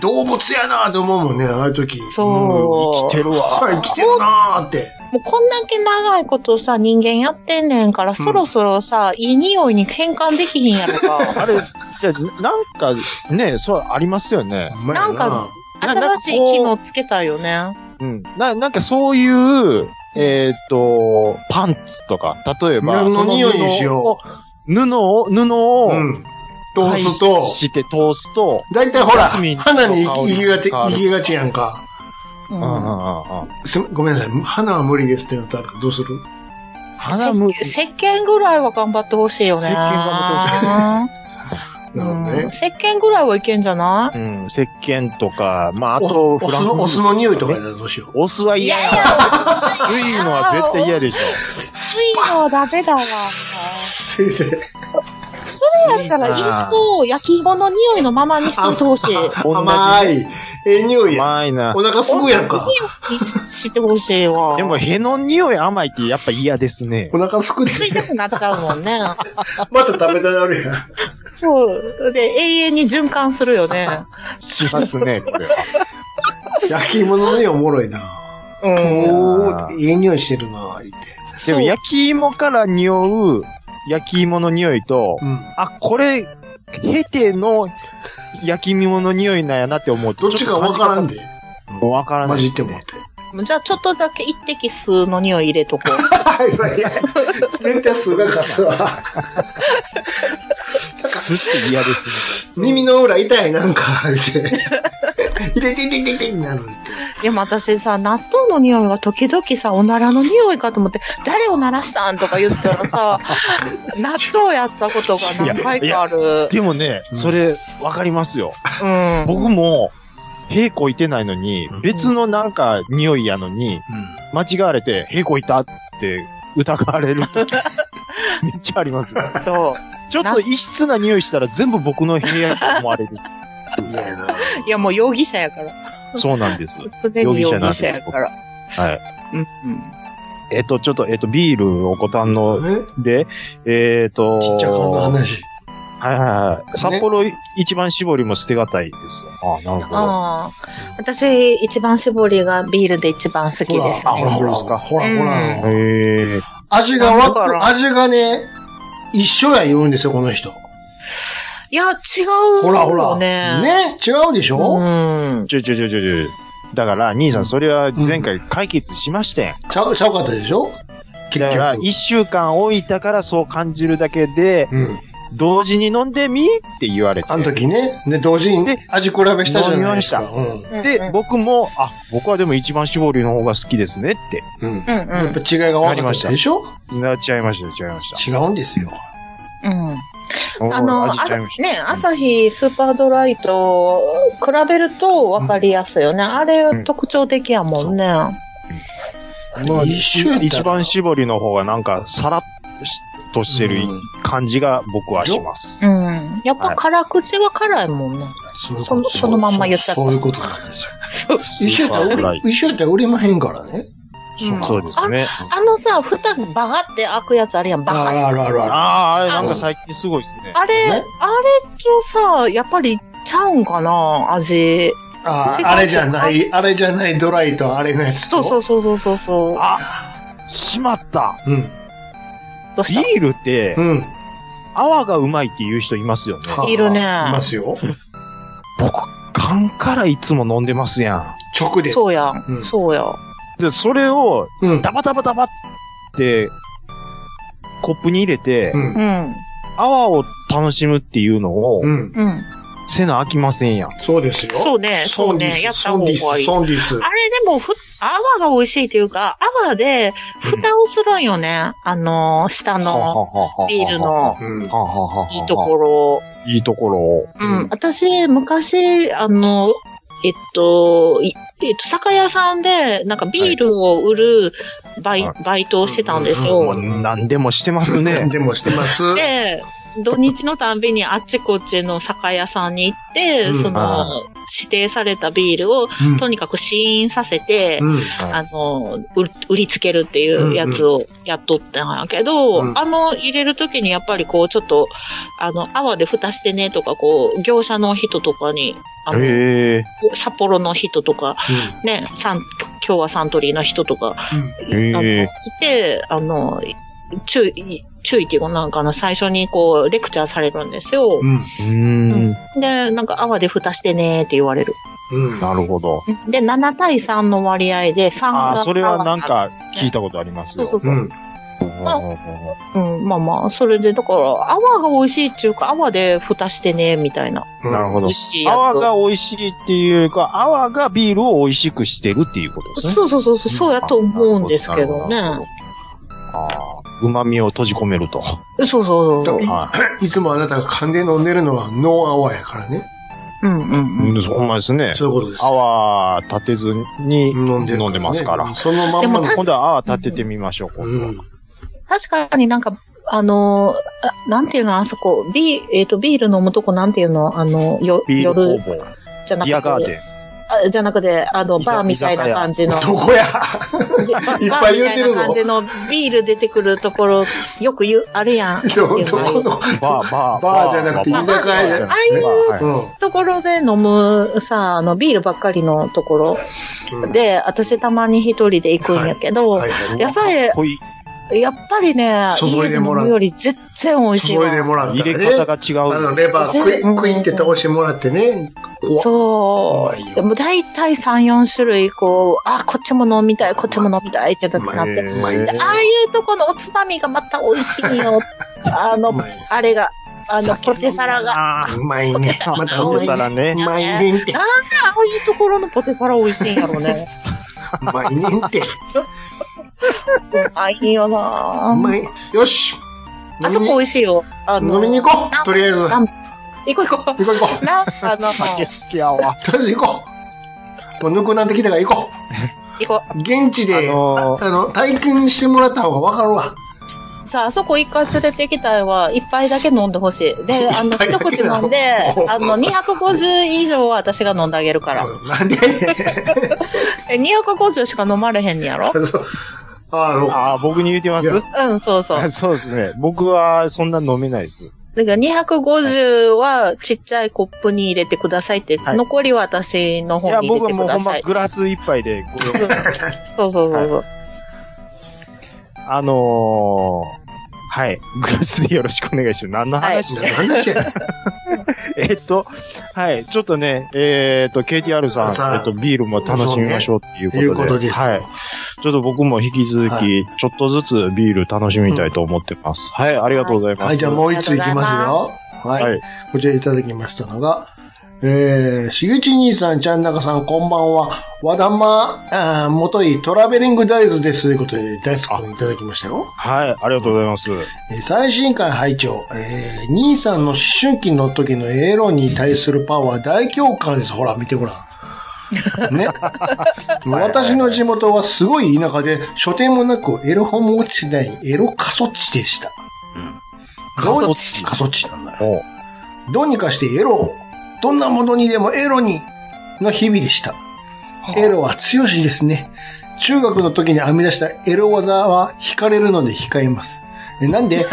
動物やなと思うもんね、ああいう時。そう。生きてるあわ。生きてるなーって。もうこんだけ長いことさ、人間やってんねんから、そろそろさ、いい匂いに変換できひんやろか。あれ、じゃあなんか、ね、そうありますよね。ほんまやなんかななんかこ (laughs) 新うしい機能つけたいよね。うん。な、なんかそういう、えーっ、と、パンツとか、例えば、布のそ匂いにしよ布を、布を、布を、うん。通すと、して通すと、だいたいほら、ジャスミンの花に行きがち、香行りきがちやんか。ううんんうんうんうんすごめんなさい、花は無理ですってなったらどうする花む、石鹸ぐらいは頑張ってほしいよね。石鹸頑張なるほどうんね。石鹸ぐらいはいけんじゃなうん、石鹸とか、まあ、あおと、おフラ酢ンの、お酢ス。の匂いとかやったらどうしよう。お酢はいい嫌やいや。や、薄いのは絶対嫌でしょ。薄いのはダメだわ。そそれで、れやったら、いっそ焼き芋の匂いのままにしといてほしい。 (laughs) 甘い、ええ匂いや。甘いなお。腹すぐやんか。にしてほしいわ。でも、への匂い甘いってやっぱ嫌ですねお。腹すくで、ついたくなっちゃうもん (laughs) ね。また食べたなるやん。そう。で、永遠に循環するよね。しますね、これは。焼き芋の匂いおもろいな。うおん。ー、ええ匂いしてるな、言って。でも焼き芋から匂う焼き芋の匂いと、うん。あ、これ、ヘテの焼き芋の匂いなんやなって思うどと。っちかわからんで。ちょっと感じ方もわからな混い。じってもらって。じゃあ、ちょっとだけ一滴酢の匂い入れとこう。 (laughs) はいはいはい。絶対すが勝つわ。すって嫌ですね。耳の裏痛い、なんか、言って。いてててててになるって。でも私さ、納豆の匂いが時々さ、おならの匂いかと思って、誰おならしたんとか言ったら (laughs) さ、納豆やったことが何回かある。 (laughs) でもね、それ、わかりますよ。うん。僕も、平行いてないのに、別のなんか匂いやのに、間違われて、平行いたって疑われる (laughs) 時。めっちゃありますよ。そう。ちょっと異質な匂いしたら全部僕の部屋と思われる。嫌やな。いや、もう容疑者やから。そうなんです。常に容疑者やかはら。い。うん、うん。えっと、ちょっと、えっと、ビールをご堪能えで、えっと、ちっちゃかんの話。はいはいはい。札幌一番絞りも捨てがたいです。あなるほど。ああ。私、一番絞りがビールで一番好きですあほらね。ほらですかほらほら。うへえ。味がだかわ、ら味がね、一緒や言うんですよ、この人。いや、違うほらほよら。ね。。ね違うでしょ、うん。ちょちょちょちょちょ。だから、兄さん、それは前回解決しましたやん。ちゃう、ちゃうかったでしょ結だから、局。一週間置いたからそう感じるだけで、うん。同時に飲んでみって言われて。あの時ね。で、同時にで味比べしたじゃないですか。飲うん。で、僕も、あ、僕はでも一番絞りの方が好きですねって。うん。うん、やっぱ違いが分かったでしょなっちゃいました、違いまし違うんですよ。うん。うん。た。あおの、味あちゃいました。ね、朝日スーパードライと比べると分かりやすいよね。あれ特徴的やもんね。まあ一緒やったら一番絞りの方がなんか、さらっとしてるうん感じが僕はしますう。ん。やっぱ辛口は辛いもんね。そういうことそのそのまんま言っちゃったそうそういうことなんですよ。そう一緒やったスーパーフらラ売イれ、一緒やったら売れまへんからね。うんそうですね。あのさ、蓋バガって開くやつあるやん、バあガ。らあらあらあら。ああ、あれなんか最近すごいですね。あれ、あれねとさ、やっぱりちゃうんかな、味。あ違うあれじゃない、あれじゃないドライとあれのやつそと。うそうそうそうそうそあ、しまった。う。うん。う。どうしたビールってう、ん。泡がうまいって言う人いますよね。はいるねいますよ。僕、缶からいつも飲んでますや直で。そうや、うんん、そうや。ん。で、それを、うん。ダバダバダバって、コップに入れて、う。うんん。泡を楽しむっていうのをう、ん。うん。せな飽きませんやん。そうですよ。そうねソンディそうねスやった方がいいソンディス。ソンディあれでもふ、泡が美味しいというか、泡で蓋をするんよね。あの、下のビールのス。うん。いいところろ。を。いいところを。ううんん。私、昔、あの、えっと、いえっと、酒屋さんで、なんかビールを売るバイ,、はバイトをしてたんですうんうんよも。う何でもしてますね。でもしてます。で、土日のたんびにあっちこっちの酒屋さんに行って、うんそのは、指定されたビールを、うんとにかく試飲させて、うん。あの、売り売りつけるっていうやつをやっとったんやけど、うんあの、入れるときにやっぱりこう、ちょっと、あの、泡で蓋してねとか、こう、業者の人とかに、あの、へえ。札幌の人とか、ね、サン、今日はサントリーの人とか、へあの、え来。て、あの、注意、注意っていうかなんかの最初にこう、レクチャーされるんですよう。ん。うーん。で、なんか泡で蓋してねって言われる。うん。なるほど。で、7対3の割合で3がああ、それはなん泡か聞いたことありますそうよ。そうそうう。ん。うん、まあまあ、それで、だから、泡が美味しいっていうか、泡で蓋してね、みたいな。なるほ美ど味。しいやつ。泡が美味しいっていうか、泡がビールを美味しくしてるっていうことですね。そうそうそう、そうそうやと思うんですけどね。なるほああ、旨味を閉じ込めると。そうそうそう。はいつもあなたが噛んで飲んでるのはノンアワーやからね。うんうんうん。い。ほんまですね。そういうことです。泡立てずに飲んでるらね飲んでますから。うんそのまんまの。でも確今度は泡立ててみましょう、今度は。確かになんか、あのー、あなんていうの、あそこ、ビー、えっ、と、ビール飲むとこなんていうの、あの、よ、ビール夜工房、じゃなビアガくーて、デあじゃなくて、あの、居酒バーみたいな (laughs) 感じの。どこやいいっぱい言うてるぞバーみたいな感じのビール出てくるところ、よく言う、ある (laughs) やん。どどこの、ン。バー、バー、バーじゃなくてバ居ー酒屋じゃああいうバーはいうんところで飲むさ、あの、ビールばっかりのところうん。で、私たまに一人で行くんやけど、はいはい。やっぱりこいやっぱりね、注い家でで飲もらうむより全然美味しい注いでわ。もらった入れらね。方が違あの、う。レバークイン、クインって倒してもらってね。怖っそうまいよう。でも大体3、4種類こう、あ、こっちも飲みたい、こっちも飲みたいってなって。ああういまいんだうとこのおつまみがまた美味しい (laughs) よ。あうのま、いあれが、あの、ポテサラが。ああ、うまいね。またうおまい皿ね。ねう。まいねんて。なんでああいうところのポテサラ美味しいんやろうね。 (laughs) うまいねんて。あ、いいよなうまい。よし。あそこ美味しいよ。あの飲みに行こう。とりあえず。な行ん行こう行ここう行こう。なんかあ (laughs) の、酒好きやわ。う。とりあえず行こう。もうぬくなってきたから行こ行こう。現地で、あのーあの、体験してもらった方がわかるわ。う。さあ、あそこ一回連れてきたいは、一杯だけ飲んでほしい。で、あの、一杯一だけ口飲んで、あの、250以上は私が飲んであげるから。なんでえ、250しか飲まれへんねや (laughs) ろあの、ああ、僕に言うてまいやすうん、そうそう。そうですね。僕はそんな飲めないです。だから250はちっちゃいコップに入れてくださいって、はい残りは私のい方や、に入僕れはもうほてくだんまさい。グラス一杯で、これをそうそうそうそう。あのー、はい。グラスでよろしくお願いします。何の話ですか、話や。 (laughs) えっと、はい。ちょっとね、えっと、KTR さん、さあえっと、ビールも楽しみましょうっていうことで。いうことです。はい。ちょっと僕も引き続はき、ちょっとずつビール楽しみたいと思ってます。はい、ありがとうございます。はい、じゃあもう一ついきますよ。はい。はいこちらいただきましたのが、えー、しげち兄さん、ちゃんなかさん、こんばんは。わだま、あーもとい、トラベリングダイズです。ということで、大好きにいただきましたよ。はい、ありがとうございます。えー最新回拝聴、えー、兄さんの思春期の時のエロに対するパワー大共感です。ほら、見てごらん。 (laughs) ね。私の地元はすごい田舎で、書店もなくエロ本も落ちてないエロ過疎地でした。どうぞ過疎地なんだよ。おどうにかしてエロを、どんなものにでもエロに、の日々でした。エロは強しですね。中学の時に編み出したエロ技は惹かれるので控えます。えなんで、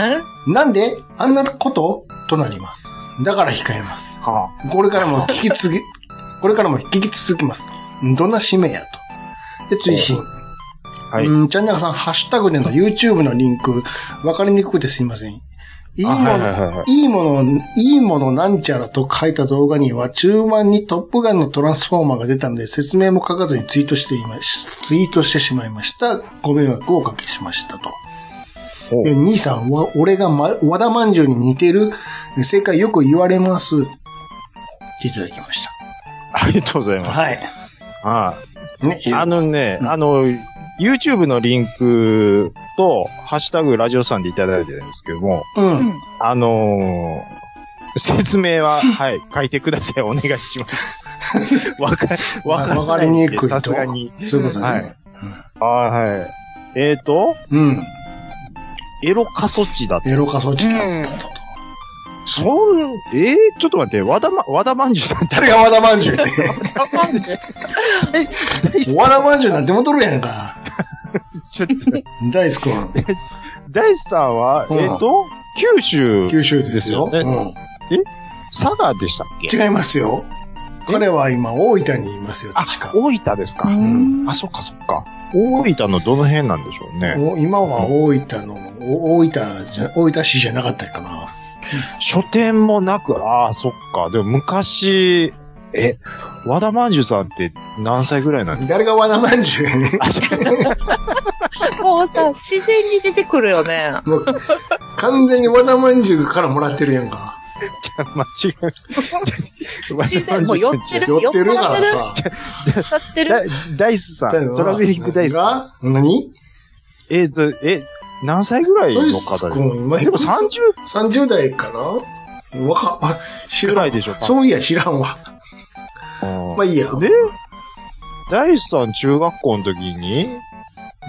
なんであんなこととなります。だから控えます。はこれからも聞き続け、これからも聞き続きます。どんな使命やと。で、追伸。。はいうん、チャンネルさん、ハッシュタグでの YouTube のリンク、わかりにくくてすいません。いいもあの、はいい、はいはいはいもの、いいものなんちゃらと書いた動画には、中盤にトップガンのトランスフォーマーが出たので、説明も書かずにツイートしていまし、ツイートしてしまいました。ご迷惑をおかけしましたと。おえ兄さんは、俺が、ま、和田まんじゅうに似てる、正解よく言われます。っていただきましありがとうございまた。す。はい。はね、い。あのね、うんあの、YouTube のリンクと、ハッシュタグラジオさんでいただいてるんですけども、うん。あのー説明 (laughs) は、はい、書いてください。お願いします。わか、わかわからりないにんでくいと。さすがに。。そういうことね。はいあはい。えっ、と、うん。エロ過疎地だって。エロ化装置だうんったと。そん、えー、ちょっと待って、和田ま、和田まんじゅうさんって誰が和田まんじ (laughs) ゅう大好和田まんじゅうなんてもとるやんか。き、ちょっと、大好き大地さんは、うんえっ、と、九州、九州ですよ。ですよう佐賀でしたっけん違いますよ。彼は今、大分にいますよ、あ確か、。大分ですか。んあ、そっかそっか。大分のどの辺なんでしょうね。お今は大分の、お大分じゃ、大分市じゃなかったかな。書店もなく、ああ、そっか。でも昔、え、和田まんじゅうさんって何歳ぐらいなんで誰が和田まんじゅうやねん。す (laughs) かもうさ、自然に出てくるよね。もう、完全に和田まんじゅうからもらってるやんか。間違えました和田まんじゅ自うさん然、もう寄ってる。寄ってるから酔っさ。払っちゃってだる。ダイスさん、トラベリングダイスさん。が何えっと、え、何歳ぐらいの方で君今でも30 30代かなわか、あ、知らぐんらいでしょうか。そういや、知らんわ。まあいいや。で、ダイスさん中学校の時に、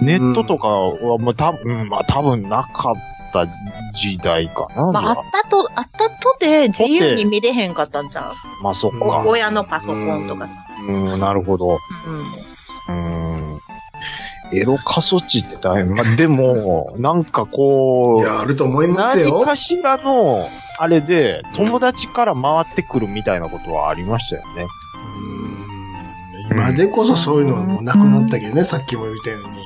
ネットとかは、まあ、多分、うんまあ、多分なかった時代かな。まあ、あったと、あったとで自由に見れへんかったんじゃん。まあそっうかん。お親のパソコンとかさ。うん、なるほど。うん。うん。エロ過疎地って大変。まあ、で (laughs) も、なんかいこう、や、あると思います何よ。かしらの、あれで、友達から回ってくるみたいなことはありましたよね。うん今でこそそういうのもなくなったけどね、さっきも言ったように。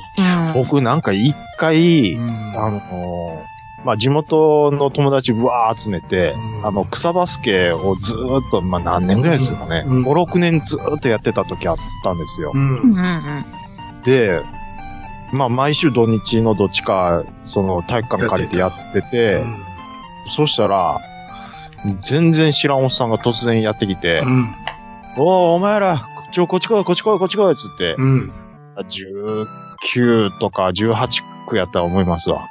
僕なんか一回、うんあのーまあ、地元の友達ぶわー集めて、うんあの、草バスケをずーっと、まあ、何年ぐらいですかね。うん5、6年ずーっとやってた時あったんですよう。。うんんうんで、まあ、毎週土日のどっちか、その、体育館借りてやってて、そしたら、全然知らんおっさんが突然やってきて、うん。おー、お前ら、ちょ、こっち来い、こっち来い、こっち来い、つって、うん。 19とか18区やったら思いますわ。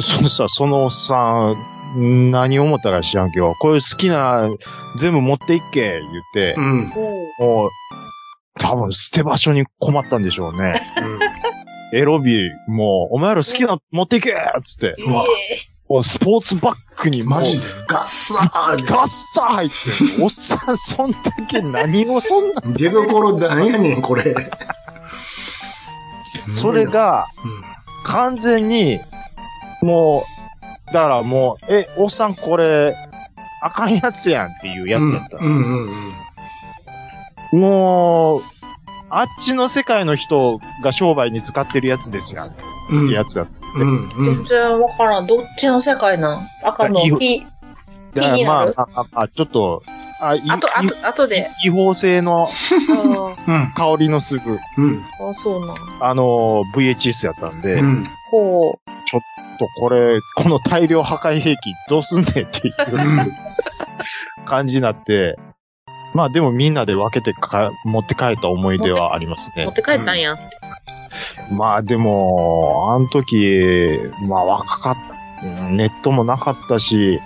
そしたらそのおっさん、何思ったか知らんけど、これ好きな、全部持っていっけ、言ってう、ん。もう、多分捨て場所に困ったんでしょうね。エロビー、もう、お前ら好きな、持っていけっつって、うわ、おスポーツバッグにもうマジでガッサーでガッサー入って、おっさん、そんだけ何をそん (laughs) な、出どころなんやねん、これ。それが、完全に、もう、だからもう、え、おっさんこれ、あかんやつやんっていうやうん、つやったんうですよんうんうんうん。もう、あっちの世界の人が商売に使ってるやつですやんってうんやつやっうんうん全。然わからん。どっちの世界なん赤のいや P。た。気にまなある、まあ、まあ、ちょっと、あ、いあと、あと、あとで。違法性のあうん。香りのする、うん。ーあ、そうなん。あの、VHS やったんで、うん。ほと、これ、この大量破壊兵器どうすんねんっていう感じになって、まあでもみんなで分けてか持って帰った思い出はあります持ねっ。て帰ったんや。 (laughs) まあでも、あの時、まあ若かった、ネットもなかったし、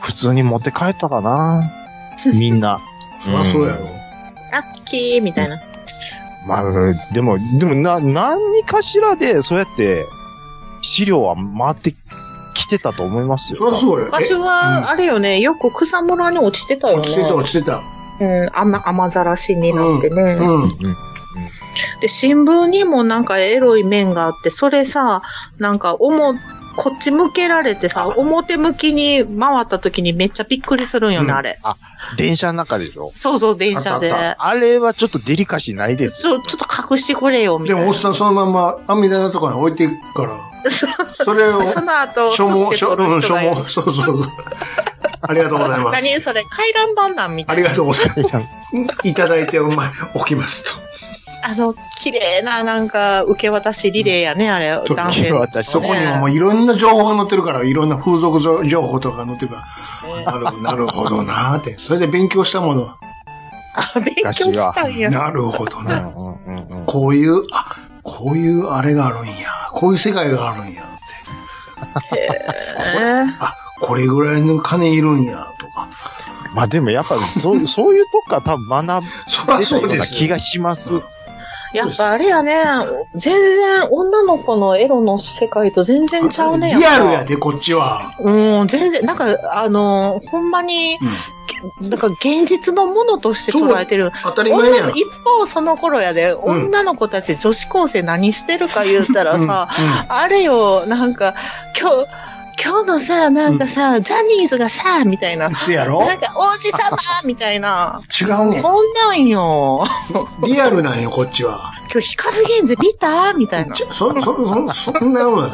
普通に持って帰ったか (laughs) な。みんな。そりゃそうやろ。ラッキーみたいな。まあ、でも、でもな、何かしらで、そうやって、資料は回ってきてたと思いますよ。そりゃそうや昔は、あれよね、よく草むらに落ちてたえよね。落ちてた、落ちてた。うん、雨、雨ざらしになってね。うん。で、新聞にもなんかエロい面があって、それさ、なんか、おも、こっち向けられてさ、表向きに回った時にめっちゃびっくりするんよね、うんあれ。電車の中でしょそうそう、電車であっ。たあれはちょっとデリカシーないですちよ。ょ、ちょっと隠してくれよ、みでたいも、おなっ。さんそのまま網棚とかに置いていくから。それを、その後、所吸っ望、て所取る望、人所がいる望、そうそうそう。ありがとうございます。何それ、回覧板なんみたあいりな。がとうござい (laughs) ます。いただいて、お前、置きますと。あの、綺麗な、なんか、受け渡しリレーやね、あれ、そう男性受けの渡しそこにはもういろんな情報が載ってるから、いろんな風俗情報とか載って (laughs) るから、なるなるほどなーって。それで勉強したものは、あ勉強したんや。なるほどうな。んうんうんうんこういう、あ、こういうあれがあるんや。こういう世界があるんやって。あ、これぐらいの金いるんや、とか。まあでもやっぱ、そう、 (laughs) そういうとこから多分学べそりゃたそよううでなすよ。気がします。やっぱあれやね、全然女の子のエロの世界と全然ちゃうね。リアルやっやで、こっちは。ぱうん、全然、なんか、あの、ほんまに、うんなんか現実のものとして捉えてる。当たり前女やのん。一方その頃やで、ん女の子たち女子高生何してるか言うたらうんさ、あれよ、なんか、今日、今日のさ、なんかさ、ジャニーズがさ、みたいなうん。。そやろなんか、王子様みたいな。違う (laughs) ねそんなんよ。ん。リアルなんよ、こっちは。今日、光源氏見たみたいな。ちょそ、そ、そ、そんなもん。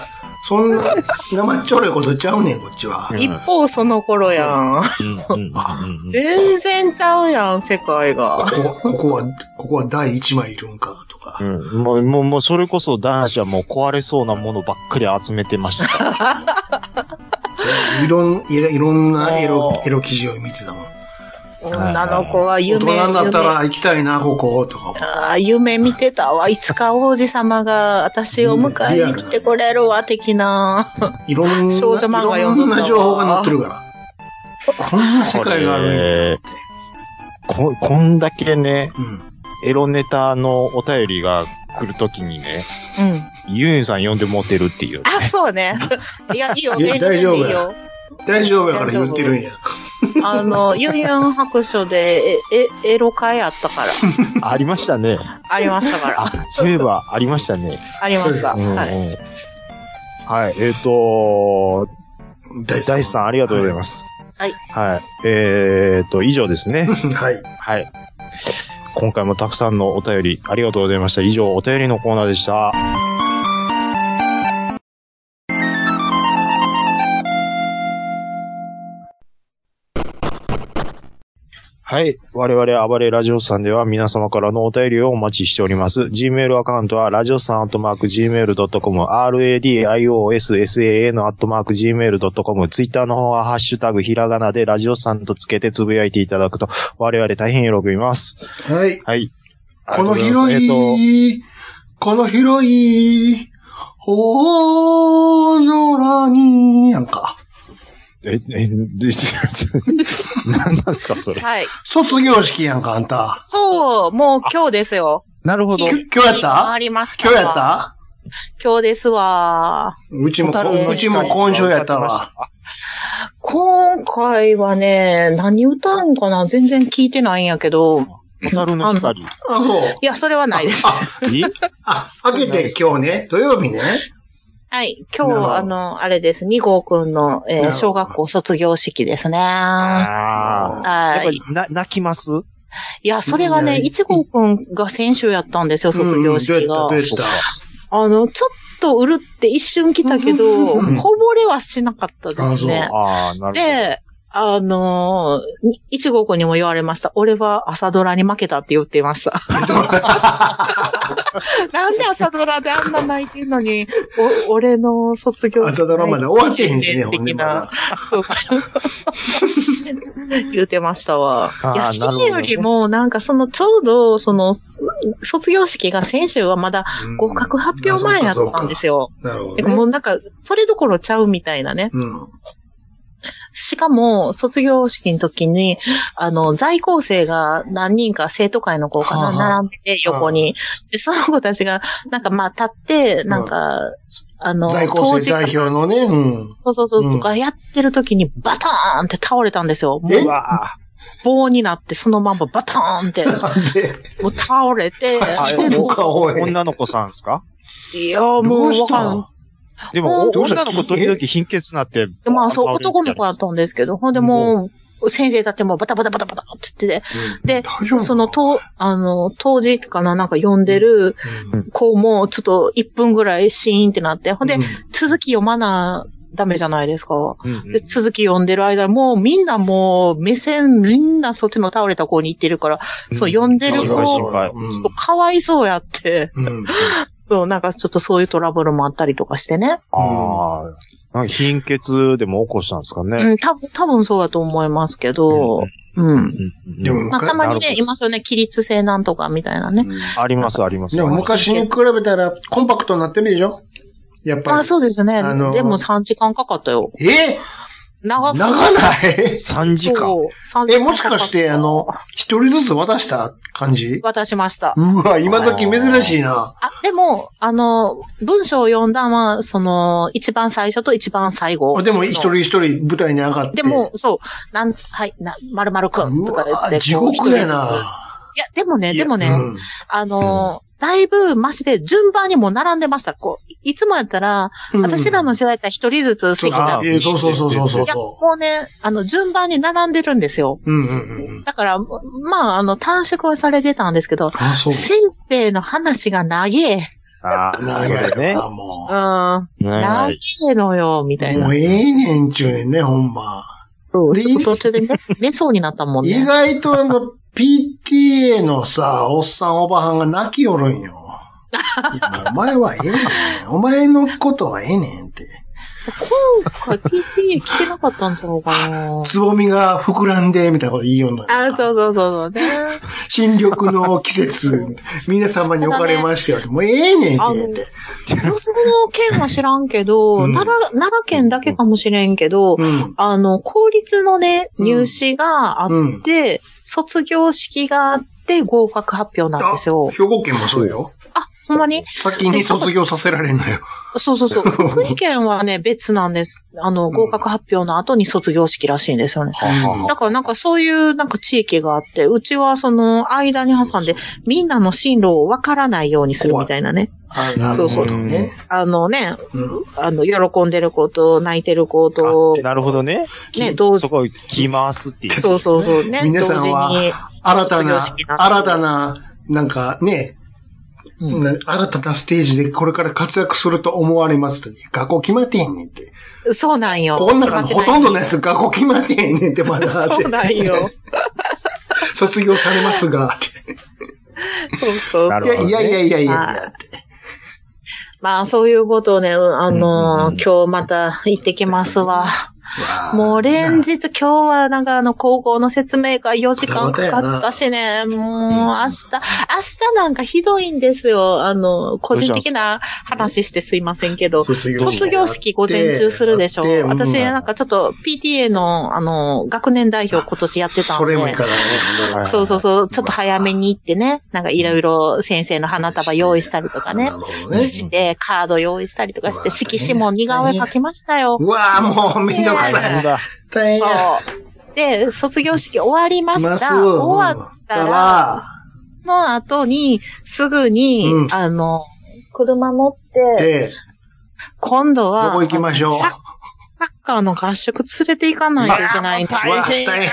そんな、生っちょろいことちゃうねん、こっちは。一方その頃やん。うんうんうんうん全然ちゃうやん、世界が。ここ、ここは、ここは第一枚いるんか、とか。うんもう、もう、もう、それこそ男子はもう壊れそうなものばっかり集めてましたから。いろん、いろいろんなエロお、ーエロ記事を見てたもん。女の子は大夢、人になった夢ら行きたいな、ここ、とか。あー夢見てたわ。いつか王子様が私を迎えに来てくれるわ、的な。いろんな、い少女漫画読んでたろわんな情報が載ってるから。こんな (laughs) 世界があるんや。えーこ、こんだけね、うん。エロネタのお便りが来るときにね、うん。ユンさん呼んでモテるっていう。あ、そう (laughs) ね。いや、いいよ、いや遠慮大丈夫していいよ。大丈夫やから言ってるんや。あの、ユンユン白書で、え、えエロ会あっ (laughs) たから。ありましたね。ありましたから。あ、そういえばありましたね。ありました。うんうんはい。はい、えっ、と大大地さんありがとうございます。はい。はい。えっ、と、以上ですね。す。はい。はい。今回もたくさんのお便りありがとうございました。以上、お便りのコーナーでした。はい。我々、暴れラジオスさんでは皆様からのお便りをお待ちしております。Gmail アカウントは、ラジオスさんアットマーク Gmail.com、radiossan アットマーク Gmail.com、Twitter の方は、ハッシュタグひらがなで、ラジオスさんとつけてつぶやいていただくと、我々大変喜びます。はい。はい。このありがとうございますえっと広い、この広い、大空に、なんか、え、え、で、何なんすか、それ。はい。卒業式やんか、あんた。そう、もう今日ですよ。 (laughs) なるほどき。ゅ今日やったありました。今日やった今日ですわ。うちもこ、蛍のうちも今週やったわ。。今回はね、何歌うんかな全然聞いてないんやけど。蛍の光。あ、そう。いや、それはないです。えあ、開けて今日ね、土曜日ね。はい。今なるほど日、あの、あれです。二号くんの、えなるーほど小学校卒業式ですね。はああ。やっぱいり。な、泣きますいや、それがね、うん一号くんが先週やったんですよ、卒業式が。うんどうやったどうやっあの、ちょっとうるって一瞬来たけど、こうんぼれはしなかったですね。ああ、なるで、あのー、一号くんにも言われました。俺は朝ドラに負けたって言っていました。 (laughs) なんで朝ドラであんな泣いてんのに、お俺の卒業朝ドラまで終わってへんしね、ほんで的まだな。。 (laughs) そうか。言うてましたわ。あーいや、なるほど式よりも、なんかその、ちょうど、その、す卒業式が先週はまだほど。合格発表前やったんですよ。なるほてどかね。もうなんか、それどころちゃうみたいなね。うん。しかも、卒業式の時に、あの、在校生が何人か生徒会の子かはあな、はあ並んでて、横に。で、その子たちが、なんかまあ、立って、なんか、あの、在校当生時代表のね、うん。そうそうそう、うんとかやってる時にバターンって倒れたんですよ。もえう棒になって、そのまんまバターンって、なんで、もう倒れて、あでそうか、おい。女の子さんですかいや、もどううしわたかんんでも、おどうした女の子時々貧血なって。でまあそう、男の子だったんですけど、ほんでもう、先生たちもバタバタバタバタって言ってて、大丈で、夫その、と、あの、当時かな、なんか呼んでる子も、ちょっと1分ぐらいシーンってなって、ほんでうん、続き読まな、ダメじゃないですか。うんうんで、続き読んでる間、もうみんなもう目線、みんなそっちの倒れた子に行ってるから、そう、読んでる子、ちそうそうょ心配っとかわいそうやって、うん。そう、なんかちょっとそういうトラブルもあったりとかしてね。ああ。なんか貧血でも起こしたんですかね。うん、多分、多分そうだと思いますけど、ううん。んでも、まあ、たまになるね、ほどいますよね、起立性なんとかみたいなね。あります、あります。でも昔に比べたらコンパクトになってるでしょやっぱり。まあ、そうですね。あのーでも3時間かかったよ。え長長く。ない3時間。そう3時え、間もしかして、あの、一人ずつ渡した感じ渡しました。うわ、今時珍しいな。あ、でも、あの、文章を読んだのは、その、一番最初と一番最後。あでも一人一人舞台に上がって。でも、そう、なん、はい、な、まるまるくんうとか言っわ、て。地こう獄や。一人ずな。ついや、でもね、いやでもね、うんあのー、だいぶマシで順番にもう並んでました。こう、いつもやったら、うん私らの時代だったら一人ずつそう席そうが。いえそうそうそうそうそうや、そもうね、あの、順番に並んでるんですよ。う。うんうんうん。だから、まあ、あの、短縮はされてたんですけど、あ、そう。先生の話が長え。ああ、そ長れいね。な、もうん。長はい。えのよ、みたう。いもな。うええねんちゅうねんね、ほんま。そうでちょっと途中で (laughs) 寝寝そうになったもん意ね。外とあの、PTA のさ、おっさんおばはんが泣きよるんよ。(laughs) いやもうお前はええねん。お前のことはええねんって。今回 PTA 聞けなかったんちゃうかな。つぼみが膨らんで、みたいなこと言いよんのよ。あ、そうそうそうそうね。新緑の季節、 (laughs) 皆様におかれましては、もうええねんあのけって。広島の県は知らんけど、うん奈良、奈良県だけかもしれんけど、うん。あの、公立のね、入試があって、卒業式があって合格発表なんですよあ。兵庫県もそうよ。あ、ほんまに先に卒業させられんのよ。そ (laughs) うそうそう。福井県はね、別なんです。あの、合格発表の後に卒業式らしいんですよね。だからなんかそういうなんか地域があって、うちはその間に挟んで、みんなの進路をわからないようにするみたいなね。あなるほどね。あのね、うんあの、喜んでる子と泣いてる子とあ、なるほどね。ね、同そ時、こをき回すっていう。そうそうそうね、皆同さん時はに。新たな卒業式、なんて新たな、なんかね、うんな新たなステージでこれから活躍すると思われますと。学校決まってへんねんって。そうなんよ。この中のほとんどのやつ学校決まってへんねんって、まだっそうて。なんよ。 (laughs) 卒業されますが、 (laughs) って。そうそうなそるう。いやいやいやいやいやいやって。まあ、そういうことをね、うんあのー今日また行ってきますわ。もう連日今日はなんかあの高校の説明会4時間かかったしね、もう明日、明日なんかひどいんですよ。あの、個人的な話してすいませんけど。卒業卒業式午前中するでしょやってうん私なんかちょっと PTA のあの、学年代表今年やってたんそで。れもいいからね。はいそうそうそう、ちょっと早めに行ってね、なんかいろいろ先生の花束用意したりとかねな。るほどね。して、カード用意したりとかして、うわ色紙も似顔絵描きましたよ。うわぁ、もうめんどくねさ。ないんだ。大変や。そう。で、卒業式終わりましますた。終わった終らわ、その後に、すぐに、うんあの、車持って、で、今度は、どこ行きましょう。サッサッカーの合宿連れて行かないといけないんだ。うわぁ、大変。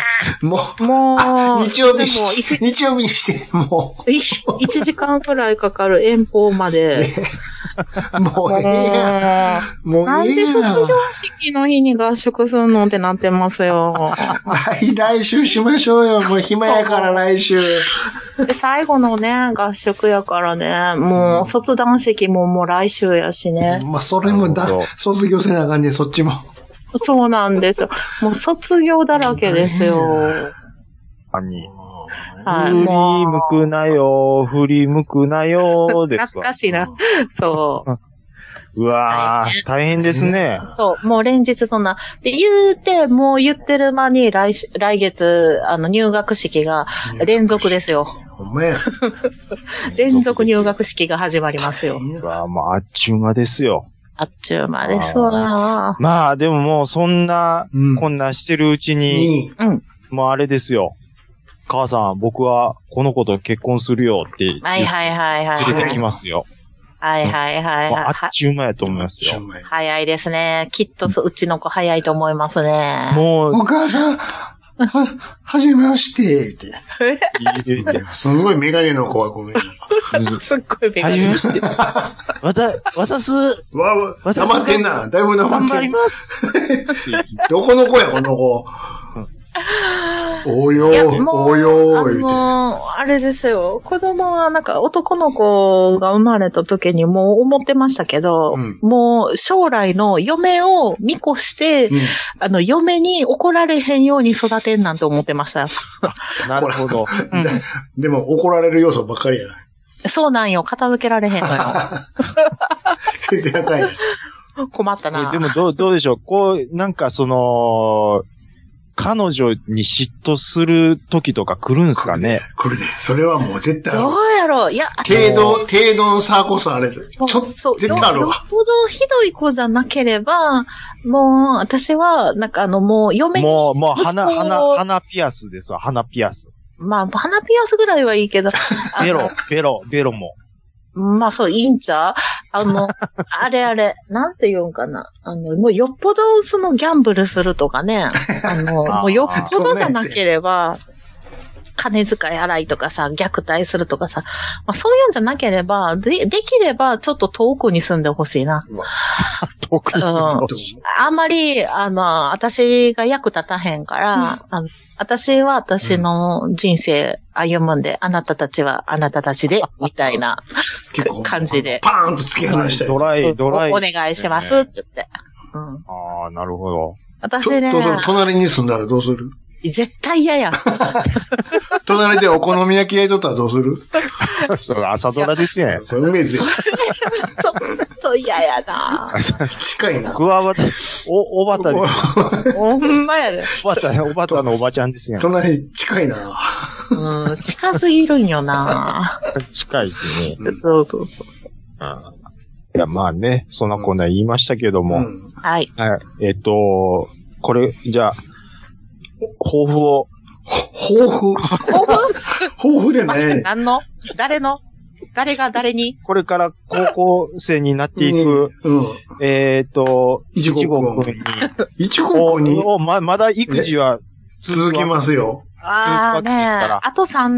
ももう、う、日曜日にでもし、一 (laughs) 日曜日にして、も1時間くらいかかる遠方ま (laughs) で。う、もうええやん。もなうんええでやん卒。業式の日に合宿するのってなってますよ。 (laughs) 来来週しましょうよ。もう暇やから来週。で最後のね、合宿やからね、もう卒団式ももう来週やしね。まあ、それもだなるほど、卒業せなあかんね、そっちも。そうなんですよ。もう卒業だらけですよ。神。はい。振り向もくなよ、振り向くなよ、う、です懐わかしいな。そうわー、大変ですね。う。そう。もう連日そんな。で、言うて、もう言ってる間に来し、来月、あの、入学式が連続ですよ。ほんまや。連続入学式が始まりますよ。うわー、もうあっちゅう間ですよ。あっちゅう間ですわ。まあ、でももうそんな、うんこんなしてるうちに、に、うん。もうあれですよ。母さん、僕はこの子と結婚するよって言ってはいはいはいはい。連れてきますよ。はいはいはいもうはい。あっちゅう間やと思いますしょよう。もない早いですね。きっとそう、うちの子早いと思いますね。もう、お母さん、は、はじめまして、って。いいですごいメガネの子はごめん。 (laughs) すっごいびっくはりじめまして。わた、 (laughs) 私、わわ、私黙ってんな。だいぶ黙頑っ張てりんます。 (laughs) どこの子や、この子。およいやー、もうおよー、言うて。あのーあれですよ。子供はなんか男の子が生まれた時にもう思ってましたけど、うんもう将来の嫁を見越して、うんあの、嫁に怒られへんように育てんなんて思ってました。なるほど。うんでも怒られる要素ばっかりや。そうなんよ。片付けられへんのよ。先生赤い。困ったな。でもどう、どうでしょうこう、なんかその、彼女に嫉妬する時とか来るんですかねこれで、それはもう絶対あるどうやろういや、あ程度、程度の差こそあれ。ちょっと、そう絶対あるよよわ。っぽどひどい子じゃなければ、もう、私は、なんかあの、もう、嫁にもう、もう、鼻、息子を鼻、鼻ピアスですわ、鼻ピアス。まあ、鼻ピアスぐらいはいいけど、あのベロ、ベロ、ベロも。まあ、そう、いいんちゃうあの、あれあれ、なんて言うんかな。あの、もうよっぽど、その、ギャンブルするとかね。あの、あーもうよっぽどじゃなければ、金遣い荒いとかさ、虐待するとかさ、まあ、そういうんじゃなければ、で、できれば、ちょっと遠くに住んでほしいな。特にうんあんまり、あの、私が役立たへんから、あの私は私の人生歩むんで、あなたたちはあなたたちで、みたいな結構。感じで。パーンと突き放したい。ドライ、ドライ。おお願いします、って言って。うん。ああ、なるほど。 (laughs) 私ちょっねと、その隣に住んだらどうする絶対 (laughs) 嫌や。隣でお好み焼き焼いとったらどうするそれ朝ドラですね。それ梅津やちょっと嫌やな。近いな。僕は、お、おばたです。ほんまやで。おばた、おばたのおばちゃんですね。隣近いな。うん、近すぎるんよな。近いですね。そうそうそうそう。いや、まあね、そんなこんな言いましたけども。うん。はい。はい。えっと、これ、じゃあ、抱負を、豊富。興奮豊富でね。何の誰の誰が誰にこれから高校生になっていく、うん。えっと、いちごくんくんに、一号校にをま、まだ育児は続きすますよ。ああというわけですからね、あと3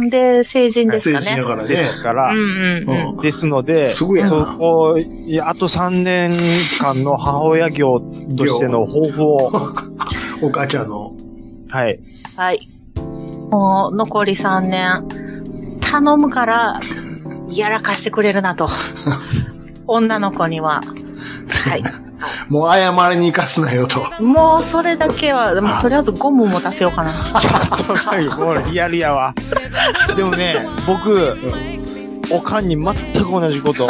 年で成人です成か人だね。からでね。すから、うんうんううんん。ですので、すそごいやなこ、いやあと3年間の母親業としての抱負 (laughs) を、お母ちゃんの。はい。はい。もう残り3年。頼むから、 (laughs) (laughs) やらかしてくれるなと。女の子には。はい。もう謝りに行かすなよと。もうそれだけは、もうとりあえずゴム持たせようかな。ちょっと待って、もうリアルやわ。でもね、僕、おかんに全く同じことを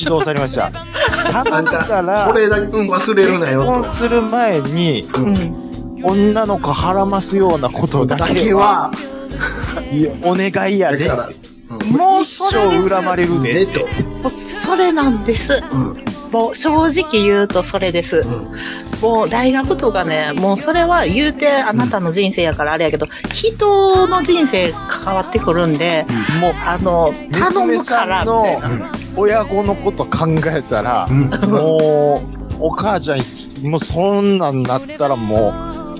指導されました。あ頼んんだかた、ら、これだけ忘れるなよ結婚と。する前に、うん。女の子はらますようなことだだけけは、は、お願いやだでか。ら、もう一それで生す恨まれるねで。と。もうそれなんです。うん。もう正直言うとそれです。もう大学とかね、もうそれは言うてあなたの人生やからあれやけど、人の人生関わってくるんで、もう、あの、頼娘むかさらんみたいのな。親子のこと考えたらう、ん。もう、お母ちゃん、もうそんなんなったらも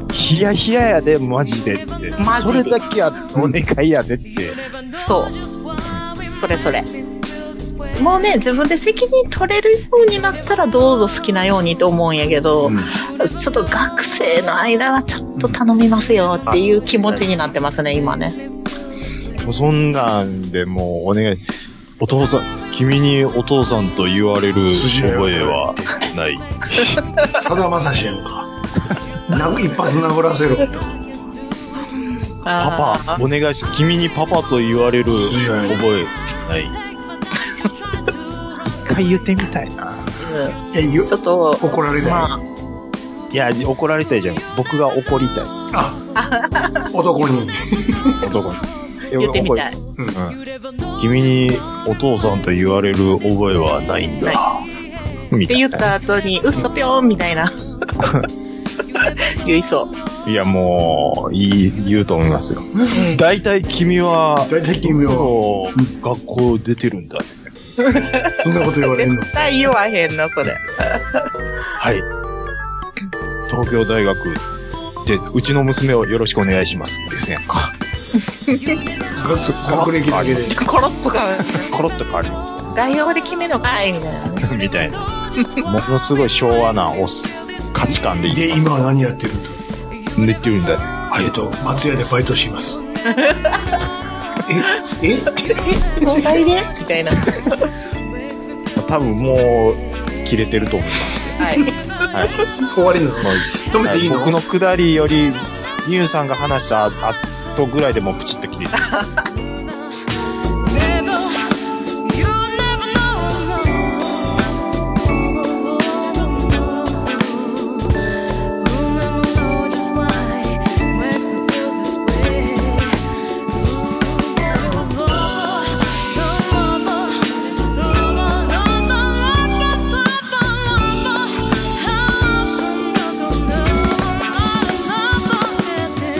う、ヒヤヒヤやで、マジで、つって。マジそでれだけはお願いやでって。そう。それそれ。もうね、自分で責任取れるようになったらどうぞ好きなようにと思うんやけど、ちょっと学生の間はちょっと頼みますよっていう気持ちになってますね、今ね。もうそんなんでもうお願い。お父さん、君にお父さんと言われる筋の覚えはない。さだまさしやんか。殴一発殴らせろと。パパ、お願いし、君にパパと言われる筋合いない覚えない。一回言ってみたいな。パ。え、よちょっと、怒られない。まあ、いや、怒られたいじゃん。僕が怒りたい。あ、男に。男に。言ってみたい。君にお父さんと言われる覚えはないんだ。みってたい言なった後に、うっそぴょーんみたいな。言いそう。いや、もう、いい、言うと思いますよ。大体君は、大体君は、もう学校出てるんだ。そんなこと言われんの。絶対言わへんな、それ。はい。東京大学で、うちの娘をよろしくお願いします。ですね。か。す学歴だけで。コロッとか、コロッと変わります。 (laughs) 代表で決めるのかいみたいなね。みたいな。ものすごい昭和なおっ価値観でで、言い今まは何やってると。す。寝てるんだ。はえっい。と、松屋でバイトします。え、え交代でみたいな。は多分もう、切れてると思います。い。はい。終わりなのもう止めていいの僕のくだりより、ニューさんが話した後ぐらいでもうプチッと切れて。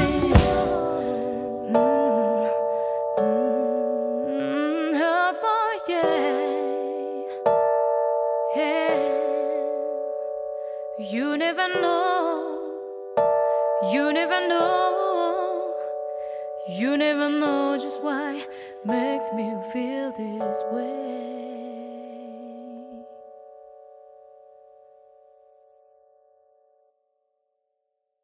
Mm-hmm. You never know, you never know, you never know just why makes me feel this way.